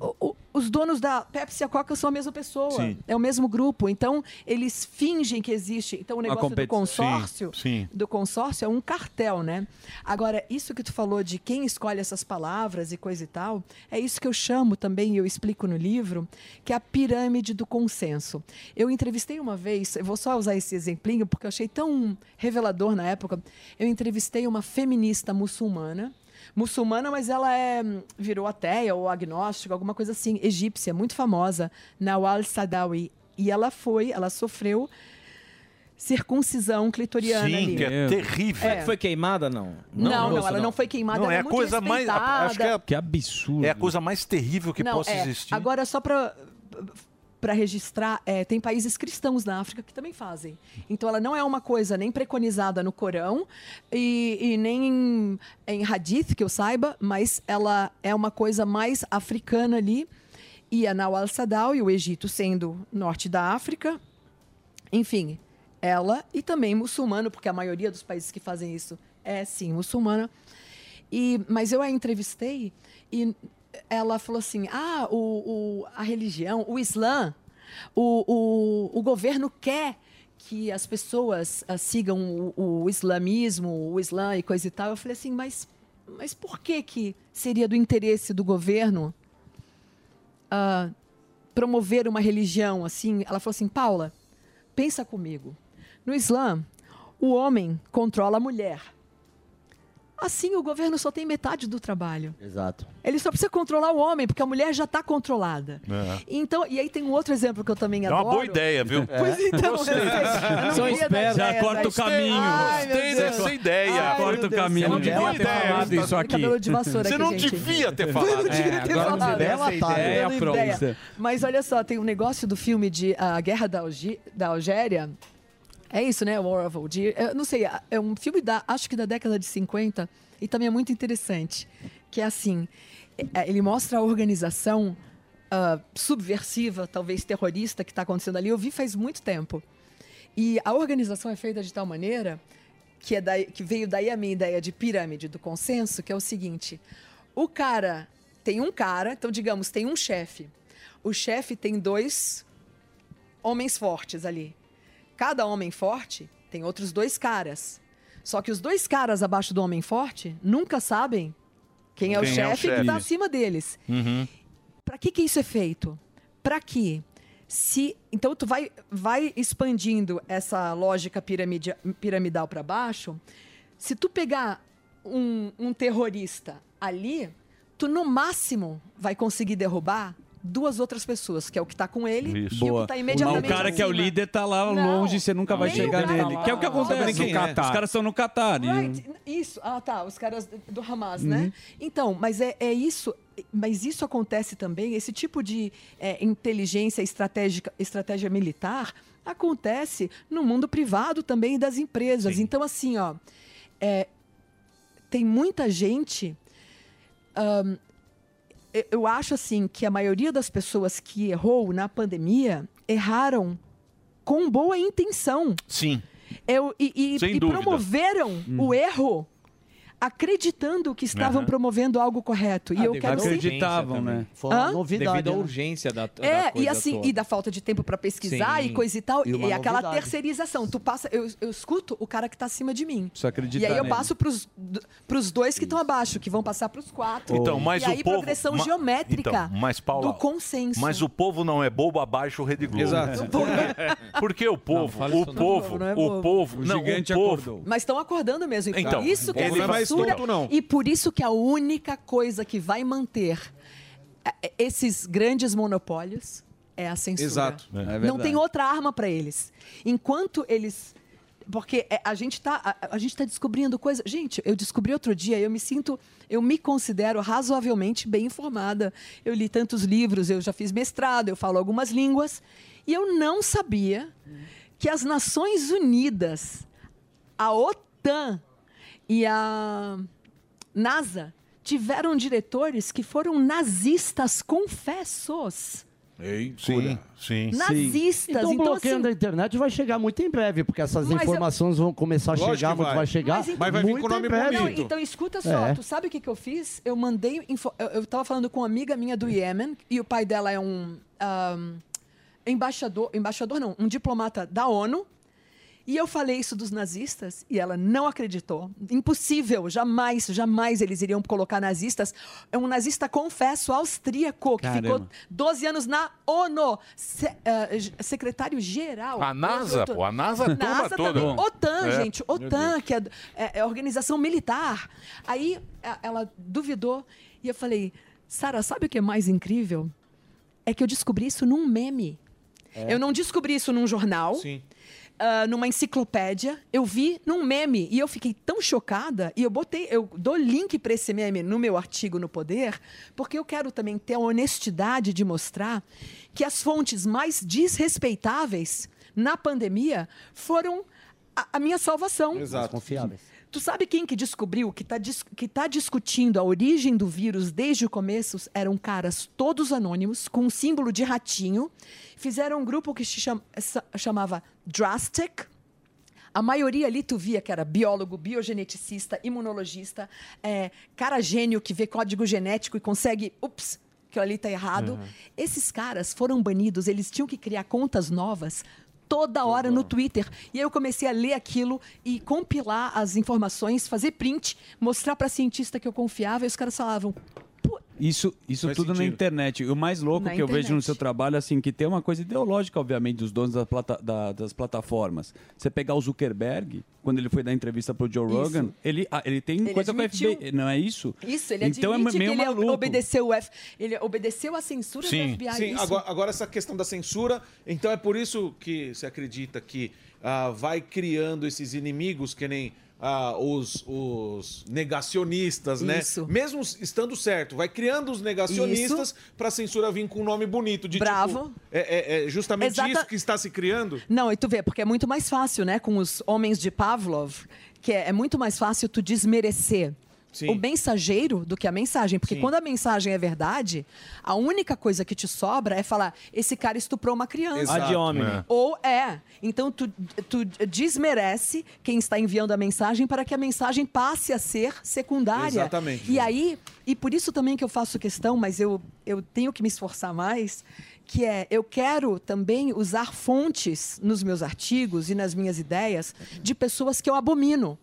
o- o- os donos da Pepsi e a Coca são a mesma pessoa,
Sim.
é o mesmo grupo. Então, eles fingem que existe. Então, o negócio do consórcio
Sim. sim.
do consórcio é um cartel, né? Agora, isso que tu falou de quem escolhe essas palavras e coisa e tal, é isso que eu chamo também, e eu explico no livro, que é a pirâmide do consenso. Eu entrevistei uma vez, eu vou só usar esse exemplinho porque eu achei tão revelador na época. Eu entrevistei uma feminista muçulmana, muçulmana, mas ela é virou ateia ou agnóstica, alguma coisa assim, egípcia, muito famosa, Nawal Sadawi. E ela foi, ela sofreu circuncisão clitoriana ali.
que é terrível. Foi queimada, não?
Não, não, ela não foi queimada,
Não,
ela
é
é
a
muito
coisa mais. a- Acho que, é,
respeitada.
que absurdo. É a coisa mais terrível que
Não,
possa
é.
existir.
Agora, só para para registrar, é, tem países cristãos na África que também fazem. Então, ela não é uma coisa nem preconizada no Corão e, e nem em, em Hadith, que eu saiba, mas ela é uma coisa mais africana ali. E a Nawal Sadawi, o Egito sendo norte da África, enfim, ela e também muçulmano, porque a maioria dos países que fazem isso é sim muçulmana. E, mas eu a entrevistei e ela falou assim: ah, o, o- a religião, o Islã, o, o, o governo quer que as pessoas ah, sigam o, o islamismo, o Islã e coisa e tal. Eu falei assim: mas, mas por que, que seria do interesse do governo ah, promover uma religião assim? Ela falou assim: Paula, pensa comigo. No Islã, o homem controla a mulher. Assim, o governo só tem metade do trabalho.
Exato.
Ele só precisa controlar o homem, porque a mulher já está controlada. Então, e aí tem um outro exemplo que eu também
É
adoro.
uma boa É. ideia, viu?
Pois
É.
então,
Gostei.
(laughs) eu não
São
ia dar
espertos.
ideia
Já corta
da
o caminho.
Ai, meu
Gostei
Deus.
dessa ideia.
Ai,
Corta
meu
o
Deus,
caminho.
eu não
é
devia
Boa
ter
ideia.
falado isso aqui. Cabelo de vassoura
Você
aqui,
não
gente.
devia ter
Eu
falado.
não devia ter
é,
falado. Eu não tenho tá ideia. Mas olha só, tem um negócio do filme de ah, A Guerra da, Algi- da Algéria. É isso, né? War of Algiers. Eu não sei, é um filme da, acho que da década de 50 e também é muito interessante, que é assim, é- ele mostra a organização ah, subversiva, talvez terrorista, que está acontecendo ali, eu vi faz muito tempo. E a organização é feita de tal maneira que, é daí- que veio daí a minha ideia de pirâmide do consenso, que é o seguinte: o cara tem um cara, então digamos, tem um chefe. O chefe tem dois homens fortes ali. Cada homem forte tem outros dois caras. Só que os dois caras abaixo do homem forte nunca sabem quem é o
Quem é o
chefe que
chefe.
está acima deles.
é.
Para que que isso é feito? Para que se então tu vai vai expandindo essa lógica piramidia- piramidal para baixo, se tu pegar um, um terrorista ali, tu no máximo vai conseguir derrubar duas outras pessoas, que é o que tá com ele
Isso.
e o
Boa.
que tá imediatamente
o cara que é o
acima.
líder tá lá
Não.
longe, você nunca vai
Nem o
chegar
cara
nele.
tá lá.
Que é o que
Sobre
acontece
quem
no
é?
Catar. Os caras estão no Catar. e-
Isso, ah tá, os caras do Hamas,
Uhum.
né? Então, mas é, é isso, mas isso acontece também, esse tipo de é, inteligência estratégica, estratégia militar acontece no mundo privado também das empresas. Então, assim, ó, é, tem muita gente. ahn, eu- eu acho assim que a maioria das pessoas que errou na pandemia erraram com boa intenção.
Sim.
Eu- e e-
Sem
e
dúvida.
promoveram
Hum.
o erro acreditando que estavam
Aham.
promovendo algo correto. E eu
Ah, devido
quero
à
acreditava.
urgência também.
né? Foi uma Hã? novidade,
Devido à
né?
urgência da, da
É, e
coisa
assim,
toda.
e da falta de tempo para pesquisar
Sim.
e coisa e tal,
E
e,
uma
aquela
novidade.
terceirização. Tu passa, eu, eu escuto o cara que tá acima de mim.
Precisa acreditar
E aí eu
nele.
passo pros, do- pros dois que estão abaixo, que vão passar pros quatro.
Então, mas
e aí
o povo,
progressão
ma-
geométrica
Então, mas Paula,
do consenso.
Mas o povo não é bobo abaixo o Rede Globo. (laughs)
Exato.
Porque o povo,
fala isso
o
não.
povo,
Não é
o
bobo.
povo,
O
não,
gigante
o povo.
acordou.
Mas estão acordando mesmo. E
Então,
por isso que
ele vai
a censura-
estudar. Não.
E por isso que a única coisa que vai manter eh, esses grandes monopólios é a censura.
Exato. É. É
Não
verdade.
tem outra arma para eles. Enquanto eles porque eh, a gente está a, a gente tá descobrindo coisas. Gente, eu descobri outro dia, eu me sinto, eu me considero razoavelmente bem informada. Eu li tantos livros, eu já fiz mestrado, eu falo algumas línguas, e eu não sabia que as Nações Unidas, a OTAN e a NASA tiveram diretores que foram nazistas confessos.
Ei,
sim, sim.
Nazistas,
Então, o
então,
bloqueio
assim-
da internet vai chegar muito em breve, porque essas
Mas eu-
informações vão começar a
Lógico
chegar,
que
vai.
vai.
vai chegar. muito em breve.
então Não, então escuta só,
É.
tu sabe o que, que eu fiz? Eu mandei. info- Eu, eu tava falando com uma amiga minha do Iêmen, e o pai dela é um. ahm, embaixador. Embaixador não, um diplomata da ONU. E eu falei isso dos nazistas e ela não acreditou. Impossível, jamais, jamais eles iriam colocar nazistas. É um nazista, confesso, austríaco, que
Caramba.
ficou 12 anos na ONU, se- ah, j- secretário-geral.
A NASA,
é Outro-
pô, a NASA toma toda.
também. OTAN,
É.
gente,
Meu
OTAN, que é, é- é organização militar. Aí a- ela duvidou e eu falei, Sara, sabe o que é mais incrível? É que eu descobri isso num meme.
É.
Eu não descobri isso num jornal, ah, numa enciclopédia. Eu vi num meme e eu fiquei tão chocada. E eu botei, eu dou link para esse meme no meu artigo no Poder, porque eu quero também ter a honestidade de mostrar que as fontes mais desrespeitáveis na pandemia foram a, a minha salvação.
Exato. Confiáveis.
Tu sabe quem que descobriu que está que tá discutindo a origem do vírus desde o começo? Eram caras todos anônimos, com um símbolo de ratinho. Fizeram um grupo que se cham- sa- chamava Drastic. A maioria ali tu via que era biólogo, biogeneticista, imunologista, é, cara gênio que vê código genético e consegue. Ups, que ali tá errado.
Uhum.
Esses caras foram banidos, eles tinham que criar contas novas toda hora no Twitter. E aí eu comecei a ler aquilo e compilar as informações, fazer print, mostrar para cientista que eu confiava e os caras falavam.
Isso, isso tudo na internet. O mais louco
Na
que eu vejo no
internet.
seu trabalho, assim, que tem uma coisa ideológica, obviamente, dos donos da plata- da- das plataformas. Você pegar o Zuckerberg, quando ele foi dar entrevista pro Joe
Isso.
Rogan, ele, ah, ele tem
Ele
coisa
admitiu.
com a FBI. Não é isso?
Isso, ele
então
admite
é meio
que ele
maluco.
obedeceu o F, ele obedeceu a censura do FBI.
Sim,
isso.
agora, agora essa questão da censura, então é por isso que se acredita que ah, vai criando esses inimigos que nem ah, os, os negacionistas, né?
Isso.
Mesmo s- estando certo, vai criando os negacionistas
Isso.
para a censura vir com um nome bonito de
Bravo.
tipo, é, é- é justamente
Exata-
isso que está se criando.
Não, e tu vê, porque é muito mais fácil, né, com os homens de Pavlov, que é, é muito mais fácil tu desmerecer o mensageiro do que a mensagem. Porque
Sim.
quando a mensagem é verdade, a única coisa que te sobra é falar: esse cara estuprou uma criança.
Ad hominem. É.
Ou é. Então tu, tu desmerece quem está enviando a mensagem para que a mensagem passe a ser secundária.
Exatamente.
E aí, e por isso também que eu faço questão, mas eu, eu tenho que me esforçar mais, que é eu quero também usar fontes nos meus artigos e nas minhas ideias de pessoas que eu abomino.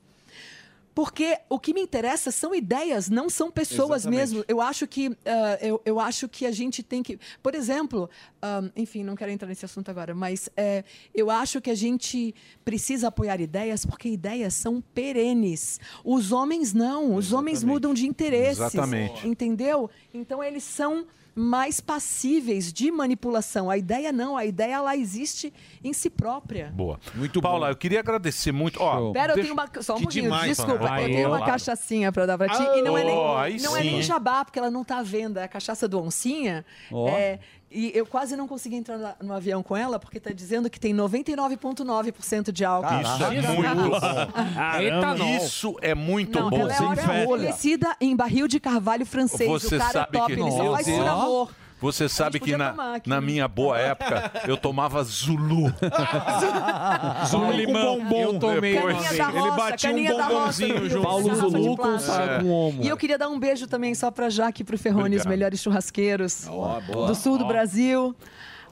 Porque o que me interessa são ideias, não são pessoas
Exatamente.
mesmo. Eu acho que ah, eu, eu acho que a gente tem que, por exemplo, ah, enfim, não quero entrar nesse assunto agora, mas eh, eu acho que a gente precisa apoiar ideias porque ideias são perenes. Os homens não, os homens mudam de interesses,
Exatamente.
entendeu? Então eles são mais passíveis de manipulação. A ideia não, a ideia ela existe em si própria.
Boa. Muito Paula, eu queria agradecer muito. Ó,
Pera,
deixa-
eu tenho uma. Só um
Que
pouquinho,
demais,
desculpa.
Fernanda.
eu tenho uma
Claro.
cachaçinha pra dar pra ti. e não é nem,
Oh, aí
não é
sim,
nem
hein?
jabá, porque ela não tá à venda. É a cachaça do Oncinha.
Ó.
É, e eu quase não consegui entrar na- no avião com ela, porque tá dizendo que tem 99,9% de álcool.
Isso é muito bom.
Etanol.
Isso é muito
Não,
bom.
ela é envelhecida em barril de carvalho francês.
Você
o cara
sabe
é top,
que um
ele só
Meu
faz por
Deus.
amor.
Você sabe que
podia
na,
tomar aqui. um
na minha
(laughs)
boa época eu tomava Zulu.
Zulu com bombom. um Eu tomei
Depois-
uma vez. Caninha da Ele roça, batia um caninha da roça, bombonzinho meu Deus, junto. Paulo
garrafa de
Zulu com
plástico.
saco, um homo.
E eu queria dar um beijo também só pra Jaque e pro Ferrone, os
Obrigado.
melhores churrasqueiros
Ó, boa.
do sul do
Ó.
Brasil.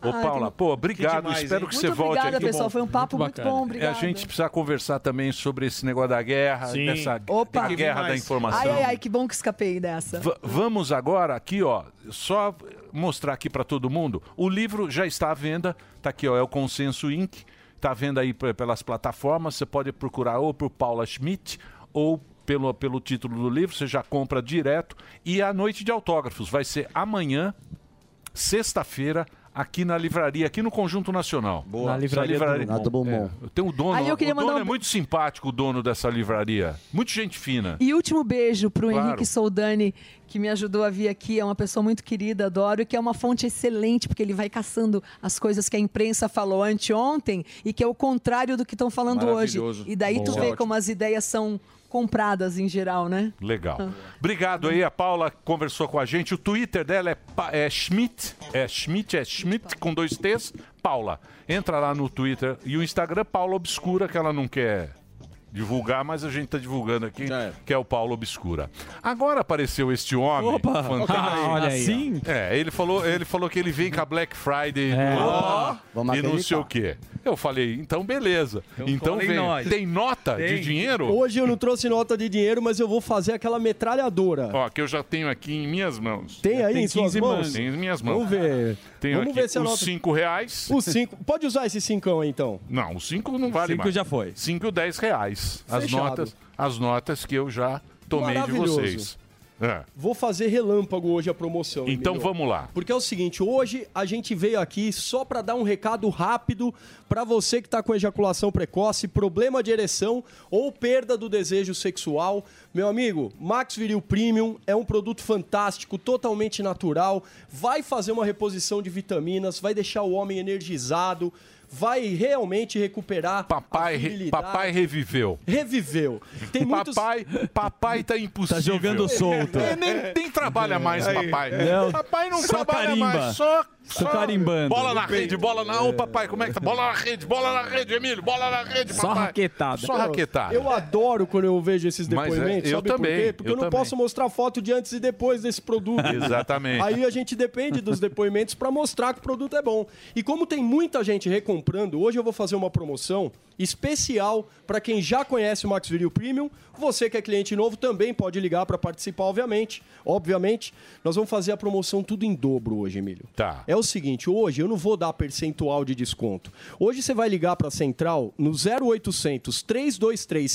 Ô,
Ai,
Paula,
tem-
pô, obrigado.
Que demais,
Espero
hein?
que
Muito
você volte
obrigada,
aqui. É,
pessoal. Foi um papo muito bacana. bom.
A gente precisa conversar também sobre esse negócio da guerra,
Sim.
dessa
Opa.
da guerra da informação.
Ai, ai, ai, que bom que escapei dessa.
Va- vamos agora aqui, ó, só mostrar aqui para todo mundo. O livro já está à venda, tá aqui, ó, é o Consenso Inc. Tá à venda aí pe- pelas plataformas, você pode procurar ou por Paula Schmidt ou pelo, pelo título do livro, você já compra direto. E a noite de autógrafos vai ser amanhã, sexta-feira, aqui na livraria, aqui no Conjunto Nacional. Boa.
Na livraria do- Na do Bombom.
É, tem o dono,
Aí eu queria
o dono
mandar um
é
be-
muito simpático, o dono dessa livraria. Muito gente fina.
E último beijo pro
Claro.
Henrique Soldani, que me ajudou a vir aqui. É uma pessoa muito querida, adoro, e que é uma fonte excelente, porque ele vai caçando as coisas que a imprensa falou anteontem e que é o contrário do que estão falando hoje.
Maravilhoso.
E daí tu
Boa.
vê
Ótimo.
como as ideias são compradas em geral, né?
Legal.
Ah.
Obrigado aí, a Paula conversou com a gente. O Twitter dela é, Pa- é Schmidt, é Schmidt, é Schmidt com dois T's, Paula. Entra lá no Twitter e o Instagram Paula Obscura, que ela não quer divulgar, mas a gente tá divulgando aqui, que é o Paulo Obscura. Agora apareceu este homem
Opa!
fantástico.
Ah, olha aí, ó. Assim?
É, ele falou, ele falou que ele vem com a Black Friday
É.
do-
Ó. Vamos
e não
acreditar.
sei o quê. Eu falei, então beleza. então
cola em
vem.
nós.
Tem nota
Tem.
de dinheiro?
Hoje eu não trouxe nota de dinheiro, mas eu vou fazer aquela metralhadora.
Ó, que eu já tenho aqui em minhas mãos.
Tem aí em suas mãos?
Tem em minhas mãos.
Vamos ver.
Tenho
Vamos
aqui
ver se a
os
nota-
cinco reais.
O 5. Pode usar esse cincão aí, então.
Não, os cinco não vale
Cinco
mais.
já foi.
Cinco, dez reais. As
Fechado.
notas, as notas que eu já tomei de
Maravilhoso.
vocês. É.
Vou fazer relâmpago hoje a promoção.
Então
Emilio.
vamos lá.
Porque é o seguinte, hoje a gente veio aqui só para dar um recado rápido para você que está com ejaculação precoce, problema de ereção ou perda do desejo sexual. Meu amigo, Max Viril Premium é um produto fantástico, totalmente natural, vai fazer uma reposição de vitaminas, vai deixar o homem energizado, vai realmente recuperar papai, a virilidade.
Papai reviveu.
Reviveu. Tem muitos...
Papai, papai tá impossível.
jogando solto.
É, nem, nem trabalha mais,
Aí.
papai.
Não.
Papai não
Só
trabalha
carimba.
mais. Só,
Só carimbando.
Bola na rede, bola na. Ô, papai, como é que tá? Bola na rede, bola na rede, Emílio, bola na rede, papai. Só raquetada.
Eu adoro quando eu vejo esses
Mas, é,
depoimentos,
eu
sabe
também,
por quê? Porque
eu
eu, não
também.
posso mostrar foto de antes e depois desse produto.
(laughs) Exatamente.
Aí a gente depende dos depoimentos para mostrar que o produto é bom. E como tem muita gente recomprando, hoje eu vou fazer uma promoção especial para quem já conhece o Max Viril Premium. Você que é cliente novo também pode ligar para participar, obviamente. Obviamente, nós vamos fazer a promoção tudo em dobro hoje, Emílio.
Tá.
É o seguinte, hoje eu não vou dar percentual de desconto. Hoje você vai ligar para a Central no 0800 323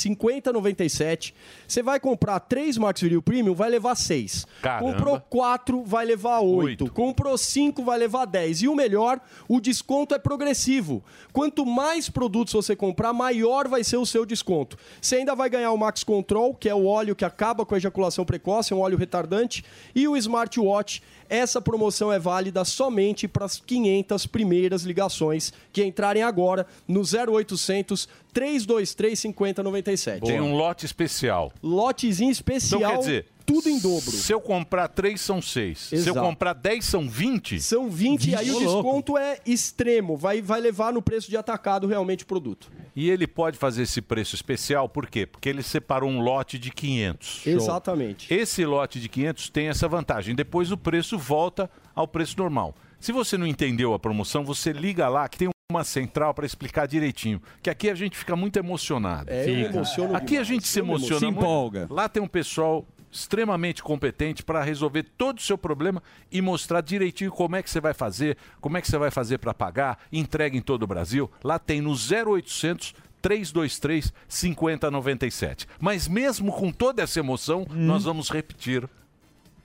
5097. Você vai comprar três Max Viril Premium, vai levar seis.
Caramba.
Comprou quatro, vai levar oito. Comprou cinco, vai levar dez. E o melhor, o desconto é progressivo. Quanto mais produtos você comprar, maior vai ser o seu desconto. Você ainda vai ganhar o Max Control, que é o óleo que acaba com a ejaculação precoce, é um óleo retardante, e o Smartwatch Essa promoção é válida somente para as 500 primeiras ligações que entrarem agora no 0800 323 5097.
Tem um lote especial.
lotezinho especial.
Então, quer dizer,
tudo em dobro.
Se eu comprar três, são seis. Se eu
Exato.
comprar dez, são vinte.
São 20 e aí o desconto é extremo, vai, vai levar no preço de atacado realmente o produto.
E ele pode fazer esse preço especial, por quê? Porque ele separou um lote de 500.
Exatamente.
Esse lote de 500 tem essa vantagem. Depois o preço volta ao preço normal. Se você não entendeu a promoção, você liga lá que tem uma central para explicar direitinho. Que aqui a gente fica muito emocionado.
É, eu me emociono
Aqui a
demais.
gente se
Eu me
emociona.
emociono. Se
muito.
empolga.
Lá tem um pessoal extremamente competente para resolver todo o seu problema e mostrar direitinho como é que você vai fazer, como é que você vai fazer para pagar, entrega em todo o Brasil. Lá tem no 0800 323 5097. Mas mesmo com toda essa emoção,
Hum.
nós vamos repetir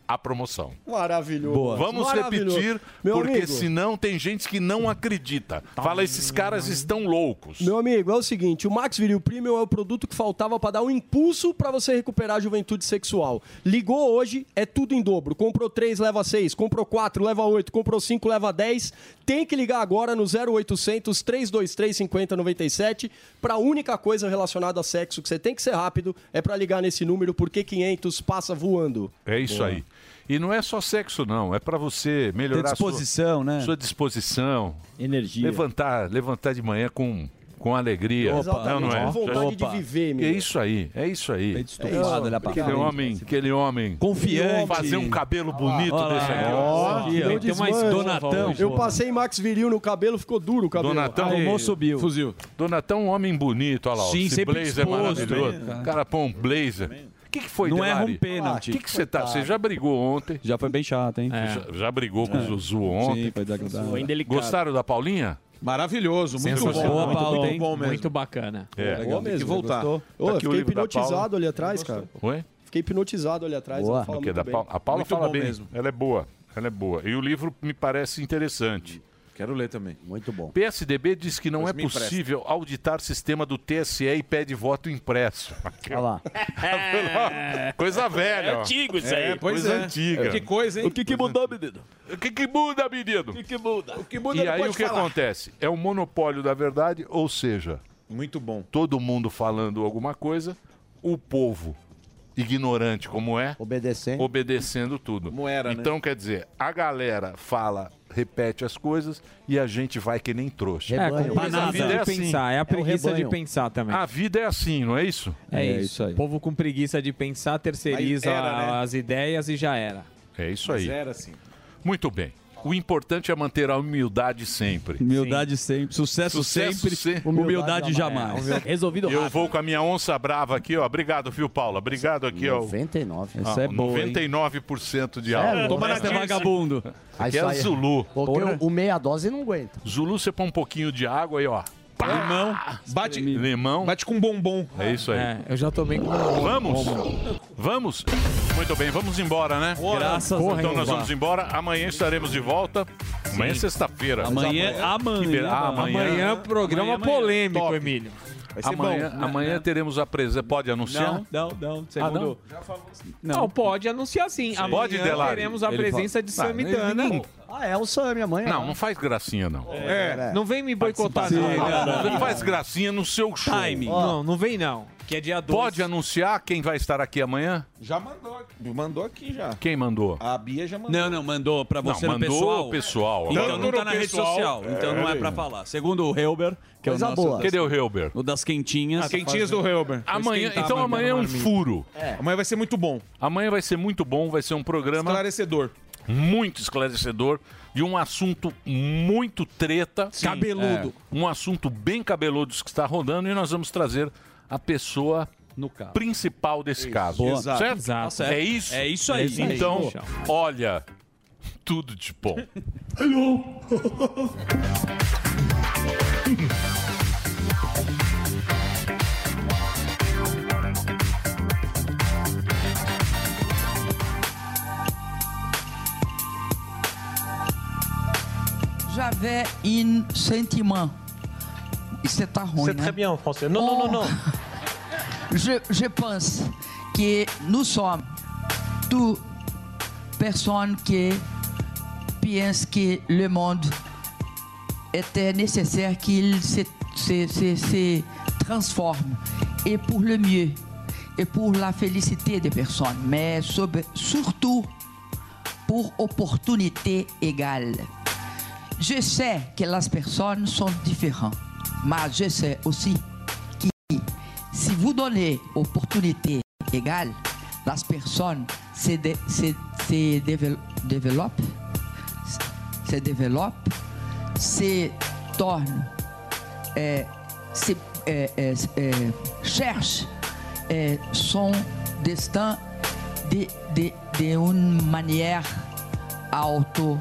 a promoção.
Maravilhoso.
Vamos
Maravilhoso.
repetir,
Meu
porque
amigo, Tá.
senão tem gente que não acredita. Fala, esses caras estão loucos.
Meu amigo, é o seguinte, o Max Viril Premium é o produto que faltava para dar um impulso para você recuperar a juventude sexual. Ligou hoje, é tudo em dobro. Comprou 3, leva 6, comprou 4, leva 8, comprou 5, leva 10. Tem que ligar agora no 0800 323 5097 para a única coisa relacionada a sexo que você tem que ser rápido é para ligar nesse número porque 500 passa voando.
É isso
Boa.
aí. E não é só sexo, não. É para você melhorar a sua-
disposição, né?
Sua disposição. Energia. Levantar, levantar de manhã com, com alegria.
Opa.
não, não é?
Com vontade de viver, meu.
É isso aí, é isso aí.
estufado, olhar né, pra
aquele
frente.
homem, aquele homem.
Confiante.
Fazer um cabelo bonito
Olha lá.
desse aqui.
Ó,
Esse aqui, ó.
deu desmanche. Eu passei Max Viril no cabelo, ficou duro o cabelo.
Donatão
Arrumou,
Fuzil. Donatão, um homem bonito, olha lá. ó.
Sim,
Esse
sempre
blazer
exposto,
maravilhoso.
hein? é
O cara põe um blazer. O que, que foi,
Não erra um
Delari?
pênalti.
O que, que você tá? Você já brigou ontem?
Já foi bem chato, hein?
Já, já brigou com o Zuzu ontem.
É. Sim, foi desagradável. Foi indelicado.
Gostaram da Paulinha?
Maravilhoso,
muito bom.
Boa
Muito
pauta,
bom,
hein?
bom mesmo.
Muito bacana.
É.
Boa mesmo,
que voltar.
gostou? Ô,
Tá aqui o
fiquei
livro da
hipnotizado
Paula.
ali atrás, cara.
Oi?
Fiquei hipnotizado ali atrás. Ela fala
Do quê?
muito
Da
bem.
Paula? A Paula fala bem. Ela é boa. Ela é boa. E o livro me parece interessante.
Quero ler também. Muito bom.
PSDB diz que não
Mas
é
me empresta.
possível auditar sistema do TSE e pede voto impresso. Olha lá. (laughs) Coisa velha. ó. É, coisa antiga.
O que, que mudou,
menino?
O que, que muda, menino? O
que,
que muda? O que
e aí o que acontece? É um monopólio da verdade, ou seja,
muito bom.
Todo mundo falando alguma coisa, o povo ignorante como é,
obedecendo,
né?
obedecendo tudo.
né?
então quer dizer, a galera fala, repete as coisas e a gente vai que nem trouxa.
É, com preguiça de pensar. É a preguiça de pensar também.
assim. A vida é assim, não é isso?
É, isso. O povo com preguiça de pensar terceiriza
Mas era, né?
as ideias e já era.
É isso aí.
Mas era assim.
Muito bem. O importante é manter a humildade sempre.
Humildade sempre. Sucesso, sempre. Humildade, jamais.
Resolvido Eu vou com a minha onça brava aqui, ó. Obrigado, viu, Paula? Obrigado aqui, ó.
99.
Ah, 99% de
É Sério?
aula.
Tomara que é vagabundo.
Aqui é
sai-
Zulu.
Porque o, o meia dose não aguenta.
Zulu, você põe um pouquinho de água aí, ó. Limão. Bate, Limão. Bate com bombom. É isso aí.
eu já tomei com
Vamos? Vamos? Muito bem, vamos embora, né?
Graças a
Então
Deus.
nós vamos embora. Amanhã estaremos de volta. Amanhã é sexta-feira.
Amanhã-
Que be- ah, amanhã.
é
é
Amanhã, é programa polêmico, Emílio.
Amanhã, amanhã teremos a presença. Pode anunciar?
Não, não, não. Você
Ah,
mudou.
não?
Não. pode anunciar sim. Amanhã
Pode, Delari?
teremos a
Ele
presença
fala.
de
Ah,
Samitana.
ele-
Ah, é o Sam, minha mãe.
Não, não faz gracinha, não.
É, Não vem me boicotar,
Sim,
não.
não, não. Você faz gracinha no seu show.
Timing. é. Não, não vem não. Que é dia 12.
Pode anunciar quem vai estar aqui amanhã?
Já mandou aqui. Mandou aqui já.
Quem mandou?
A Bia já mandou.
Não, não, mandou pra você
Não,
no
mandou
pessoal.
o pessoal.
Então
Mandou
não tá
no
na rede
pessoal.
social, então não é
É.
pra falar. Segundo o Helber, que
Coisa
é o nosso...
boa.
das-
Cadê o Helber?
O das quentinhas.
As quentinhas do Helber. Amanhã-
Esquentar
então
a
amanhã é um
marmita.
furo.
Amanhã vai ser muito bom.
Amanhã vai ser muito bom, vai ser um programa
Esclarecedor.
muito esclarecedor de um assunto muito treta,
Sim. Cabeludo.
É. um assunto bem cabeludo que está rodando e nós vamos trazer a pessoa principal desse caso,
Boa.
Certo?
Exato. Tá certo.
É isso.
É isso aí. É isso aí.
Então,
Boa.
olha, tudo de bom.
J'avais un sentiment. C'est pas ruim. Oh.
C'est très bien en français. Non, non, non, non.
(laughs) Je, je pense que nous sommes toutes personnes qui pense que le monde était nécessaire qu'il se, se- se- se transforme et pour le mieux et pour la félicité des personnes, mais sob- surtout pour opportunité égale. Je sais que les personnes sont différentes, mais je sais aussi que si vous donnez opportunité égale, les personnes se, dé- se- se dével- développent, se développent, se tornent, euh, se, euh, euh, euh, cherchent euh, son destin d'une de, d'une manière auto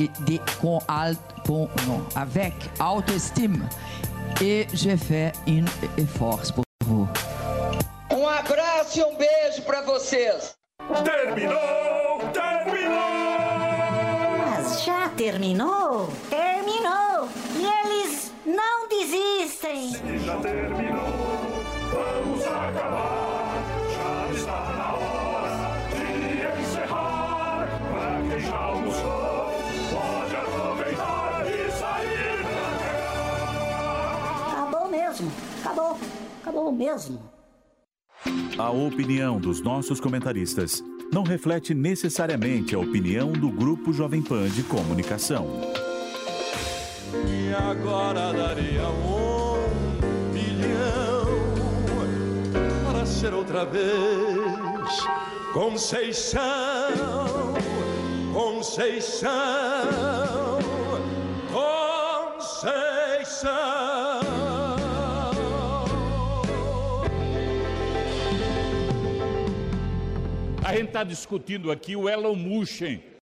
e de, com al- com- não, avec autoestime et je fais un effort pour vous.
Um abraço e um beijo pra vocês.
Terminou,
terminou.
Mas já terminou? Terminou! E eles não desistem!
Já terminou, vamos acabar. Já está na hora de encerrar. Pra quem já almoçou, pode aproveitar e sair pra
Acabou mesmo! Acabou! Acabou mesmo!
A opinião dos nossos comentaristas não reflete necessariamente a opinião do Grupo Jovem Pan de Comunicação.
E agora daria um bilhão para ser outra vez Conceição, Conceição, Conceição.
tá A gente está discutindo aqui o Elon Musk,